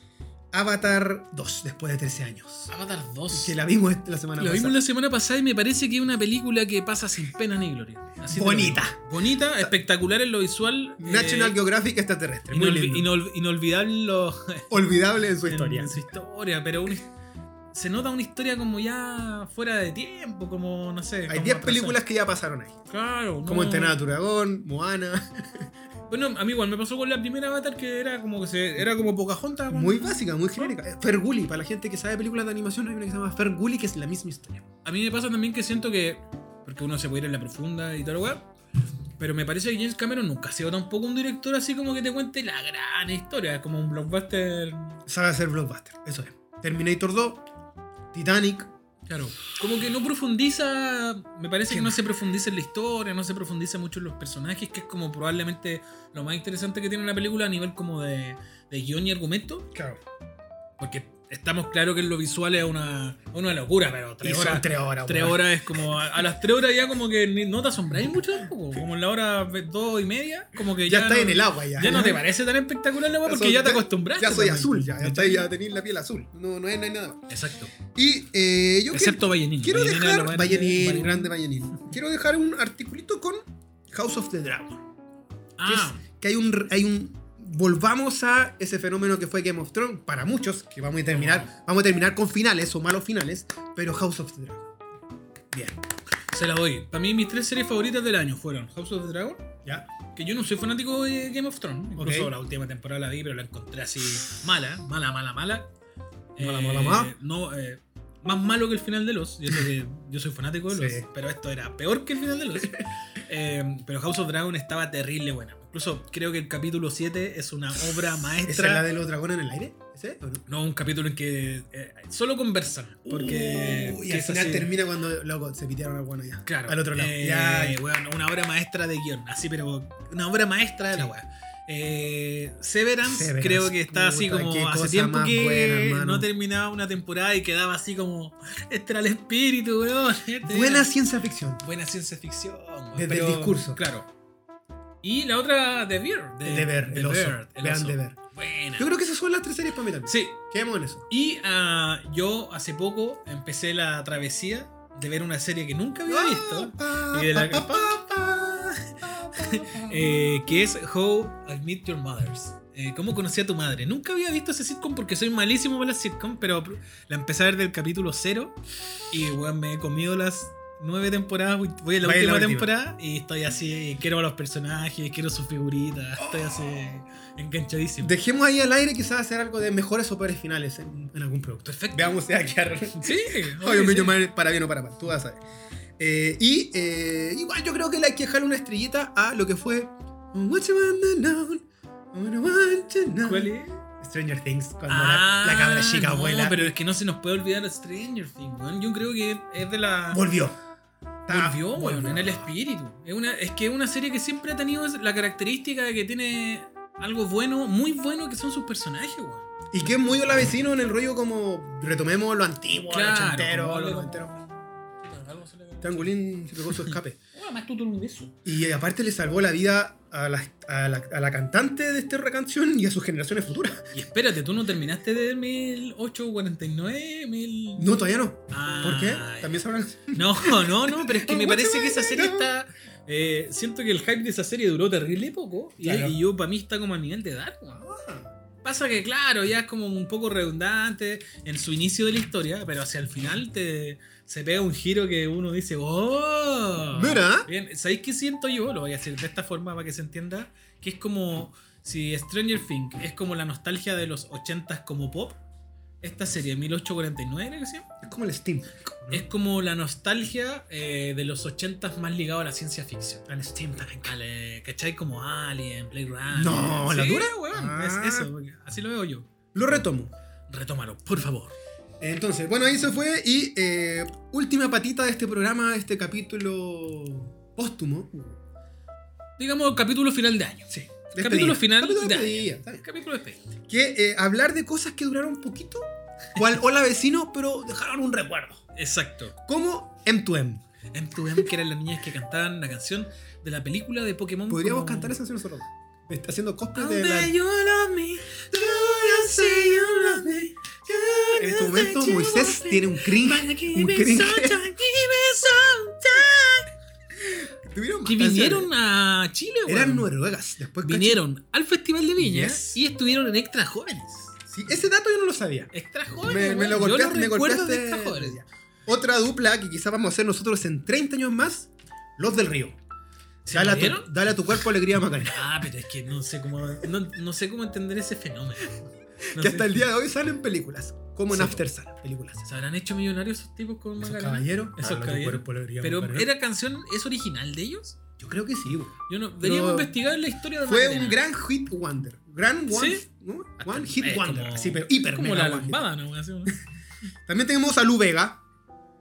Speaker 2: Avatar 2, después de 13 años.
Speaker 1: Avatar 2.
Speaker 2: Que la vimos este, la semana
Speaker 1: Lo
Speaker 2: pasada.
Speaker 1: vimos la semana pasada y me parece que es una película que pasa sin pena ni gloria. Así te lo
Speaker 2: Bonita.
Speaker 1: digo. Bonita, espectacular en lo visual. eh,
Speaker 2: National Geographic extraterrestre. Muy
Speaker 1: inolvi-
Speaker 2: lindo.
Speaker 1: inol- inolvidable en lo-
Speaker 2: Olvidable en su
Speaker 1: en-
Speaker 2: historia.
Speaker 1: en su historia, pero un- se nota una historia como ya fuera de tiempo, como no sé.
Speaker 2: Hay
Speaker 1: como
Speaker 2: 10
Speaker 1: atrasada.
Speaker 2: películas que ya pasaron ahí.
Speaker 1: Claro. no.
Speaker 2: Como Entrenar a tu dragón, Moana.
Speaker 1: Bueno, a mí igual me pasó con la primera Avatar que era como que se, era como Pocahontas. bueno.
Speaker 2: Muy básica, muy genérica. Fergully, para la gente que sabe películas de animación, hay una que se llama Fergully, que es la misma historia.
Speaker 1: A mí me pasa también que siento que. Porque uno se puede ir en la profunda y tal, weá. Pero me parece que James Cameron nunca ha sido tampoco un director así como que te cuente la gran historia. como un blockbuster.
Speaker 2: Sabe hacer blockbuster, eso es. Terminator 2, Titanic.
Speaker 1: Claro. Como que no profundiza. Me parece
Speaker 2: Sí.
Speaker 1: que no se profundiza en la historia, no se profundiza mucho en los personajes, que es como probablemente lo más interesante que tiene una película a nivel como de, de guión y argumento.
Speaker 2: Claro.
Speaker 1: Porque estamos claro que en lo visual es una, una locura, pero
Speaker 2: Tres
Speaker 1: tres
Speaker 2: horas,
Speaker 1: horas.
Speaker 2: tres horas.
Speaker 1: Tres
Speaker 2: weón.
Speaker 1: horas es como. A, a las tres horas ya como que ni- no te asombráis mucho tampoco. Como en la hora ve- dos y media, como que
Speaker 2: Ya,
Speaker 1: ya.
Speaker 2: está
Speaker 1: no,
Speaker 2: en el agua ya.
Speaker 1: Ya no te parece tan espectacular la weá porque
Speaker 2: soy-
Speaker 1: ya te acostumbraste.
Speaker 2: Ya soy
Speaker 1: también.
Speaker 2: azul, ya. Ya, está, ya tenéis la piel azul. No, no, hay, no hay nada más.
Speaker 1: Exacto.
Speaker 2: Y eh, yo
Speaker 1: Excepto Vallenil.
Speaker 2: quiero, quiero
Speaker 1: Vallenil era
Speaker 2: dejar.
Speaker 1: lo más-
Speaker 2: Vallenil,
Speaker 1: Vallenil.
Speaker 2: grande Vallenil. Quiero dejar un articulito con House of the Dragon. que,
Speaker 1: Ah,
Speaker 2: es- que hay un hay un volvamos a ese fenómeno que fue Game of Thrones para muchos que vamos a terminar vamos a terminar con finales o malos finales pero House of the Dragon bien
Speaker 1: se las doy. Para mí mis tres series favoritas del año fueron House of the Dragon,
Speaker 2: ya
Speaker 1: que yo no soy fanático de Game of Thrones. Incluso
Speaker 2: Ok.
Speaker 1: la última temporada la vi, pero la encontré así mala, mala, mala, mala. Eh,
Speaker 2: Mala, mala, mala.
Speaker 1: No, eh, más malo que el final de Los. Yo, sé que yo soy fanático de Los,
Speaker 2: Sí.
Speaker 1: pero esto era peor que el final de Los. Eh, pero House of Dragon estaba terrible buena. Incluso creo que el capítulo 7 es una obra
Speaker 2: esa es la
Speaker 1: maestra.
Speaker 2: de los dragones en el aire ese o no
Speaker 1: No, un capítulo en que eh, solo conversan. Porque.
Speaker 2: Uy,
Speaker 1: que
Speaker 2: al
Speaker 1: es
Speaker 2: final
Speaker 1: así.
Speaker 2: termina cuando loco se pitearon al bueno ya
Speaker 1: Claro.
Speaker 2: al otro lado
Speaker 1: Eh,
Speaker 2: ya
Speaker 1: weón, una obra maestra de guión. Así, pero una obra maestra de la
Speaker 2: Sí.
Speaker 1: weá. Eh, Severance,
Speaker 2: Severance,
Speaker 1: creo que está así
Speaker 2: puta,
Speaker 1: como
Speaker 2: qué
Speaker 1: hace
Speaker 2: cosa
Speaker 1: tiempo
Speaker 2: más
Speaker 1: que
Speaker 2: buena, hermano.
Speaker 1: no terminaba una temporada y quedaba así como este era el espíritu, weón. este
Speaker 2: buena
Speaker 1: era-
Speaker 2: ciencia ficción
Speaker 1: buena ciencia ficción. weón,
Speaker 2: Desde el discurso.
Speaker 1: Claro. Y la otra eh, de Beer.
Speaker 2: de ver el oso
Speaker 1: el
Speaker 2: vean
Speaker 1: oso.
Speaker 2: de ver
Speaker 1: Buena.
Speaker 2: yo creo que esas son las tres series para mí también
Speaker 1: Sí,
Speaker 2: quedemos en eso
Speaker 1: y ah, yo hace poco empecé la travesía de ver una serie que nunca
Speaker 2: Ah,
Speaker 1: había visto. Y de la- Eh, que es How I Met Your Mothers. Eh, ¿Cómo conocí a tu madre? Nunca había visto ese sitcom porque soy malísimo para las sitcom, pero la empecé a ver del capítulo 0 y weón, me he comido las nueve temporadas, voy- voy a la
Speaker 2: Vaya
Speaker 1: última
Speaker 2: la última.
Speaker 1: temporada y estoy así, quiero a los personajes, quiero sus figuritas, estoy así enganchadísimo.
Speaker 2: Dejemos ahí al aire quizás hacer algo de mejores o peores finales en, en algún producto.
Speaker 1: Perfecto.
Speaker 2: Veamos si va a quedar.
Speaker 1: Sí,
Speaker 2: Ay,
Speaker 1: obvio,
Speaker 2: me
Speaker 1: sí.
Speaker 2: llaman para bien o para mal, tú vas a ver. Eh, y eh, igual yo creo que le hay que dejarle una estrellita a lo que fue. What you wanna know, what you wanna know.
Speaker 1: ¿Cuál es?
Speaker 2: Stranger Things, cuando
Speaker 1: Ah,
Speaker 2: la, la cabra chica
Speaker 1: no,
Speaker 2: abuela
Speaker 1: Pero es que no se nos puede olvidar Stranger Things, weón. Yo creo que es de la.
Speaker 2: volvió. Está-
Speaker 1: Volvió, weón, en el espíritu. Es, una, es que es una serie que siempre ha tenido es- la característica de que tiene algo bueno, muy bueno que son sus personajes, weón.
Speaker 2: Y que es muy hola vecino en el rollo como retomemos lo antiguo,
Speaker 1: Claro,
Speaker 2: lo ochentero,
Speaker 1: como
Speaker 2: lo
Speaker 1: lo-
Speaker 2: noventero.
Speaker 1: Algo se le ve.
Speaker 2: Triangulín se pegó su escape.
Speaker 1: Bueno, más tú todo el universo.
Speaker 2: Y eh, aparte le salvó la vida a la, a la- a la cantante de esta canción y a sus generaciones futuras.
Speaker 1: Y espérate, tú no terminaste de 1849, mil...
Speaker 2: No, todavía no. ¿Por qué?
Speaker 1: Ay.
Speaker 2: También sabrán.
Speaker 1: No, no, no, pero es que me parece que esa serie está. eh, siento que el hype de esa serie duró terrible poco. Y,
Speaker 2: Claro.
Speaker 1: y yo, para mí, está como a nivel de Dark. weón. Pasa que, claro, ya es como un poco redundante en su inicio de la historia, pero hacia el final te, se pega un giro que uno dice, ¡Oh!
Speaker 2: Mira.
Speaker 1: Bien, ¿sabéis qué siento yo? Lo voy a decir de esta forma para que se entienda. Que es como. Si Stranger Things es como la nostalgia de los 80s como pop, esta serie 1849, creo que se llama.
Speaker 2: Es como el Steam. ¿no?
Speaker 1: Es como la nostalgia eh, de los 80 más ligado a la ciencia ficción. Al steampunk. Al, eh, ¿Cachai? Como Alien, Blade Runner.
Speaker 2: No, ¿la
Speaker 1: Sí,
Speaker 2: dura?
Speaker 1: weón,
Speaker 2: Ah.
Speaker 1: Es eso, así lo veo yo.
Speaker 2: Lo retomo.
Speaker 1: Retómalo, por favor.
Speaker 2: Entonces, bueno, ahí se fue. Y eh, última patita de este programa, este capítulo póstumo.
Speaker 1: Digamos, capítulo final de año.
Speaker 2: Sí.
Speaker 1: Capítulo final
Speaker 2: este Capítulo
Speaker 1: de
Speaker 2: despedida, está bien.
Speaker 1: Capítulo de despedida.
Speaker 2: Que eh, hablar de cosas que duraron poquito. Cual hola vecino, pero dejaron un recuerdo.
Speaker 1: Exacto.
Speaker 2: Como M2M.
Speaker 1: M2M, que eran las niñas que cantaban la canción de la película de Pokémon.
Speaker 2: Podríamos
Speaker 1: como-
Speaker 2: cantar esa canción nosotros. Me está haciendo cosplay de la...
Speaker 1: Donde you love me, do you say you love me?
Speaker 2: En este momento Moisés tiene un cringe. Un
Speaker 1: un
Speaker 2: cringe. Tuvieron más
Speaker 1: Que vinieron
Speaker 2: canciones.
Speaker 1: a Chile, weón.
Speaker 2: Eran noruegas. Después caché.
Speaker 1: Vinieron al Festival de Viña
Speaker 2: Yes.
Speaker 1: y estuvieron en Extra Jóvenes.
Speaker 2: Sí, ese dato yo no lo sabía.
Speaker 1: Extra Jóvenes.
Speaker 2: Me, me
Speaker 1: weón.
Speaker 2: lo
Speaker 1: Yo
Speaker 2: golpeaste,
Speaker 1: lo
Speaker 2: me
Speaker 1: recuerdo
Speaker 2: golpeaste.
Speaker 1: de Extra Jóvenes.
Speaker 2: Ya. Otra dupla que quizás vamos a hacer nosotros en 30 años más, los del río.
Speaker 1: ¿Se
Speaker 2: Dale a, tu,
Speaker 1: murieron?
Speaker 2: dale a tu cuerpo alegría, Macarena.
Speaker 1: Ah, pero es que no sé cómo, no, no sé cómo entender ese fenómeno. No
Speaker 2: que
Speaker 1: sé.
Speaker 2: hasta el día de hoy salen películas, como en
Speaker 1: Sí.
Speaker 2: After Sun, películas.
Speaker 1: ¿Se habrán hecho millonarios esos tipos con
Speaker 2: Esos
Speaker 1: Macarena?
Speaker 2: caballeros,
Speaker 1: Esos
Speaker 2: dale a tu
Speaker 1: caballeros.
Speaker 2: cuerpo alegría,
Speaker 1: Pero
Speaker 2: Macarena.
Speaker 1: era canción, ¿es original de ellos?
Speaker 2: Yo creo que sí, güey.
Speaker 1: Yo no, deberíamos
Speaker 2: No.
Speaker 1: investigar la historia de
Speaker 2: Fue
Speaker 1: Macarena.
Speaker 2: un gran hit wonder. Gran one,
Speaker 1: Sí.
Speaker 2: ¿no?
Speaker 1: Hasta-
Speaker 2: one hit
Speaker 1: es
Speaker 2: wonder.
Speaker 1: como-
Speaker 2: sí, pero hiper
Speaker 1: Como
Speaker 2: mega
Speaker 1: la
Speaker 2: one hit.
Speaker 1: lambada, ¿no? Así, ¿no?
Speaker 2: También tenemos a Lu Vega,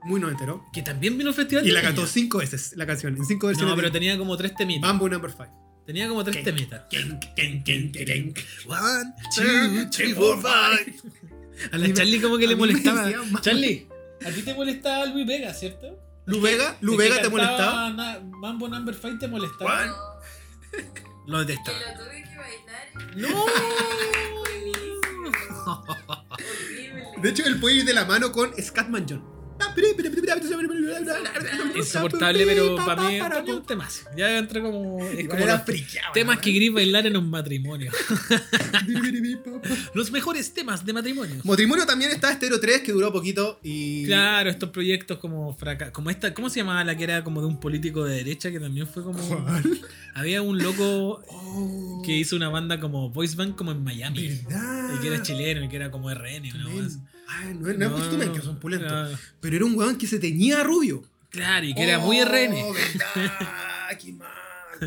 Speaker 2: muy noventero.
Speaker 1: Que también vino al festival
Speaker 2: Y
Speaker 1: de
Speaker 2: la
Speaker 1: Viña.
Speaker 2: cantó cinco veces, la canción, en cinco versiones.
Speaker 1: No, pero
Speaker 2: de
Speaker 1: tenía como tres temitas.
Speaker 2: Mambo Number Five.
Speaker 1: Tenía como tres temitas.
Speaker 2: One,
Speaker 1: two, three, four,
Speaker 2: five.
Speaker 1: A la Charlie como que
Speaker 2: A
Speaker 1: le
Speaker 2: mí me
Speaker 1: molestaba.
Speaker 2: decía, "Mamá".
Speaker 1: Charlie, a ti te molestaba Luis Vega, ¿cierto?
Speaker 2: Lu Vega, Lu
Speaker 1: Es que
Speaker 2: Vega te
Speaker 1: cantaba
Speaker 2: molestaba.
Speaker 1: na- Mambo Number 5 te molestaba.
Speaker 2: Juan.
Speaker 1: Lo
Speaker 3: No, que
Speaker 1: detestaba.
Speaker 3: lo tuve que bailar.
Speaker 1: ¡No!
Speaker 3: Horrible.
Speaker 2: De hecho, él puede ir de la mano con Scatman John.
Speaker 1: Insoportable, pero para mí para mí es un temazo. Ya entra como. Es como
Speaker 2: Era
Speaker 1: los
Speaker 2: friqueado.
Speaker 1: temas que gris bailar en un matrimonio. Los mejores temas de matrimonio.
Speaker 2: Matrimonio también está Estero 3, que duró poquito. Y.
Speaker 1: Claro, estos proyectos como fraca como esta, ¿cómo se llamaba la que era como de un político de derecha que también fue como
Speaker 2: ¿Cuál?
Speaker 1: había un loco
Speaker 2: Oh,
Speaker 1: que hizo una banda como voice band como en Miami.
Speaker 2: ¿Verdad?
Speaker 1: Y que era chileno y que era como RN, una
Speaker 2: Men.
Speaker 1: cosa.
Speaker 2: Ay, no, no, es que son pulentos.
Speaker 1: claro.
Speaker 2: Pero era un weón que se teñía a rubio.
Speaker 1: Claro, y que era muy
Speaker 2: Oh,
Speaker 1: RN.
Speaker 2: verdad, qué mal,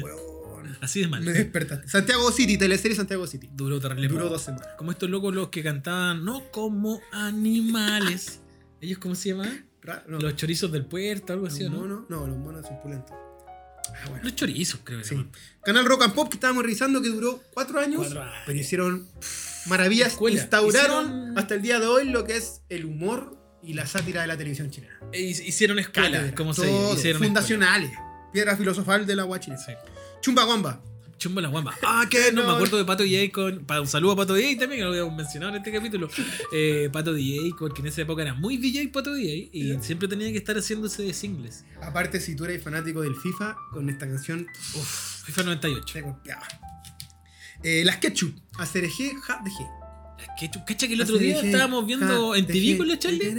Speaker 2: weón.
Speaker 1: Así de mal.
Speaker 2: Me despertaste. Santiago City, teleserie Santiago City.
Speaker 1: Duró terrible.
Speaker 2: Duró
Speaker 1: poco.
Speaker 2: dos semanas.
Speaker 1: Como estos locos los que cantaban, no como animales. ¿Ellos cómo se llamaban?
Speaker 2: Ra- No,
Speaker 1: Los chorizos del puerto, algo así, ¿o
Speaker 2: los
Speaker 1: ¿no?
Speaker 2: monos, no, los monos son pulentos. Ah, bueno.
Speaker 1: Los chorizos, creo que se
Speaker 2: Sí.
Speaker 1: llaman.
Speaker 2: Canal Rock and Pop que estábamos revisando que duró cuatro años,
Speaker 1: Cuatro años.
Speaker 2: pero hicieron pff, maravillas,
Speaker 1: Escuela.
Speaker 2: instauraron
Speaker 1: Hicieron-
Speaker 2: hasta el día de hoy lo que es el humor y la sátira de la televisión chilena.
Speaker 1: E hic- Hicieron escuela,
Speaker 2: Cátedra,
Speaker 1: como se
Speaker 2: todo,
Speaker 1: hicieron
Speaker 2: fundacionales, piedra filosofal de la guachina.
Speaker 1: escuela. Sí.
Speaker 2: Chumbawamba.
Speaker 1: Chumba la guamba. Ah, que no, me acuerdo de Pato DJ con. pa- un saludo a Pato DJ también, que lo habíamos mencionado en este capítulo. Eh, Pato DJ, porque en esa época era muy DJ Pato DJ y siempre tenía que estar haciéndose de singles.
Speaker 2: Aparte, si tú eres fanático del FIFA, con esta canción
Speaker 1: Uf, FIFA 98.
Speaker 2: te golpeaba. Eh, las Ketchup, ACRG, HDG.
Speaker 1: Ketchup, Cacha que el otro día estábamos viendo en TV con la Charlie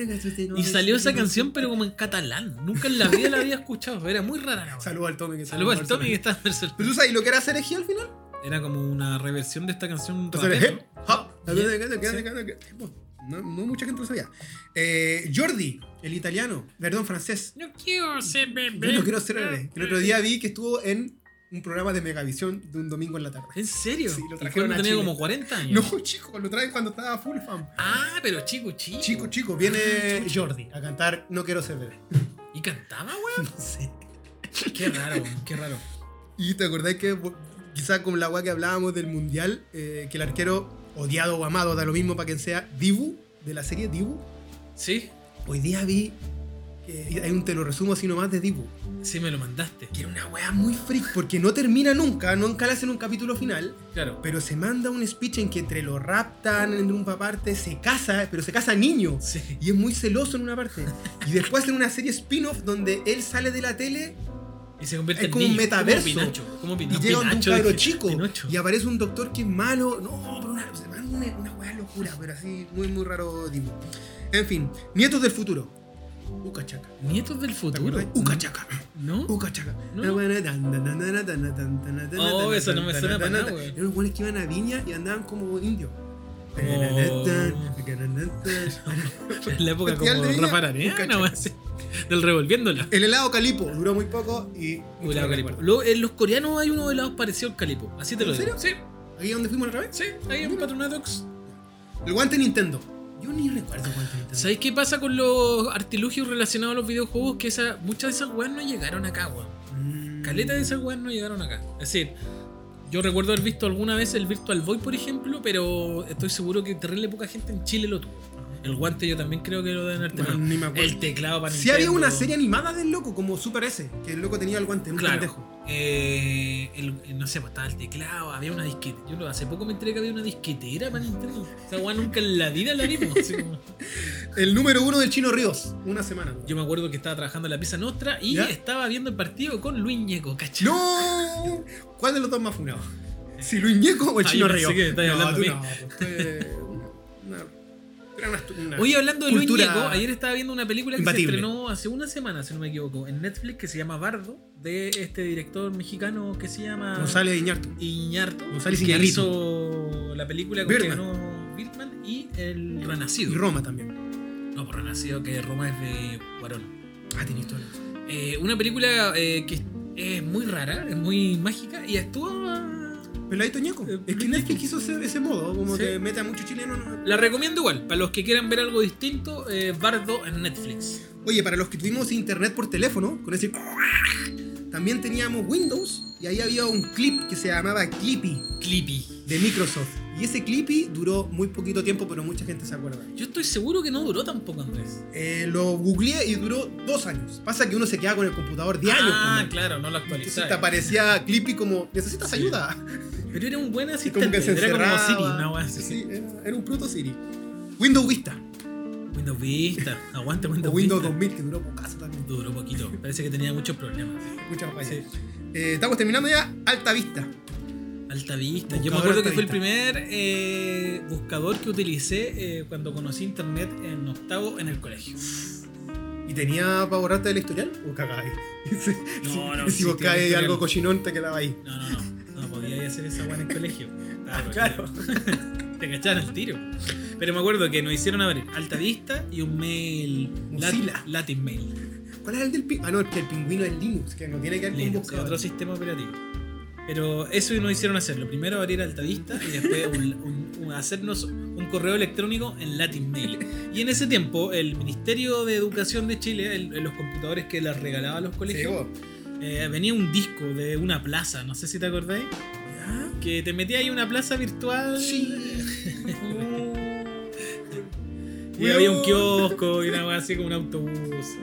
Speaker 1: y salió esa canción, pero como en catalán. Nunca en la vida la había escuchado. Era muy rara. la
Speaker 2: Saludos al Tommy que se
Speaker 1: Saludos
Speaker 2: mandó
Speaker 1: al Tommy que
Speaker 2: Barcelona.
Speaker 1: está en Barcelona.
Speaker 2: ¿Pero tú sabes lo que era ACRG al final?
Speaker 1: Era como una reversión de esta canción.
Speaker 2: ACRG,
Speaker 1: rapero.
Speaker 2: hop,
Speaker 1: Sí.
Speaker 2: no, no mucha gente lo sabía. Eh, Jordi, el italiano, perdón, francés.
Speaker 1: No quiero ser bebé.
Speaker 2: Yo no quiero ser héroe. El otro día vi que estuvo en un programa de Megavisión de un domingo en la tarde.
Speaker 1: ¿En serio?
Speaker 2: Sí, lo
Speaker 1: El
Speaker 2: trajeron
Speaker 1: cuerno
Speaker 2: a
Speaker 1: tenía
Speaker 2: Chile.
Speaker 1: como 40 años.
Speaker 2: No, chico, lo traen cuando estaba full fam.
Speaker 1: Ah, pero chico, chico.
Speaker 2: Chico, chico, viene Jordi a cantar No quiero ser bebé.
Speaker 1: ¿Y cantaba, weón? Qué raro, weón, qué raro.
Speaker 2: Y te acordás que vo- quizás con la weá que hablábamos del mundial, eh, que el arquero odiado o amado, da lo mismo para quien sea, Dibu, de la serie Dibu.
Speaker 1: Sí,
Speaker 2: Hoy día vi, eh, hay un te lo resumo así nomás de Dibu,
Speaker 1: sí me lo mandaste.
Speaker 2: que era una weá muy freak, porque no termina nunca, nunca le hacen un capítulo final,
Speaker 1: Claro.
Speaker 2: pero se manda un speech en que entre lo raptan en una parte, se casa, pero se casa niño.
Speaker 1: Sí.
Speaker 2: Y es muy celoso en una parte. Y después hacen una serie spin-off donde él sale de la tele
Speaker 1: Y se convierte
Speaker 2: Es
Speaker 1: en
Speaker 2: como un
Speaker 1: niño,
Speaker 2: metaverso.
Speaker 1: Como Pinocho. Como
Speaker 2: y
Speaker 1: Pinocho.
Speaker 2: llega un
Speaker 1: Pinacho,
Speaker 2: cabro
Speaker 1: dije,
Speaker 2: chico
Speaker 1: Pinocho.
Speaker 2: y aparece un doctor que es malo. No, pero una, se manda una, una weá locura, pero así muy, muy raro tipo. En fin, nietos del futuro. Ucachaca.
Speaker 1: Nietos del
Speaker 2: ¿Te
Speaker 1: futuro.
Speaker 2: acuerdas? Ucachaca.
Speaker 1: ¿No?
Speaker 2: Ucachaca.
Speaker 1: No,
Speaker 2: Una
Speaker 1: no.
Speaker 2: Uh, weá de tan, tan, tan, tan, tan, tan, tan, tan,
Speaker 1: Oh,
Speaker 2: tan,
Speaker 1: eso no me
Speaker 2: tan,
Speaker 1: suena
Speaker 2: tan,
Speaker 1: para
Speaker 2: tan,
Speaker 1: nada,
Speaker 2: Eran weones que iban a Viña y andaban como indios.
Speaker 1: Oh. En la época
Speaker 2: Festival
Speaker 1: como
Speaker 2: de Viña,
Speaker 1: Rafa Arana,
Speaker 2: Ucachaca.
Speaker 1: o así, Del revolviéndola.
Speaker 2: El helado calipo duró muy poco y.
Speaker 1: O helado calipo. Luego, en los coreanos hay uno de lados parecido al calipo. Así te
Speaker 2: ¿En
Speaker 1: lo digo. Sí,
Speaker 2: ¿Ahí es donde fuimos la otra vez?
Speaker 1: sí, ahí en Patronadox.
Speaker 2: El guante Nintendo. Yo ni recuerdo el guante Nintendo.
Speaker 1: ¿Sabéis qué pasa con los artilugios relacionados a los videojuegos? Que esa, muchas de esas weas no llegaron acá, weón.
Speaker 2: Mm.
Speaker 1: Caleta de esas weas no llegaron acá. Es decir, yo recuerdo haber visto alguna vez el Virtual Boy, por ejemplo, pero estoy seguro que terrible poca gente en Chile lo tuvo. El guante yo también creo que lo deben haber
Speaker 2: Bueno,
Speaker 1: tenido.
Speaker 2: ni me acuerdo.
Speaker 1: el teclado para
Speaker 2: Sí había
Speaker 1: Nintendo.
Speaker 2: una serie animada del loco, como Super S, que el loco tenía el guante, un pendejo.
Speaker 1: Claro. Eh, el- no sé, pues estaba el teclado, había una disquetera. Yo no- hace poco me enteré que había una disquetera para Nintendo. Esa weá nunca en la vida la vimos. así como-
Speaker 2: El número uno del Chino Ríos, una semana.
Speaker 1: Yo me acuerdo que estaba trabajando en la pieza nuestra y
Speaker 2: ¿Ya?
Speaker 1: estaba viendo el partido con Luis Ñeco, ¿cachai?
Speaker 2: ¡No! ¿Cuál de los dos más funado? ¿Si Luis Ñeco o el
Speaker 1: Ah,
Speaker 2: Chino
Speaker 1: yo pensé
Speaker 2: Ríos?
Speaker 1: que me estabas
Speaker 2: no,
Speaker 1: hablando
Speaker 2: tú
Speaker 1: a
Speaker 2: no. pues, fue una- era una estu- una-
Speaker 1: Oye, hablando de
Speaker 2: Cultura
Speaker 1: Luis Ñeco, ayer estaba viendo una película que
Speaker 2: imbatible.
Speaker 1: se estrenó hace una semana, si no me equivoco, en Netflix que se llama Bardo, de este director mexicano que se llama
Speaker 2: González Iñárritu.
Speaker 1: Iñárritu,
Speaker 2: González
Speaker 1: que
Speaker 2: Iñárritu.
Speaker 1: hizo la película con que
Speaker 2: Birdman.
Speaker 1: ganó Birdman y El Renacido.
Speaker 2: Y Roma también.
Speaker 1: No, por Renacido, que Roma es de Cuarón.
Speaker 2: Ah, tiene historia.
Speaker 1: Eh, una película eh, que es muy rara, es muy mágica y actúa...
Speaker 2: Peladito Ñeco.
Speaker 1: Eh,
Speaker 2: Es que Netflix hizo ese, ese modo, como
Speaker 1: Sí.
Speaker 2: que mete a muchos chilenos. no-
Speaker 1: La recomiendo igual, para los que quieran ver algo distinto, eh, Bardo en Netflix.
Speaker 2: Oye, para los que tuvimos internet por teléfono, con ese también teníamos Windows y ahí había un clip que se llamaba Clippy
Speaker 1: Clippy.
Speaker 2: de Microsoft. Y ese Clippy duró muy poquito tiempo, pero mucha gente se acuerda.
Speaker 1: Yo estoy seguro que no duró tampoco, Andrés.
Speaker 2: Eh, lo googleé y duró dos años. Pasa que uno se queda con el computador de años.
Speaker 1: Ah,
Speaker 2: pues, man.
Speaker 1: claro, no lo
Speaker 2: Entonces te
Speaker 1: actualizaron.
Speaker 2: aparecía Clippy como, necesitas
Speaker 1: Sí.
Speaker 2: ayuda.
Speaker 1: Pero era un buen
Speaker 2: Y como
Speaker 1: asistente.
Speaker 2: que se
Speaker 1: era como
Speaker 2: encerraba.
Speaker 1: Siri, una wea así.
Speaker 2: Sí, era, era un proto Siri. Windows Vista.
Speaker 1: Windows Vista. Aguante
Speaker 2: O
Speaker 1: Windows,
Speaker 2: Windows
Speaker 1: Vista.
Speaker 2: 2000 que duró pocaso también.
Speaker 1: Duró poquito. Parece que tenía muchos problemas.
Speaker 2: Muchas gracias.
Speaker 1: Sí.
Speaker 2: Eh, estamos terminando ya. Alta Vista.
Speaker 1: Alta Vista. Yo me acuerdo
Speaker 2: Buscador Alta
Speaker 1: que fue el
Speaker 2: Vista.
Speaker 1: primer eh, buscador que utilicé eh, cuando conocí internet en octavo en el colegio.
Speaker 2: ¿Y tenía para borrarte del historial? ¿O cagáis?
Speaker 1: No, no,
Speaker 2: si
Speaker 1: sí,
Speaker 2: vos
Speaker 1: tiene
Speaker 2: caes
Speaker 1: historial.
Speaker 2: algo cochinón, te quedaba ahí.
Speaker 1: No, no, no. No podía ir a hacer esa weá en el colegio. Estaba
Speaker 2: claro.
Speaker 1: prohibido. Te cachaban al tiro. Pero me acuerdo que nos hicieron abrir Alta Vista y un mail. lat-
Speaker 2: Mozilla.
Speaker 1: Latin Mail.
Speaker 2: ¿Cuál era el del pingüino? Ah, no, el que el pingüino es Linux, que no tiene que ver con
Speaker 1: Linux,
Speaker 2: buscador.
Speaker 1: otro sistema operativo. Pero eso no hicieron hacerlo. Primero abrir Altavista y después un- un- un- hacernos un correo electrónico en Latin Mail. Y en ese tiempo, el Ministerio de Educación de Chile, el- los computadores que les regalaba a los
Speaker 2: Sí,
Speaker 1: colegios,
Speaker 2: vos.
Speaker 1: eh, venía un disco de una plaza, no sé si te acordáis, que te metía ahí a una plaza virtual. Y había un kiosco y una weá así como un autobús.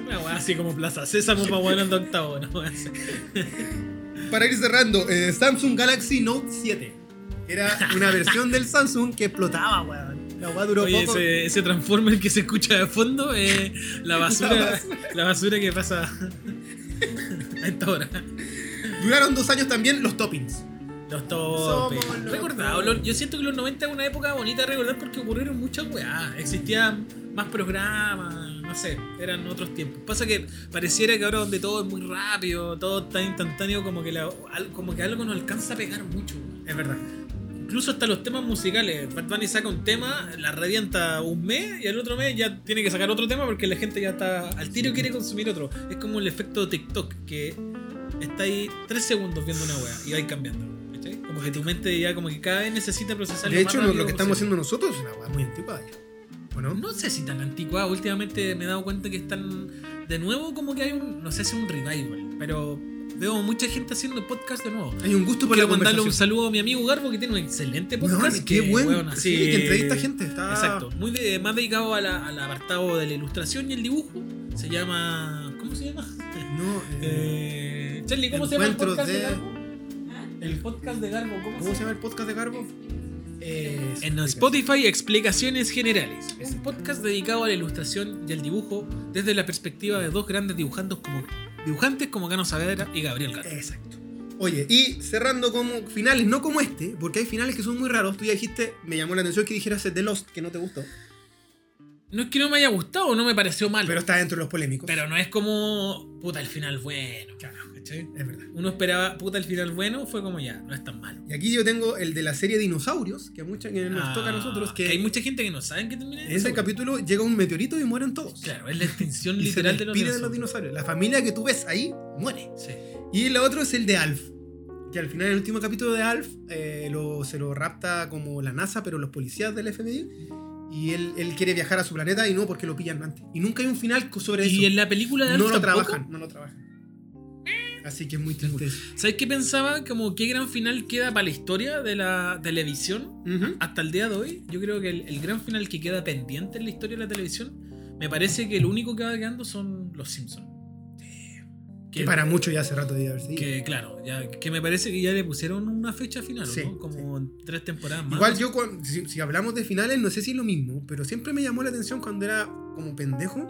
Speaker 1: Una weá así como Plaza Sésamo para bueno en octavo. ¿no? Así.
Speaker 2: Para ir cerrando, eh, Samsung Galaxy Note 7. Era una versión del Samsung que explotaba, weón. La weá duró
Speaker 1: Oye,
Speaker 2: poco.
Speaker 1: ese, ese Transformer que se escucha de fondo es la
Speaker 2: La
Speaker 1: basura,
Speaker 2: basura.
Speaker 1: la basura que pasa a esta hora.
Speaker 2: Duraron dos años también los toppings.
Speaker 1: Los topes.
Speaker 2: Somos los
Speaker 1: Recordado,
Speaker 2: topes.
Speaker 1: lo- yo siento que los 90 es una época bonita de recordar porque ocurrieron muchas weá. Existían más programas, no sé, eran otros tiempos. Pasa que pareciera que ahora donde todo es muy rápido, todo está instantáneo, como que, la- al- como que algo nos alcanza a pegar mucho.
Speaker 2: Es verdad.
Speaker 1: Incluso hasta los temas musicales. Bad Bunny saca un tema, la revienta un mes y al otro mes ya tiene que sacar otro tema porque la gente ya está al tiro y quiere consumir otro. Es como el efecto TikTok, que está ahí tres segundos viendo una wea y va a ir cambiando. ¿cachai? Como que tu mente ya como que cada vez necesita procesar
Speaker 2: De
Speaker 1: lo más
Speaker 2: hecho, lo,
Speaker 1: rápido
Speaker 2: lo que estamos
Speaker 1: posible.
Speaker 2: haciendo nosotros es una weá muy antigua. ¿O no?
Speaker 1: No sé si tan anticuada. Últimamente me he dado cuenta que están de nuevo como que hay un, no sé si un revival, pero Veo mucha gente haciendo podcast de nuevo.
Speaker 2: Hay un gusto por
Speaker 1: Quiero
Speaker 2: la
Speaker 1: mandarle
Speaker 2: conversación.
Speaker 1: un saludo a mi amigo Garbo que tiene un excelente
Speaker 2: Weón,
Speaker 1: podcast.
Speaker 2: qué
Speaker 1: que,
Speaker 2: buen.
Speaker 1: weón, así- Ah.
Speaker 2: sí, que entrevista gente. Está...
Speaker 1: Exacto. Muy de- más dedicado a la- al apartado de la ilustración y el dibujo. Se llama. ¿Cómo se llama?
Speaker 2: No, eh,
Speaker 1: Eh, Charlie, ¿cómo se llama el
Speaker 2: Encuentros
Speaker 1: podcast de,
Speaker 2: de-
Speaker 1: Garbo?
Speaker 3: ¿Ah?
Speaker 1: El podcast de Garbo, ¿cómo,
Speaker 2: ¿Cómo
Speaker 1: se
Speaker 2: se llama el podcast de Garbo? Eh,
Speaker 1: En Spotify, Explicaciones Generales. Es un podcast dedicado a la ilustración y al dibujo desde la perspectiva de dos grandes dibujantes como, dibujantes como Cano Saavedra y Gabriel Garbo.
Speaker 2: Exacto. Oye, y cerrando como finales, no como este, porque hay finales que son muy raros. Tú ya dijiste, me llamó la atención que dijeras The Lost, que no te gustó.
Speaker 1: No es que no me haya gustado, no me pareció mal.
Speaker 2: Pero está dentro de los polémicos.
Speaker 1: Pero no es como, puta, el final bueno. ¿cachai?
Speaker 2: Es verdad.
Speaker 1: Uno esperaba, puta, el final bueno, fue como ya, no es tan malo.
Speaker 2: Y aquí yo tengo el de la serie Dinosaurios, que a mucha, que Eh, nos
Speaker 1: Ah,
Speaker 2: toca a nosotros, que,
Speaker 1: hay mucha gente que no sabe que termina
Speaker 2: en ese
Speaker 1: eso.
Speaker 2: capítulo llega un meteorito y mueren todos.
Speaker 1: Claro, es la extinción
Speaker 2: Y se
Speaker 1: literal de los
Speaker 2: despide de los
Speaker 1: dinosaurios.
Speaker 2: dinosaurios. La familia que tú ves ahí muere.
Speaker 1: Sí.
Speaker 2: Y el otro es el de Alf. Que al final, el último capítulo de Alf, eh, lo- se lo rapta como la NASA, pero los policías del FBI. Y él, él quiere viajar a su planeta y no porque lo pillan antes. Y nunca hay un final co- sobre eso.
Speaker 1: Y en la película de
Speaker 2: no
Speaker 1: Alf
Speaker 2: lo
Speaker 1: tampoco.
Speaker 2: trabajan, no lo trabajan. Así que es muy triste. eso.
Speaker 1: ¿Sabes qué pensaba? Como qué gran final queda para la historia de la televisión
Speaker 2: Ujú.
Speaker 1: hasta el día de hoy. Yo creo que el, el gran final que queda pendiente en la historia de la televisión, me parece que el único que va quedando son los Simpsons.
Speaker 2: Que para muchos ya hace rato de haberse ido.
Speaker 1: Que claro, ya, que me parece que ya le pusieron una fecha final, ¿o
Speaker 2: Sí,
Speaker 1: ¿no? Como tres temporadas más.
Speaker 2: Igual yo, cuan- si, si hablamos de finales, no sé si es lo mismo, pero siempre me llamó la atención cuando era como pendejo,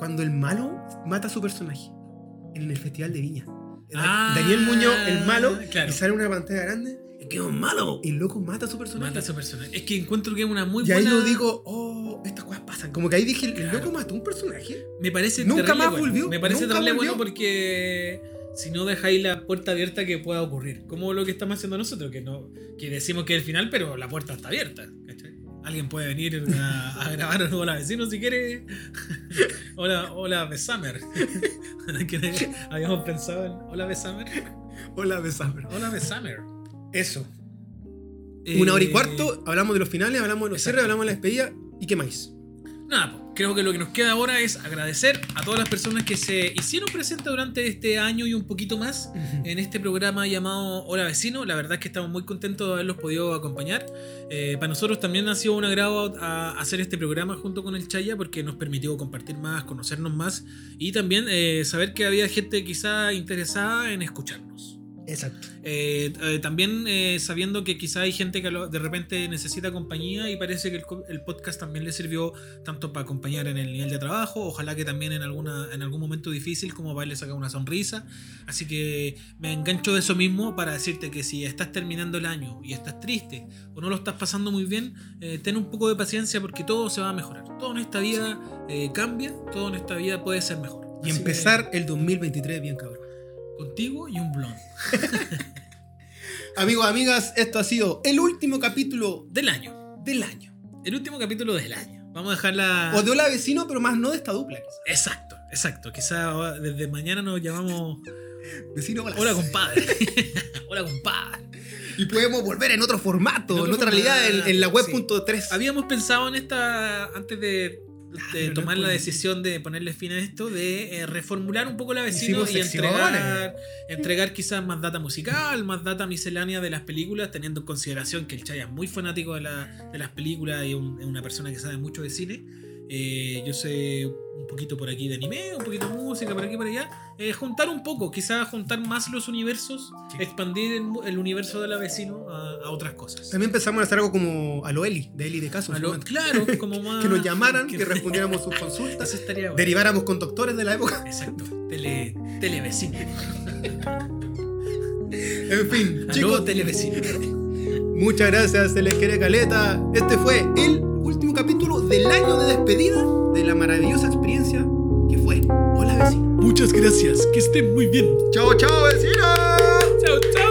Speaker 2: cuando el malo mata a su personaje en el Festival de Viña. Da-
Speaker 1: Ah,
Speaker 2: Daniel Muñoz, el malo,
Speaker 1: claro.
Speaker 2: y sale una pantalla grande, y queda un malo, y el loco mata a su personaje.
Speaker 1: Mata a su personaje. Es que encuentro que es una muy
Speaker 2: y
Speaker 1: buena.
Speaker 2: ahí yo digo, oh, estas cosas pasan. Como que ahí dije, el
Speaker 1: Claro.
Speaker 2: loco mató a un personaje.
Speaker 1: Me parece
Speaker 2: Nunca
Speaker 1: terrible
Speaker 2: más
Speaker 1: bueno.
Speaker 2: volvió,
Speaker 1: Me parece
Speaker 2: nunca
Speaker 1: terrible
Speaker 2: volvió.
Speaker 1: bueno porque si no dejáis la puerta abierta que pueda ocurrir. Como lo que estamos haciendo nosotros, que no que decimos que es el final, pero la puerta está abierta. ¿cachai? Alguien puede venir a, a grabar a Hola Vecino si quiere. hola, hola Besamer. Que Habíamos pensado en Hola Besamer.
Speaker 2: Hola, besabro.
Speaker 1: Hola Besamer.
Speaker 2: Eso.
Speaker 1: Eh,
Speaker 2: Una hora y cuarto, hablamos de los finales, hablamos de los
Speaker 1: Exacto.
Speaker 2: cierres, hablamos de la despedida, ¿y qué más?
Speaker 1: Nada, pues, creo que lo que nos queda ahora es agradecer a todas las personas que se hicieron presentes durante este año y un poquito más. en este programa llamado Hola Vecino. La verdad es que estamos muy contentos de haberlos podido acompañar. Eh, para nosotros también ha sido un agrado a- hacer este programa junto con el Chaya porque nos permitió compartir más, conocernos más y también eh, saber que había gente quizá interesada en escucharnos.
Speaker 2: Exacto.
Speaker 1: Eh, eh, también eh, sabiendo que quizá hay gente que lo- de repente necesita compañía y parece que el, co- el podcast también le sirvió tanto para acompañar en el nivel de trabajo, ojalá que también en, alguna, en algún momento difícil como para le sacar una sonrisa. Así que me engancho de eso mismo para decirte que si estás terminando el año y estás triste o no lo estás pasando muy bien, eh, ten un poco de paciencia porque todo se va a mejorar. Todo en esta vida eh, cambia, todo en esta vida puede ser mejor.
Speaker 2: Y
Speaker 1: Así que
Speaker 2: empezar el 2023 bien cabrón.
Speaker 1: contigo y un blog
Speaker 2: Amigos, amigas, esto ha sido el último capítulo
Speaker 1: del año.
Speaker 2: del año.
Speaker 1: El último capítulo del año. Vamos a dejarla.
Speaker 2: O de Hola Vecino, pero más no de esta dupla. quizá.
Speaker 1: Exacto, exacto. Quizá ahora- desde mañana nos llamamos
Speaker 2: Vecino Hola.
Speaker 1: Hola compadre. Hola compadre.
Speaker 2: Y podemos volver en otro formato,
Speaker 1: En
Speaker 2: en,
Speaker 1: otro
Speaker 2: otra realidad, en, en la web
Speaker 1: formato, sí.
Speaker 2: punto tres.
Speaker 1: Habíamos pensado en esta. antes de, de
Speaker 2: Ah, pero no
Speaker 1: tomar la
Speaker 2: pudimos.
Speaker 1: decisión de ponerle fin a esto, de eh, reformular un poco la vecina
Speaker 2: Hicimos
Speaker 1: y entregar,
Speaker 2: secciones.
Speaker 1: entregar quizás más data musical, más data miscelánea de las películas, teniendo en consideración que el Chaya es muy fanático de, la- de las películas y un- es una persona que sabe mucho de cine. Eh, yo sé un poquito por aquí de anime, un poquito de música, por aquí, por allá. Eh, juntar un poco, quizás juntar más los universos,
Speaker 2: Sí.
Speaker 1: expandir el, mu- el universo de la vecino a, a otras cosas.
Speaker 2: También empezamos a hacer algo como a lo Eli, de Eli de Caso. en
Speaker 1: A
Speaker 2: su
Speaker 1: lo-
Speaker 2: momento.
Speaker 1: claro, como más.
Speaker 2: Que nos llamaran, que,
Speaker 1: respondiéramos
Speaker 2: respondiéramos sus consultas,
Speaker 1: Eso estaría bueno.
Speaker 2: deriváramos con doctores de la época.
Speaker 1: Exacto. Tele, televecino.
Speaker 2: En fin,
Speaker 1: Luego
Speaker 2: chicos,
Speaker 1: televecino.
Speaker 2: muchas gracias, se les quiere caleta. Este fue el último capítulo del año de despedida de la maravillosa experiencia que fue Hola Vecino.
Speaker 1: Muchas gracias. Que estén muy bien.
Speaker 2: ¡Chao, chao, vecinos!
Speaker 1: Chao, chao.